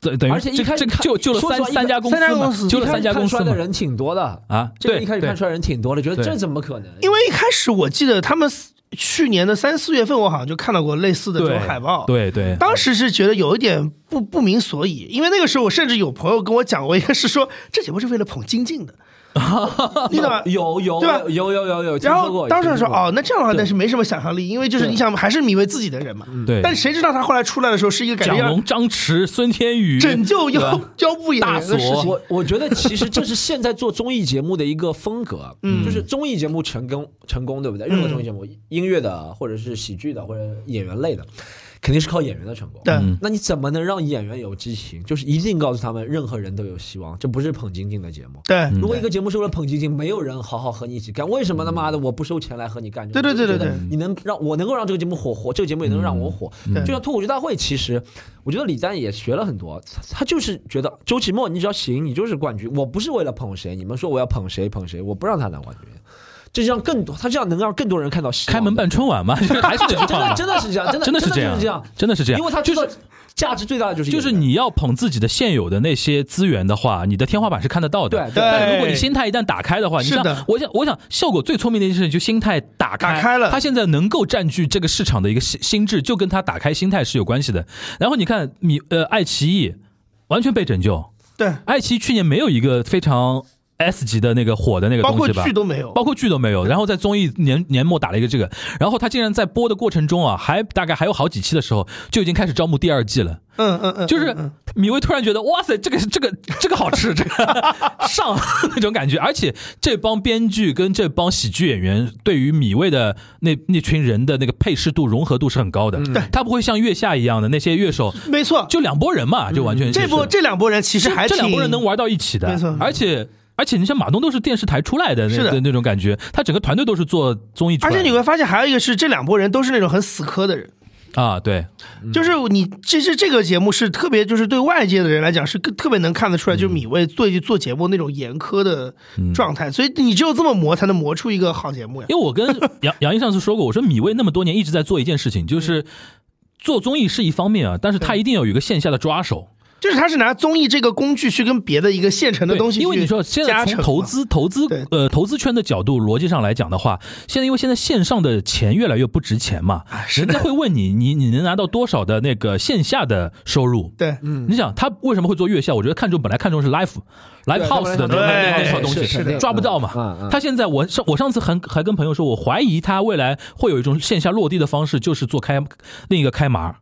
S2: 等等于
S4: 而且一
S2: 这
S4: 开始
S2: 这
S4: 看
S2: 救救了
S4: 说实
S2: 三
S4: 话一
S2: 三家
S4: 开
S2: 公司
S3: 三家
S2: 嘛
S3: 公司，
S2: 救
S4: 一
S2: 了
S4: 开
S2: 三
S4: 始
S2: 家
S4: 看
S2: 公
S4: 出
S2: 司
S4: 来的
S2: 嘛
S4: 人挺多的，
S2: 啊，
S4: 这个
S2: 对
S4: 一开始看
S2: 对
S4: 出来人挺多的，觉得
S2: 对
S4: 这怎么可能？
S3: 因为一开始我记得他们去年的三四月份，我好像就看到过类似的这种
S2: 对
S3: 海报，
S2: 对对，
S3: 当时是觉得有一点不 不明所以，因为那个时候我甚至有朋友跟我讲过，一个是说这节目是为了捧金靖的，你懂吗？
S4: 有有
S3: 对吧
S4: 有有有有，听
S3: 然
S4: 说
S3: 后
S4: 过
S3: 当时
S4: 听
S3: 说
S4: 说过
S3: 哦，那这样的话，
S4: 对
S3: 但是没什么想象力，因为就是
S4: 对
S3: 你想还是米未自己的人嘛。
S2: 嗯对，
S3: 但谁知道他后来出来的时候是一个感
S2: 蒋
S3: 觉要
S4: 啊
S2: 龙、张弛、孙天宇，
S3: 拯救
S2: 对
S3: 腰
S2: 吧
S3: 腰部演员的事
S2: 大
S3: 情
S2: 锁。
S4: 我我觉得其实这是现在做综艺节目的一个风格，
S3: 嗯
S4: 就是综艺节目成功成功，对不对？任何综艺节目，音乐的或者是喜剧的或者演员类的，肯定是靠演员的成功。
S3: 对，
S2: 嗯
S4: 那你怎么能让演员有激情？就是一定告诉他们，任何人都有希望，这不是捧晶晶的节目。
S3: 对，
S2: 嗯
S4: 如果一个节目是为了捧晶晶，没有人好好和你一起干，为什么他妈的我不收钱来和你干？
S3: 对对对对对，
S4: 你能让我能够让这个节目火火，这个节目也能让我火。
S3: 对
S4: 就像脱口秀大会，其实我觉得李诞也学了很多，他他就是觉得周奇墨，你只要行，你就是冠军。我不是为了捧谁，你们说我要捧谁捧谁，我不让他拿冠军。这让更多，他这样能让更多人看到希望
S2: 开门办春晚嘛， 就是还是这句
S4: 真
S2: 话嘛
S4: 的真的是这样，真的
S2: 真的是
S4: 这
S2: 这样，真的是这样，
S4: 因为他知道价值最大的就是
S2: 就是你要捧自己的现有的那些资源的话，你的天花板是看得到的。
S4: 对对
S2: 但如果
S3: 对
S2: 你心态一旦打开的话，你
S3: 是
S2: 像
S3: 的
S2: 我想，我想效果最聪明的一件事情，就心态打开。
S3: 打开了
S2: 他现在能够占据这个市场的一个心心智，就跟他打开心态是有关系的。然后你看，米呃，爱奇艺完全被拯救。
S3: 对，
S2: 爱奇艺去年没有一个非常 S 级的那个火的那个
S3: 包
S2: 东
S3: 括
S2: 西吧
S3: 剧？都没有。
S2: 包括剧都没有，然后在综艺年年末打了一个这个，然后他竟然在播的过程中啊，还大概还有好几期的时候就已经开始招募第二季了。
S3: 嗯嗯嗯，
S2: 就是
S3: 嗯
S2: 米薇突然觉得，哇塞，这个这个 这个好吃， 这个上那种感觉。而且这帮编剧跟这帮喜剧演员对于米薇的那那群人的那个配适度、融合度是很高的。对，他不会像月下一样的那些乐手，
S3: 嗯嗯没错，
S2: 就两拨人嘛，就完全
S3: 这波
S2: 就是
S3: 这两拨人其实
S2: 这
S3: 还
S2: 这两拨人
S3: 挺
S2: 能玩到一起的，
S3: 没错
S2: 而且。而且你像马东都是电视台出来的那
S3: 是的
S2: 那那种感觉，他整个团队都是做综艺出
S3: 而
S2: 来的，
S3: 且你会发现，还有一个是这两拨人都是那种很死磕的人，
S2: 啊对，
S3: 就是你其实这个节目是特别，就是对外界的人来讲是更特别能看得出来，就是米未对做节目那种严苛的状态，所以你只有这么磨才能磨出一个好节目呀。
S2: 嗯因为我跟杨杨毅上次说过，我说米未那么多年一直在做一件事情，
S3: 嗯
S2: 就是做综艺是一方面啊，但是他一定有一个线下的抓手。
S3: 就是他是拿综艺这个工具去跟别的一个现成的
S2: 对
S3: 东西去
S2: 因为你说现在
S3: 加
S2: 从
S3: 成嘛
S2: 投资投资
S3: 对
S2: 呃投资圈的角度逻辑上来讲的话，现在因为现在线上的钱越来越不值钱嘛，
S3: 啊
S2: 人家会问你你你能拿到多少的那个线下的收入？
S3: 对，
S4: 嗯
S2: 你想他为什么会做月下？我觉得看中本来看中是 live live
S4: 他本
S2: house
S4: 来
S2: 的那
S4: 想
S2: 那
S3: 对
S2: 那套东西，
S4: 是是的
S2: 抓不到嘛。
S4: 嗯嗯嗯
S2: 他现在我上我上次还还跟朋友说，我怀疑他未来会有一种线下落地的方式，就是做开另一个开麻，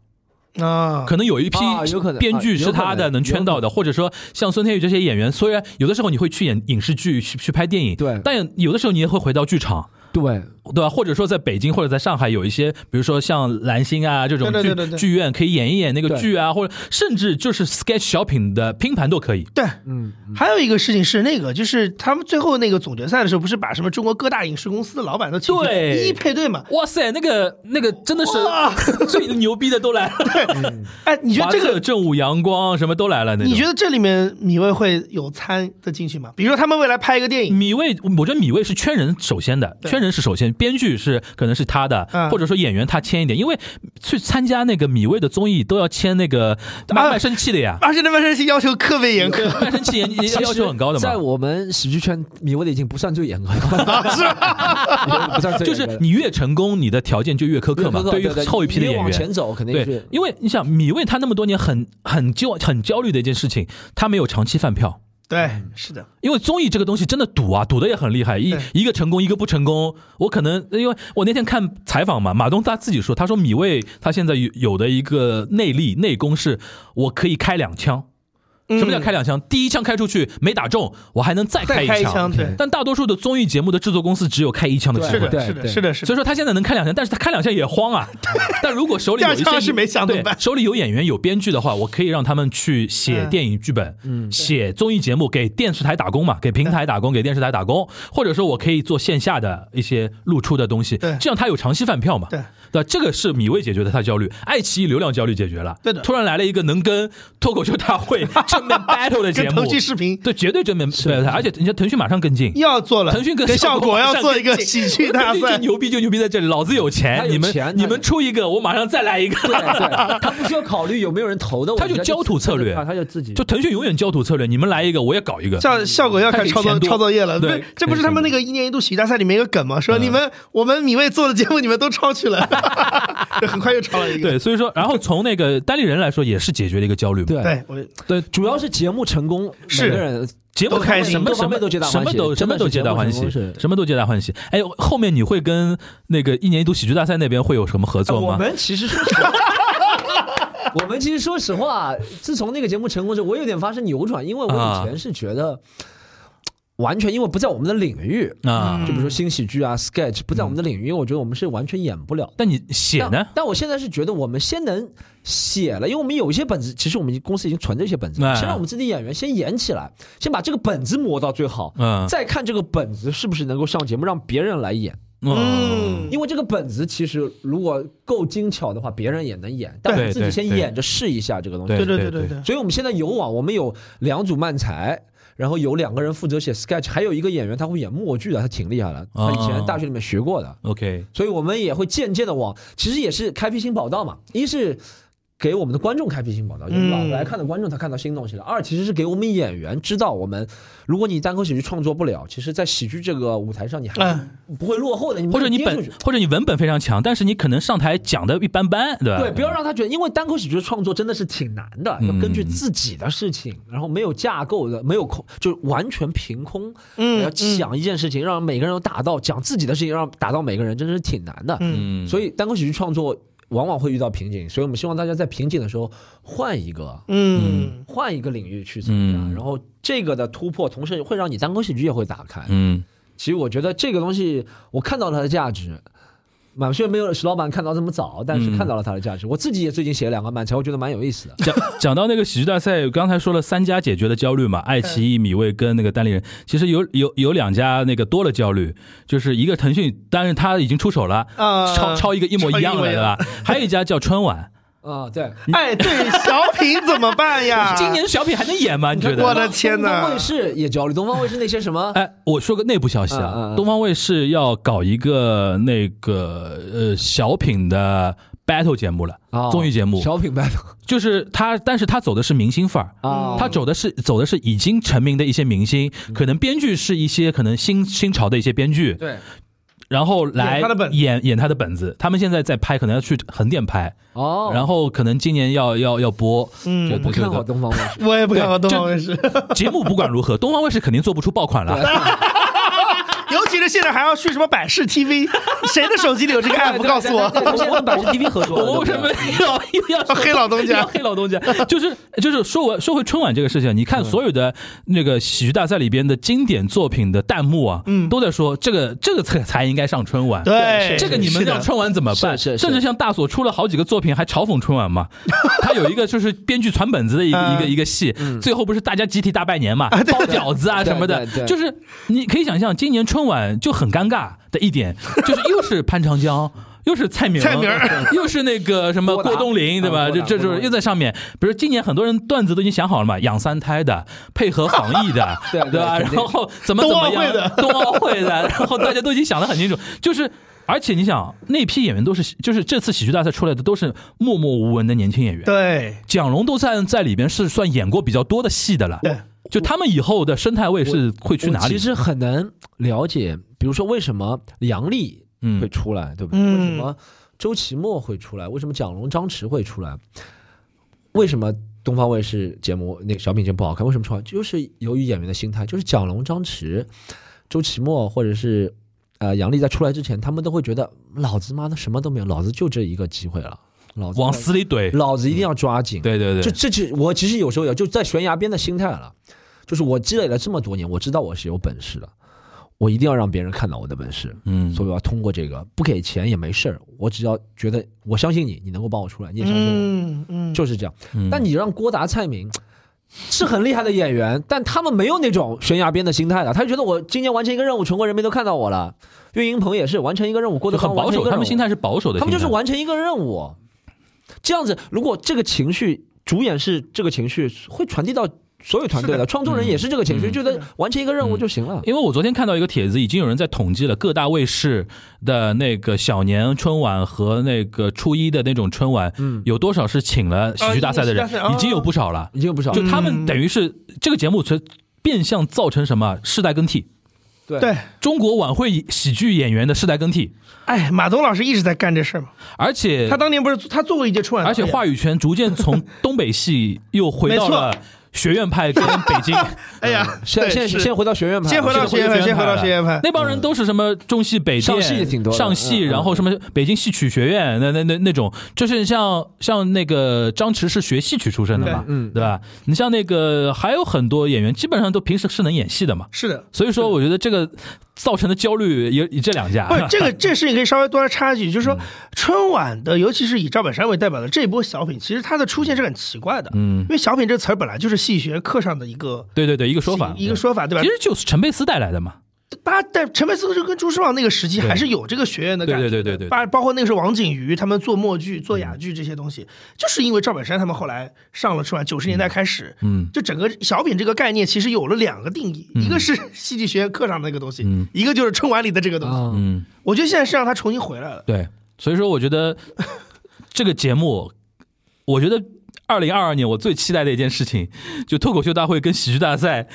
S3: 啊，
S2: 可能有一批
S4: 啊有可能
S2: 编剧
S4: 啊有
S2: 是
S4: 可能
S2: 他的能圈到的，或者说像孙天宇这些演员，虽然有的时候你会去演影视剧去去拍电影，
S4: 对
S2: 但有的时候你也会回到剧场。
S4: 对
S2: 对吧？或者说在北京或者在上海有一些，比如说像蓝星啊这种
S3: 对对
S2: 剧
S3: 对对对
S2: 剧院可以演一演那个
S4: 对
S2: 剧啊，或者甚至就是 sketch 小品的拼盘都可以。
S3: 对，
S4: 嗯，
S3: 还有一个事情是那个，就是他们最后那个总决赛的时候，不是把什么中国各大影视公司的老板都请去
S2: 对
S3: 一一配对嘛？
S2: 哇塞，那个那个真的是最牛逼的都来了，
S3: 哎，你觉得这
S2: 华
S3: 个
S2: 策正午阳光什么都来了。那种
S3: 你觉得这里面米未会有参的进去吗？比如说他们未来拍一个电影，
S2: 米未，我觉得米未是圈人首先的，
S3: 对
S2: 圈人是首先，编剧是可能是他的，
S3: 嗯
S2: 或者说演员他签一点，因为去参加那个米未的综艺都要签那个卖
S3: 啊
S2: 卖身契的 呀，
S3: 而且那边是要求特别严苛，
S2: 卖身契也也要求很高的
S4: 在
S2: 嘛。
S4: 我们喜剧圈，米未的已经不算最严格 了，是吧？ 不算最
S2: 就
S4: 严格
S2: 是
S4: 的
S2: 你越成功，你的条件就越苛刻嘛。
S4: 对
S2: 于后一批的演
S4: 你越往前
S2: 员，
S4: 走肯定
S2: 对
S4: 是，，
S2: 因为你想米未他那么多年很很焦很焦虑的一件事情，他没有长期饭票。
S3: 对，
S2: 嗯
S3: 是的，
S2: 因为综艺这个东西真的赌啊，赌的也很厉害，一
S3: 对
S2: 一个成功，一个不成功。我可能因为我那天看采访嘛，马东他自己说，他说米未他现在有有的一个内力内功是，我可以开两枪。什么叫开两枪？第一枪开出去没打中，我还能再开
S3: 嗯再
S2: 一
S3: 开
S2: 枪。
S3: 一枪？对，
S2: 但大多数的综艺节目的制作公司只有开一枪的机
S3: 是
S4: 对
S2: 会。
S3: 的，
S4: 对
S3: 是的，
S4: 对
S3: 是的，是
S2: 所以说
S3: 的，
S2: 他现在能开两枪，但是他开两枪也慌 啊。但如果手里有一
S3: 第
S2: 些
S3: 二枪是没想怎
S2: 对
S3: 么办
S2: 手里有演员有编剧的话，我可以让他们去写
S3: 嗯
S2: 电影剧本，写综艺节目，给电视台打工嘛，给平台打工，给电视台打工，或者说我可以做线下的一些露出的东西，
S3: 对
S2: 这样他有长期饭票嘛。
S3: 对
S2: 对吧，这个是米未解决的他焦虑，爱奇艺流量焦虑解决了。
S3: 对的
S2: 突然来了一个能跟脱口秀大会正 面 battle 的节
S3: 跟
S2: 目
S3: 腾，讯视频
S2: 对，绝对正面 battle，而且人家腾讯马上跟进。
S3: 要做了，
S2: 腾讯跟
S3: 跟
S2: 效
S3: 效
S2: 果
S3: 果
S2: 马上
S3: 要做一个
S2: 跟进
S3: 喜剧大
S2: 就
S3: 赛，
S2: 牛逼就牛逼在这里，老子有钱，
S4: 他有
S2: 你们
S4: 钱他
S2: 你们出一个，我马上再来一
S4: 对
S2: 个。
S4: 对， 他不需要考虑有没有人投的，我
S2: 他就
S4: 觉得
S2: 焦土策略
S4: 他就自 己
S2: 就腾讯永远焦土策略，你们来一个，我也搞一个。
S3: 效效果要开始抄
S2: 他
S3: 作
S2: 给钱多
S3: 抄作业了，不
S2: 对
S3: 是，这不是他们那个一年一度喜剧大赛里面一个梗吗？说
S2: 嗯
S3: 你们我们米未做的节目你们都抄去了， 很快又抄了一个，
S2: 对，所以说，然后从那个单立人来说，也是解决了一个焦虑嘛。
S4: 对
S3: 对，我
S2: 对，
S4: 主主要是节目成功，
S3: 是
S4: 每个人
S2: 节目
S3: 都开心
S2: 什么
S4: 各
S2: 什
S4: 方
S2: 么
S4: 面都皆大
S2: 什
S4: 欢
S2: 么
S4: 喜
S2: 都什
S4: 真的
S2: 么
S4: 是
S2: 都皆
S4: 节
S2: 大
S4: 目
S2: 欢
S4: 成
S2: 喜
S4: 功是，
S2: 什么都皆大欢喜。哎，后面你会跟那个一年一度喜剧大赛那边会有什么合作
S3: 啊
S4: 我
S2: 吗？
S4: 们其实说实话，我们其实说实话，自从那个节目成功之后，我有点发生扭转，因为我
S2: 啊
S4: 以前是觉得。完全因为不在我们的领域，
S2: 啊
S4: 就比如说新喜剧啊、sketch 不在我们的领域，因为我觉得我们是完全演不了。
S2: 但你嗯写
S4: 但
S2: 呢？
S4: 但我现在是觉得我们先能写了，因为我们有一些本子，其实我们公司已经存着一些本子，
S2: 哎
S4: 先让我们自己演员先演起来，先把这个本子磨到最好，
S2: 嗯
S4: 再看这个本子是不是能够上节目让别人来演。
S2: 嗯
S3: 嗯，
S4: 因为这个本子其实如果够精巧的话，别人也能演，但我们自己
S2: 对
S4: 先
S2: 对
S4: 演着试一下这个东西。
S2: 对
S3: 对
S2: 对
S3: 对对
S2: 对
S3: 对，
S4: 所以我们现在有网，我们有两组漫才。然后有两个人负责写 sketch，还有一个演员他会演默剧的，他挺厉害的，他以前大学里面学过的。
S2: ，OK，
S4: 所以我们也会渐渐的往，其实也是开辟新跑道嘛。一是给我们的观众开辟新跑道，就是老
S3: 嗯
S4: 来看的观众他看到新东西了；二其实是给我们演员知道，我们如果你单口喜剧创作不了，其实，在喜剧这个舞台上你还
S3: 嗯，
S4: 不会落后的，你
S2: 或者你
S4: 能憋出
S2: 本
S4: 去
S2: 或者你文本非常强，但是你可能上台讲的一般般，对吧？
S4: 对，不要让他觉得，因为单口喜剧的创作真的是挺难的，要根据自己的事情，然后没有架构的，没有空，就是完全凭空，呃
S3: 嗯
S4: 要想一件事情，让每个人都达到，讲自己的事情，让达到每个人，真的是挺难的。
S2: 嗯，
S4: 所以单口喜剧创作往往会遇到瓶颈，所以我们希望大家在瓶颈的时候换一个。
S3: 嗯，
S4: 换一个领域去参加，
S2: 嗯
S4: 然后这个的突破，同时会让你单口喜剧也会打开。
S2: 嗯
S4: 其实我觉得这个东西，我看到了它的价值。满虽然没有石老板看到这么早，但是
S2: 嗯
S4: 看到了它的价值。我自己也最近写了两个漫才，我觉得蛮有意思的。
S2: 讲讲到那个喜剧大赛，刚才说了三家解决了焦虑嘛，爱奇艺、米未跟那个单立人，其实有有有两家那个多了焦虑，就是一个腾讯，但是他已经出手了，
S3: 啊
S2: 抄抄一个一模一样的，
S3: 抄一模一
S2: 对吧？还有一家叫春晚，
S4: 啊、对，
S3: 哎，对，小品怎么办呀？
S2: 今年啊小品还能演吗？你觉
S3: 我
S2: 得？，
S3: 的天
S4: 东方
S3: 哪
S4: 卫！视也焦虑，东方卫视那些什么
S2: 哎，我说个内部消息
S4: 嗯嗯
S2: 啊
S4: 嗯，
S2: 东方卫视要搞一个那个呃小品的 battle 节目了
S4: 哦，
S2: 综艺节目，
S4: 小品牌的
S2: 就是他，但是他走的是明星范儿。
S4: 啊，
S2: 他走的是走的是已经成名的一些明星，可能编剧是一些可能新新潮的一些编剧，
S4: 对，
S2: 然后来
S3: 演他的本子
S2: 演演他的本子。他们现在在拍，可能要去横店拍，
S4: 哦，
S2: 然后可能今年要要要播。
S3: 嗯
S2: 就
S4: 不
S2: 这
S4: 看好
S2: 个
S4: 东方卫视。
S3: 我也不看过
S2: 对
S3: 东方卫视，
S2: 节目不管如何，东方卫视肯定做不出爆款了。
S3: 尤其是现在还要去什么百 视 TV，谁的手机里有这个 app？告诉我。
S4: 我们跟百视 TV 合作了，
S2: 我为
S4: 对
S2: 什
S4: 不
S2: 么
S4: 对
S2: 要又要
S3: 黑老东家
S2: 要黑老东家，就是就是说我说回春晚这个事情，你看所有的那个喜剧大赛里边的经典作品的弹幕啊，
S3: 嗯
S2: 都在说这个这个才才应该上春晚。
S3: 对，
S2: 这个你们
S3: 是的
S2: 让春晚怎么办？
S4: 是是是
S2: 甚至像大所出了好几个作品，还嘲讽春晚嘛。他有一个就是编剧传本子的一个
S3: 嗯
S2: 一个一个戏，最后不是大家集体大拜年嘛，
S3: 对
S2: 包饺子啊
S4: 对
S2: 什么的
S4: 对对，
S2: 就是你可以想象，今年春晚就很尴尬的一 点，就是又是潘长江。又是蔡明，
S3: 蔡明儿
S2: 又是那个什么
S4: 郭达
S2: 郭冬临，对吧？
S4: 嗯
S2: 这这
S4: 郭达郭
S2: 就
S4: 冬
S2: 是
S4: 临
S2: 又在上面。比如今年很多人段子都已经想好了嘛，养三胎的，配合防疫的
S4: ，对对
S2: 吧？
S4: 肯定
S2: 然后怎么怎么
S3: 冬奥会的
S2: 样， 冬奥会的，然后大家都已经想得很清楚，就是。而且你想，那批演员都是，就是这次喜剧大赛出来的都是默默无闻的年轻演员。
S3: 对
S2: 蒋龙都算在里边是算演过比较多的戏的了。
S3: 对，
S2: 就他们以后的生态位是会 去
S4: 我
S2: 哪里？
S4: 其实很难了解，比如说为什么杨笠会
S2: 嗯，
S4: 出来，对不对？
S3: 嗯
S4: 为什么周奇墨会出来？为什么蒋龙、张弛会出来？为什么东方卫视节目那个小品节目不好看？为什么出来？就是由于演员的心态，就是蒋龙、张弛、周奇墨或者是呃杨笠在出来之前，他们都会觉得老子妈的什么都没有，老子就这一个机会了，老子
S2: 往死里怼。
S4: 老子一定要抓紧。
S2: 对对
S4: 就
S2: 对，
S4: 这就我其实有时候也就在悬崖边的心态了，就是我积累了这么多年，我知道我是有本事的，我一定要让别人看到我的本事，
S2: 嗯
S4: 所以我要通过这个，不给钱也没事儿，我只要觉得我相信你，你能够帮我出来，你也相信我，
S3: 嗯嗯，
S4: 就是这样。
S2: 嗯
S4: 但你让郭达、蔡明。是很厉害的演员，但他们没有那种悬崖边的心态的。他就觉得我今年完成一个任务，全国人民都看到我了。岳云鹏也是完成一个任务，郭德
S2: 就很
S4: 纲完
S2: 保
S4: 成一
S2: 守，
S4: 个
S2: 他
S4: 任务
S2: 们心态是保守的心态。
S4: 他们就是完成一个任务。这样子，如果这个情绪，主演是这个情绪，会传递到所有团队
S3: 是
S4: 的，创作人也是这个情绪，
S2: 嗯
S4: 觉得完成一个任务就行了。
S2: 因为我昨天看到一个帖子，已经有人在统计了各大卫视的那个小年春晚和那个初一的那种春晚，
S4: 嗯
S2: 有多少是请了喜剧大赛的人
S3: 啊喜剧大，赛
S2: 已经有不少了。
S4: 已经不少，
S2: 就他
S3: 嗯
S2: 们等于是这个节目，其实变相造成什么世代更替，
S4: 对
S3: 对，
S2: 中国晚会喜剧演员的世代更替，
S3: 哎，马东老师一直在干这事儿嘛。
S2: 而且
S3: 他当年不是他做过一届春晚
S2: 而
S3: 导演，
S2: 且话语权逐渐从东北系又回到
S3: 没错
S2: 了学院派跟北京
S3: 哎呀，
S2: 嗯
S4: 现
S3: 对
S4: 现
S3: 是
S4: 先回到学院派吧，
S3: 先回到学院派，先回到学院派。
S2: 那帮人都是什么中戏北电
S4: 上戏也挺多的
S2: 上戏，
S4: 嗯嗯
S2: 然后什么北京戏曲学院那那那那种，就是像像那个张弛是学戏曲出身的嘛，
S4: 嗯嗯
S2: 对吧？你像那个还有很多演员，基本上都平时是能演戏的嘛，
S3: 是的，
S2: 所以说我觉得这个造成的焦虑也也这两家
S3: 不， 是这个这事情可以稍微多插一句，就是
S2: 嗯
S3: 说春晚的，尤其是以赵本山为代表的这一波小品，其实它的出现是很奇怪的，
S2: 嗯
S3: 因为小品这个词儿本来就是戏学课上的一个
S2: 对对对，一个说法，嗯
S3: 一个说法，对吧
S2: 其？实就是陈佩斯带来的嘛，
S3: 八但陈佩斯就跟朱时茂那个时期还是有这个学院的感觉的，
S2: 对对对对对
S3: 八包括那个是王景瑜他们做默剧、做哑剧这些东西，就是因为赵本山他们后来上了春晚，九十年代开始，
S2: 嗯
S3: 就整个小品这个概念其实有了两个定义，一个是戏剧学院课上的那个东西，
S2: 嗯
S3: 一个就是春晚里的这个东西。
S4: 啊，
S2: 嗯，
S3: 我觉得现在是让他重新回来了。
S2: 对，所以说我觉 得这个节目，我觉得。二零二二年我最期待的一件事情，就脱口秀大会跟喜剧大赛，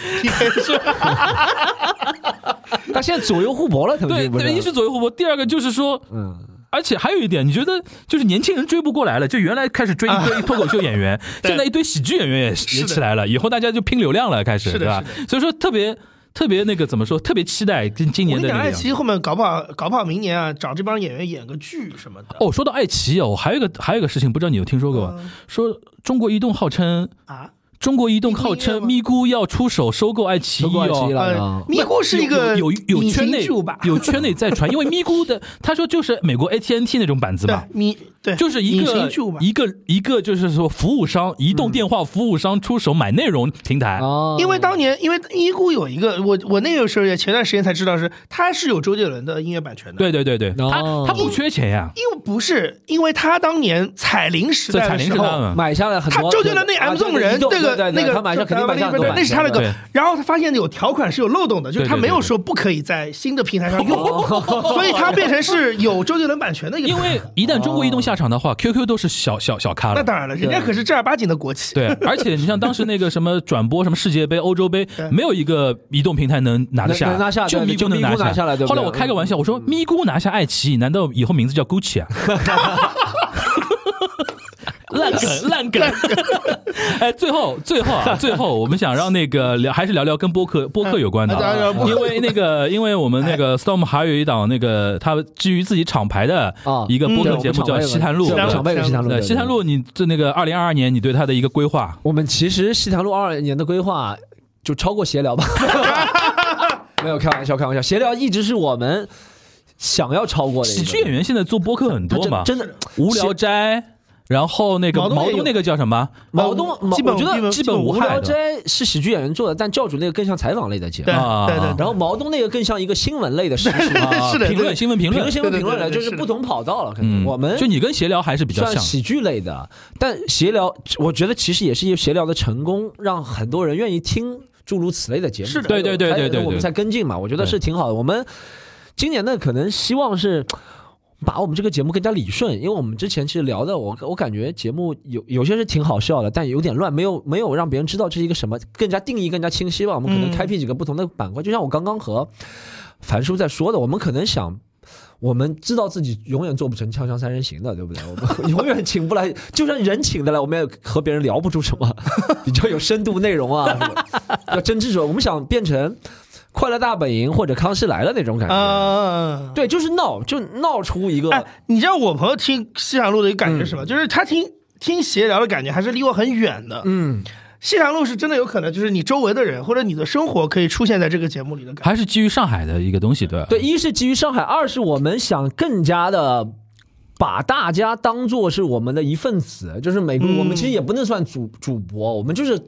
S4: 但现在左右互搏了，腾
S2: 对
S3: 啊
S4: 讯不
S2: 对，一是
S4: 是？
S2: 左右互搏，第二个就是说，
S4: 嗯，
S2: 而且还有一点，你觉得就是年轻人追不过来了，就原来开始追一堆 脱口秀演 员，现在一堆喜剧演员也也
S3: 啊的
S2: 起来了，以后大家就拼流量了，开始
S3: 是的
S2: 对吧？所以说特别特别那个怎么说，特别期待今今
S3: 我
S2: 年的
S3: 跟你讲，
S2: 那
S3: 爱
S2: 个
S3: 奇艺啊后面搞不好，搞不好明年啊，找这帮演员演个剧什么的。
S2: 哦，说到爱奇艺哦，还有一个还有一个事情，不知道你有听说过吗？
S3: 嗯
S2: 说中国移动号称
S3: 啊，
S2: 中国移动号
S3: 咪咕音乐
S2: 称
S3: 吗
S2: 咪咕要出手收购爱奇艺
S4: 收购爱奇
S2: 哦。
S4: 艺了
S3: 呃
S4: 啊，，
S3: 咪咕是一个
S2: 有有有
S3: 隐
S2: 圈
S3: 形
S2: 内
S3: 剧吧？
S2: 有圈内在传，因为咪咕的他说就是美国 AT&T 那种板子
S3: 对
S2: 嘛，，
S3: 咪对，
S2: 就是一
S3: 隐形
S2: 个
S3: 剧吧。
S2: 一个一个就是说服务商，移动电话服务商出手买内容平台，
S4: 啊，
S3: 因为当年，因为咪咕有一个，我我那个时候也前段时间才知道是，他是有周杰伦的音乐版权的。，
S2: 对对对对，他
S4: 哦
S2: 他不缺钱呀，
S3: 因为不是因为他当年彩铃时代
S2: 彩
S3: 的
S2: 铃
S3: 时
S2: 是
S3: 候，
S2: 他们
S4: 买下来很
S3: 他
S4: 多。啊
S3: 周杰伦那 M 纵人那个那个
S4: 他买下肯定买下很多版权，
S3: 那是他的
S2: 对
S3: 歌。然后他发现有条款是有漏洞的，就是他没有说不可以在新的平台
S4: 哎
S3: 上用，所以他变成是有周杰伦版权的一个
S2: 因
S3: 平台。
S2: 为一旦中国移动下场的话，QQ 都是小小小咖
S3: 那
S2: 了。
S3: 当然了，人家可是正儿八经的国企。
S2: 对，而且你像当时那个什么转播什么世界杯、欧洲杯，没有一个移动平台能拿得下，
S4: 能能拿下
S2: 就
S4: 对
S2: 咪咕
S4: 就
S2: 能
S4: 咪咕
S2: 拿
S4: 拿下来对不对嗯
S2: 后来我开个玩笑，我说咪咕拿下爱奇艺，难道以后名字叫 Gucci 啊？烂梗，烂梗。哎，最后，最后啊，最后，我们想让那个聊，还是聊聊跟播客播客有关的
S3: 哎
S2: 啊
S3: 聊聊，
S4: 嗯
S3: 播客
S2: 因为那 个，因为我们那
S4: 哎
S2: 个 Storm 还有一档那个他基于自己厂牌的
S4: 啊
S2: 一个
S3: 嗯
S2: 播客
S4: 对
S2: 节目叫《西潭路》，
S4: 我
S3: 对
S4: 们
S3: 我
S4: 常
S3: 们
S4: 备的西
S3: 西
S4: 坛
S3: 坛
S4: 路，
S2: 对，
S4: 对
S2: 西坛。路，你这那个二零二二年，你对它的一个规划，
S4: 我们其实西坛路二二年的规划就超过闲聊 吧，没有开玩笑，开玩笑，闲聊一直是我们想要超过的一
S2: 喜
S4: 个
S2: 剧演员现在做播客很
S4: 他
S2: 多嘛，
S4: 真真的
S2: 无聊斋，然后那个
S3: 毛东也
S2: 毛
S3: 有
S2: 东那个叫什么？
S4: 毛东，毛
S3: 哦基本
S4: 我觉
S3: 基本
S4: 得
S2: 基本无
S4: 无
S2: 害
S4: 聊
S2: 的
S4: 斋是喜剧演员做的，但教主那个更像采访类的节
S3: 对
S4: 目，
S3: 对对
S4: 然后毛东那个更像一个新闻类的事 情，
S2: 啊
S3: 是的
S2: 评
S3: 对
S2: 论新闻评
S4: 评
S2: 论
S4: 论，新闻
S3: 对对
S4: 评论
S3: 对
S4: 类
S3: 对
S4: 就是
S3: 是
S4: 不
S3: 的
S4: 同跑道了，可
S2: 嗯
S4: 能，我们
S2: 就你跟闲聊还是比较
S4: 算
S2: 像，
S4: 喜剧类的，但闲聊，我觉得其实也是因为闲聊的成功，让很多人愿意听诸如此类的节目。
S3: 是的
S2: 对对对
S4: 还
S2: 对
S4: 有
S2: 对
S4: 我们
S2: 对
S4: 才跟进嘛，我觉得
S2: 对
S4: 是挺好的。我们今年呢，可能希望是。把我们这个节目更加理顺，因为我们之前其实聊的，我我感觉节目有有些是挺好笑的，但有点乱，没有没有让别人知道这是一个什么，更加定义更加清晰吧。我们可能
S3: 嗯
S4: 开辟几个不同的板块，就像我刚刚和樊叔在说的，我们可能想我们知道自己永远做不成锵锵三人行的，对不对？我们 永远请不来，就算人请得来，我们也和别人聊不出什么 比较有深度内容啊， 是吧要真知灼。我们想变成《快乐大本营》或者《康熙来了》那种感觉，
S3: 啊，
S4: 对，就是闹，就闹出一个。
S3: 哎，你知道我朋友听西塘路的一个感觉是什
S2: 嗯
S3: 么？就是他听听闲聊的感觉还是离我很远的。
S4: 嗯，
S3: 西塘路是真的有可能，就是你周围的人或者你的生活可以出现在这个节目里的感觉。
S2: 还是基于上海的一个东西，对吧
S4: 对，，一是基于上海，二是我们想更加的把大家当做是我们的一份子，就是每个、
S3: 嗯
S4: 我们其实也不能算主主播，我们就是。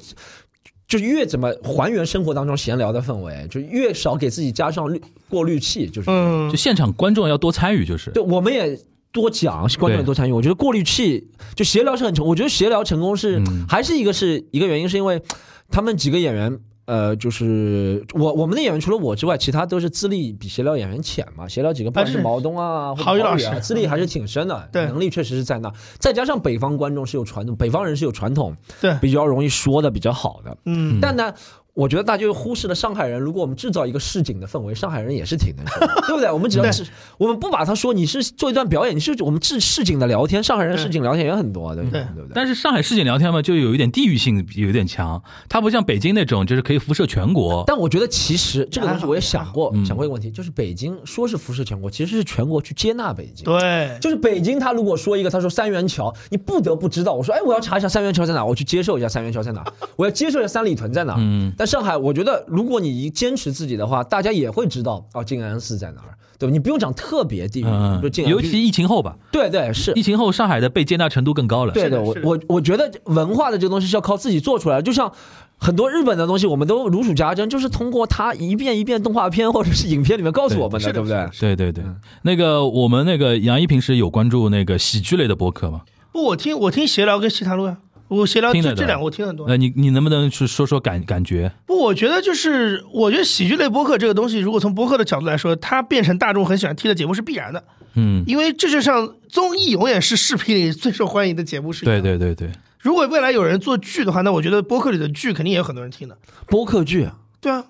S4: 就是越怎么还原生活当中闲聊的氛围，就越少给自己加上滤过滤器，就是、
S3: 嗯
S2: 就，现场观众要多参与，就是
S4: 对，我们也多讲，观众也多参与。我觉得过滤器就闲聊是很成，我觉得闲聊成功是、
S2: 嗯
S4: 还是一个是一个原因，是因为他们几个演员。呃，就是我我们的演员除了我之外，其他都是资历比闲聊演员浅嘛。闲聊几个，不管
S3: 啊
S4: 是
S3: 是
S4: 毛东啊，或者
S3: 郝宇
S4: 啊
S3: 老师嗯
S4: 资历还是挺深的，
S3: 对
S4: 能力确实是在那。再加上北方观众是有传统，北方人是有传统，
S3: 对
S4: 比较容易说的比较好的。
S3: 嗯
S4: 但呢，我觉得大家就忽视了上海人。如果我们制造一个市井的氛围，上海人也是挺能说的，对不对？我们只要是，我们不把他说你是做一段表演，你是我们市市井的聊天，上海人市井聊天也很多，对不对？对不对？
S2: 但是上海市井聊天嘛，就有一点地域性，有一点强。它不像北京那种，就是可以辐射全国。
S4: 但我觉得其实这个东西我也想过，
S2: 嗯
S4: 想过一个问题，就是北京说是辐射全国，其实是全国去接纳北京。
S3: 对，
S4: 就是北京，他如果说一个，他说三元桥，你不得不知道。我说，哎，我要查一下三元桥在哪，我去接受一下三元桥在哪，我要接受一下三里屯在哪。
S2: 嗯，
S4: 但上海，我觉得如果你坚持自己的话，大家也会知道哦，静安寺在哪儿，对吧？你不用讲特别地域，
S2: 嗯
S4: 就，静安，
S2: 尤其疫情后吧，
S4: 对对是
S2: 疫。情后上海的被接纳程度更高了。
S4: 对
S3: 是的
S4: 我
S3: 是的
S4: 我我觉得文化的这个东西是要靠自己做出来的，就像很多日本的东西，我们都如数家珍，就是通过它一遍一遍动画片或者是影片里面告诉我们的，
S3: 是的嗯
S4: 对不对？
S2: 对对对，那个我们那个杨一平时有关注那个喜剧类的博客吗？
S3: 不，我听我听闲聊跟西谈录啊，我闲聊
S2: 听得
S3: 这
S2: 懂
S3: 这两个我听很多。
S2: 呃，你你能不能去说说感感觉？
S3: 不，我觉得就是，我觉得喜剧类播客这个东西，如果从播客的角度来说，它变成大众很喜欢听的节目是必然的，
S2: 嗯，
S3: 因为这就像综艺永远是视频里最受欢迎的节目是一样
S2: 对
S3: 的。
S2: 对对对，
S3: 如果未来有人做剧的话，那我觉得播客里的剧肯定也有很多人听的。
S4: 播客剧，
S3: 对啊，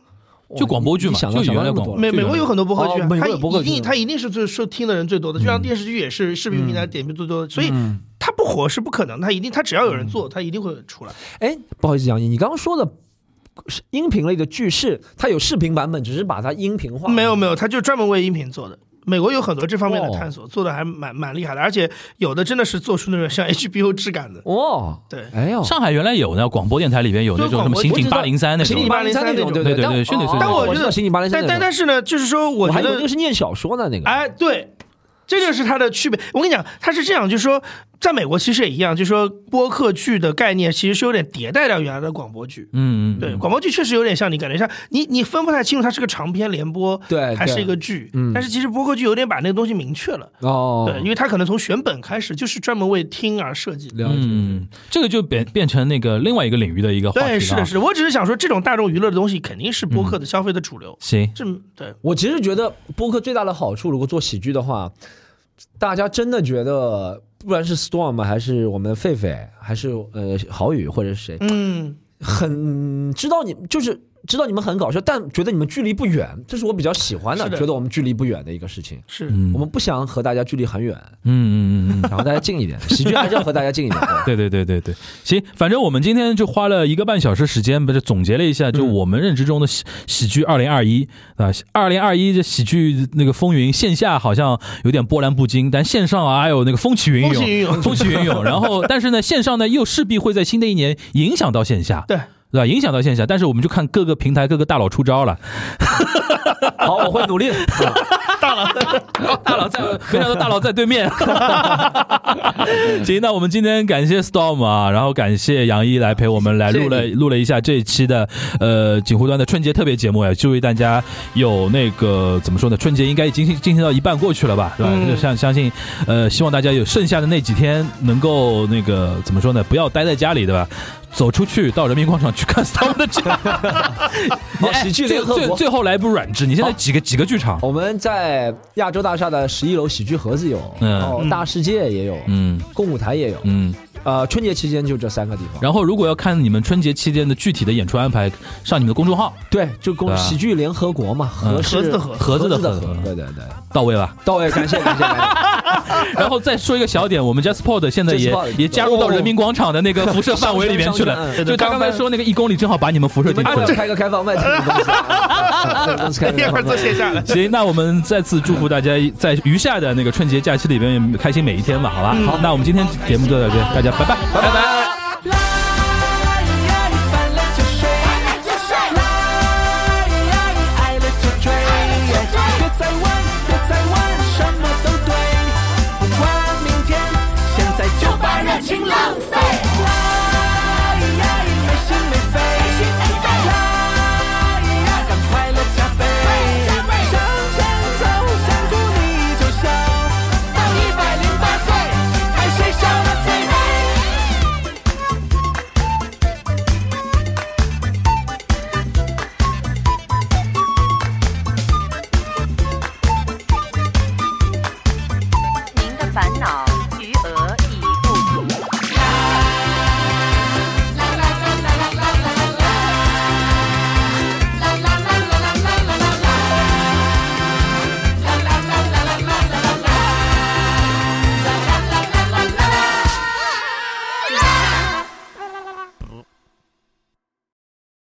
S2: 就广播剧
S4: 你
S2: 嘛，
S4: 想
S2: 就
S4: 到想
S2: 原来
S4: 到那么
S2: 广播
S4: 多了
S3: 美
S2: 剧
S3: 美国
S2: 的
S3: 有很多播客剧、
S4: 哦
S3: 啊，
S4: 美
S3: 它
S4: 国有播客
S3: 一
S4: 剧嗯
S3: 定它一定是最受听的人最多的，就像电视剧也是视频平台点评最多的，所以它不火是不可能的，它一定它只要
S4: 嗯
S3: 有人做，它一定会出来。
S4: 哎，不好意思，杨毅，你刚刚说的是音频类的剧是它有视频版本，只是把它音频化。
S3: 没有没有，他就专门为音频做的。美国有很多这方面的
S4: 哦
S3: 探索，做的还蛮蛮厉害的，而且有的真的是做出那种像 HBO 质感的。
S4: 哦，
S3: 对
S4: 哎呦，
S2: 上海原来有呢，广播电台里边有那
S3: 就
S2: 种
S3: 广
S2: 什么
S3: 播
S2: 刑
S4: 我
S2: 警
S4: 知道
S2: 八零三那
S4: 刑
S2: 种
S4: 警，八零三那
S3: 那
S4: 种，
S3: 种
S4: 对
S2: 对
S4: 对
S2: 对训得最多
S4: 哦
S3: 但我
S4: 我
S3: 觉
S4: 知
S3: 得
S4: 道刑警八零
S3: 但
S4: 三那
S3: 但
S4: 种，
S3: 但是呢，就是说，我
S4: 我
S3: 觉
S4: 还以为
S3: 得
S4: 那个，是念小说的那个。
S3: 哎，对，这就是它的区别。我跟你讲，它是这样，就是说，在美国其实也一样，就是说，播客剧的概念其实是有点迭代掉原来的广播剧。
S2: 嗯嗯，嗯
S3: 对，广播剧确实有点像你感觉像你你分不太清楚它是个长篇联播
S4: 对
S3: 还是
S4: 对
S3: 一个剧
S4: 嗯，
S3: 但是其实播客剧有点把那个东西明确了。
S4: 哦，
S3: 对，因为它可能从选本开始就是专门为听而设计的。
S4: 了解。
S2: 嗯，这个就变变成那个另外一个领域的一个话题了
S3: 对，
S2: 啊。嗯
S3: 是的，是的，我只是想说，这种大众娱乐的东西肯定是播客的消费的主流。
S2: 行，
S3: 这对，
S4: 我其实觉得播客最大的好处，如果做喜剧的话，大家真的觉得，不管是 Storm 还是我们的狒狒，还是呃郝宇或者是谁，
S3: 嗯，
S4: 很知道你就是知道你们很搞笑，但觉得你们距离不远，这是我比较喜欢的，
S3: 是的
S4: 觉得我们距离不远的一个事情。
S3: 是
S2: 嗯，
S4: 我们不想和大家距离很远，
S2: 嗯嗯嗯嗯。
S4: 想和大家近一 点。 喜剧还是要和大家近一点。对
S2: 对对对对对，行，反正我们今天就花了一个半小时时间，不是总结了一下，
S3: 嗯
S2: 就我们认知中的喜喜剧二零二一啊，二零二一这喜剧那个风云，线下好像有点波澜不惊，但线上啊，哎呦那个风起云
S3: 风起
S2: 涌，
S3: 云涌。
S2: 风起云 涌。然后，但是呢，线上呢又势必会在新的一年影响到线下，
S3: 对，
S2: 对吧？影响到线下，但是我们就看各个平台各个大佬出招了。
S4: 好，我会努 力的。
S2: 大佬在，没想到大佬在对 面。行，那我们今天感谢 Storm 啊，然后感谢杨一来陪我们来录了录了一下这一期的呃锦湖端的春节特别节目呀，祝大家有那个怎么说呢？春节应该已经进行到一半过去了吧，对吧？
S3: 嗯
S2: 就相相信呃，希望大家有剩下的那几天能够那个怎么说呢？不要待在家里，对吧？走出去到人民广场去看 Storm 的展。
S4: 好，喜剧
S2: 最
S4: 联合
S2: 最
S4: 国。
S2: 最后来一部软质，你现在几个几个剧场？
S4: 我们在亚洲大厦的十一楼喜剧盒子有，
S2: 嗯
S4: 然后大世界也有，
S2: 嗯
S4: 共舞台也有。
S2: 嗯。
S4: 呃，春节期间就这三个地方。
S2: 然后，如果要看你们春节期间的具体的演出安排，上你们的公众号，
S4: 对，就
S2: 对
S4: 共
S2: 啊
S4: 喜剧联合国嘛，合
S3: 盒
S4: 是
S3: 子的盒
S2: 盒子的
S4: 盒
S2: 盒子
S4: 对对对。
S2: 到位吧。
S4: 到位，感谢感 谢感
S2: 然后再说一个小点，我们 JustPod 现在也
S4: JustPod
S2: 也加入到人民广场的那个辐射范围里面去
S4: 上
S2: 了
S4: 上。
S3: 上
S2: 就他刚才说那个一公里，正好把你们辐射
S4: 谢。你
S2: 进
S4: 们
S2: 去
S4: 啊公 司
S2: 了。
S4: 开个开放麦，这个 公司啊这个公司开个
S3: 一
S4: 开
S3: 会儿
S4: 放
S3: 做
S4: 麦。
S3: 线下了，
S2: 行，那我们再次祝福大家在余下的那个春节假期里边开心每一天吧，好吧？好，那我们今天节目就到这边，大家拜拜，拜拜。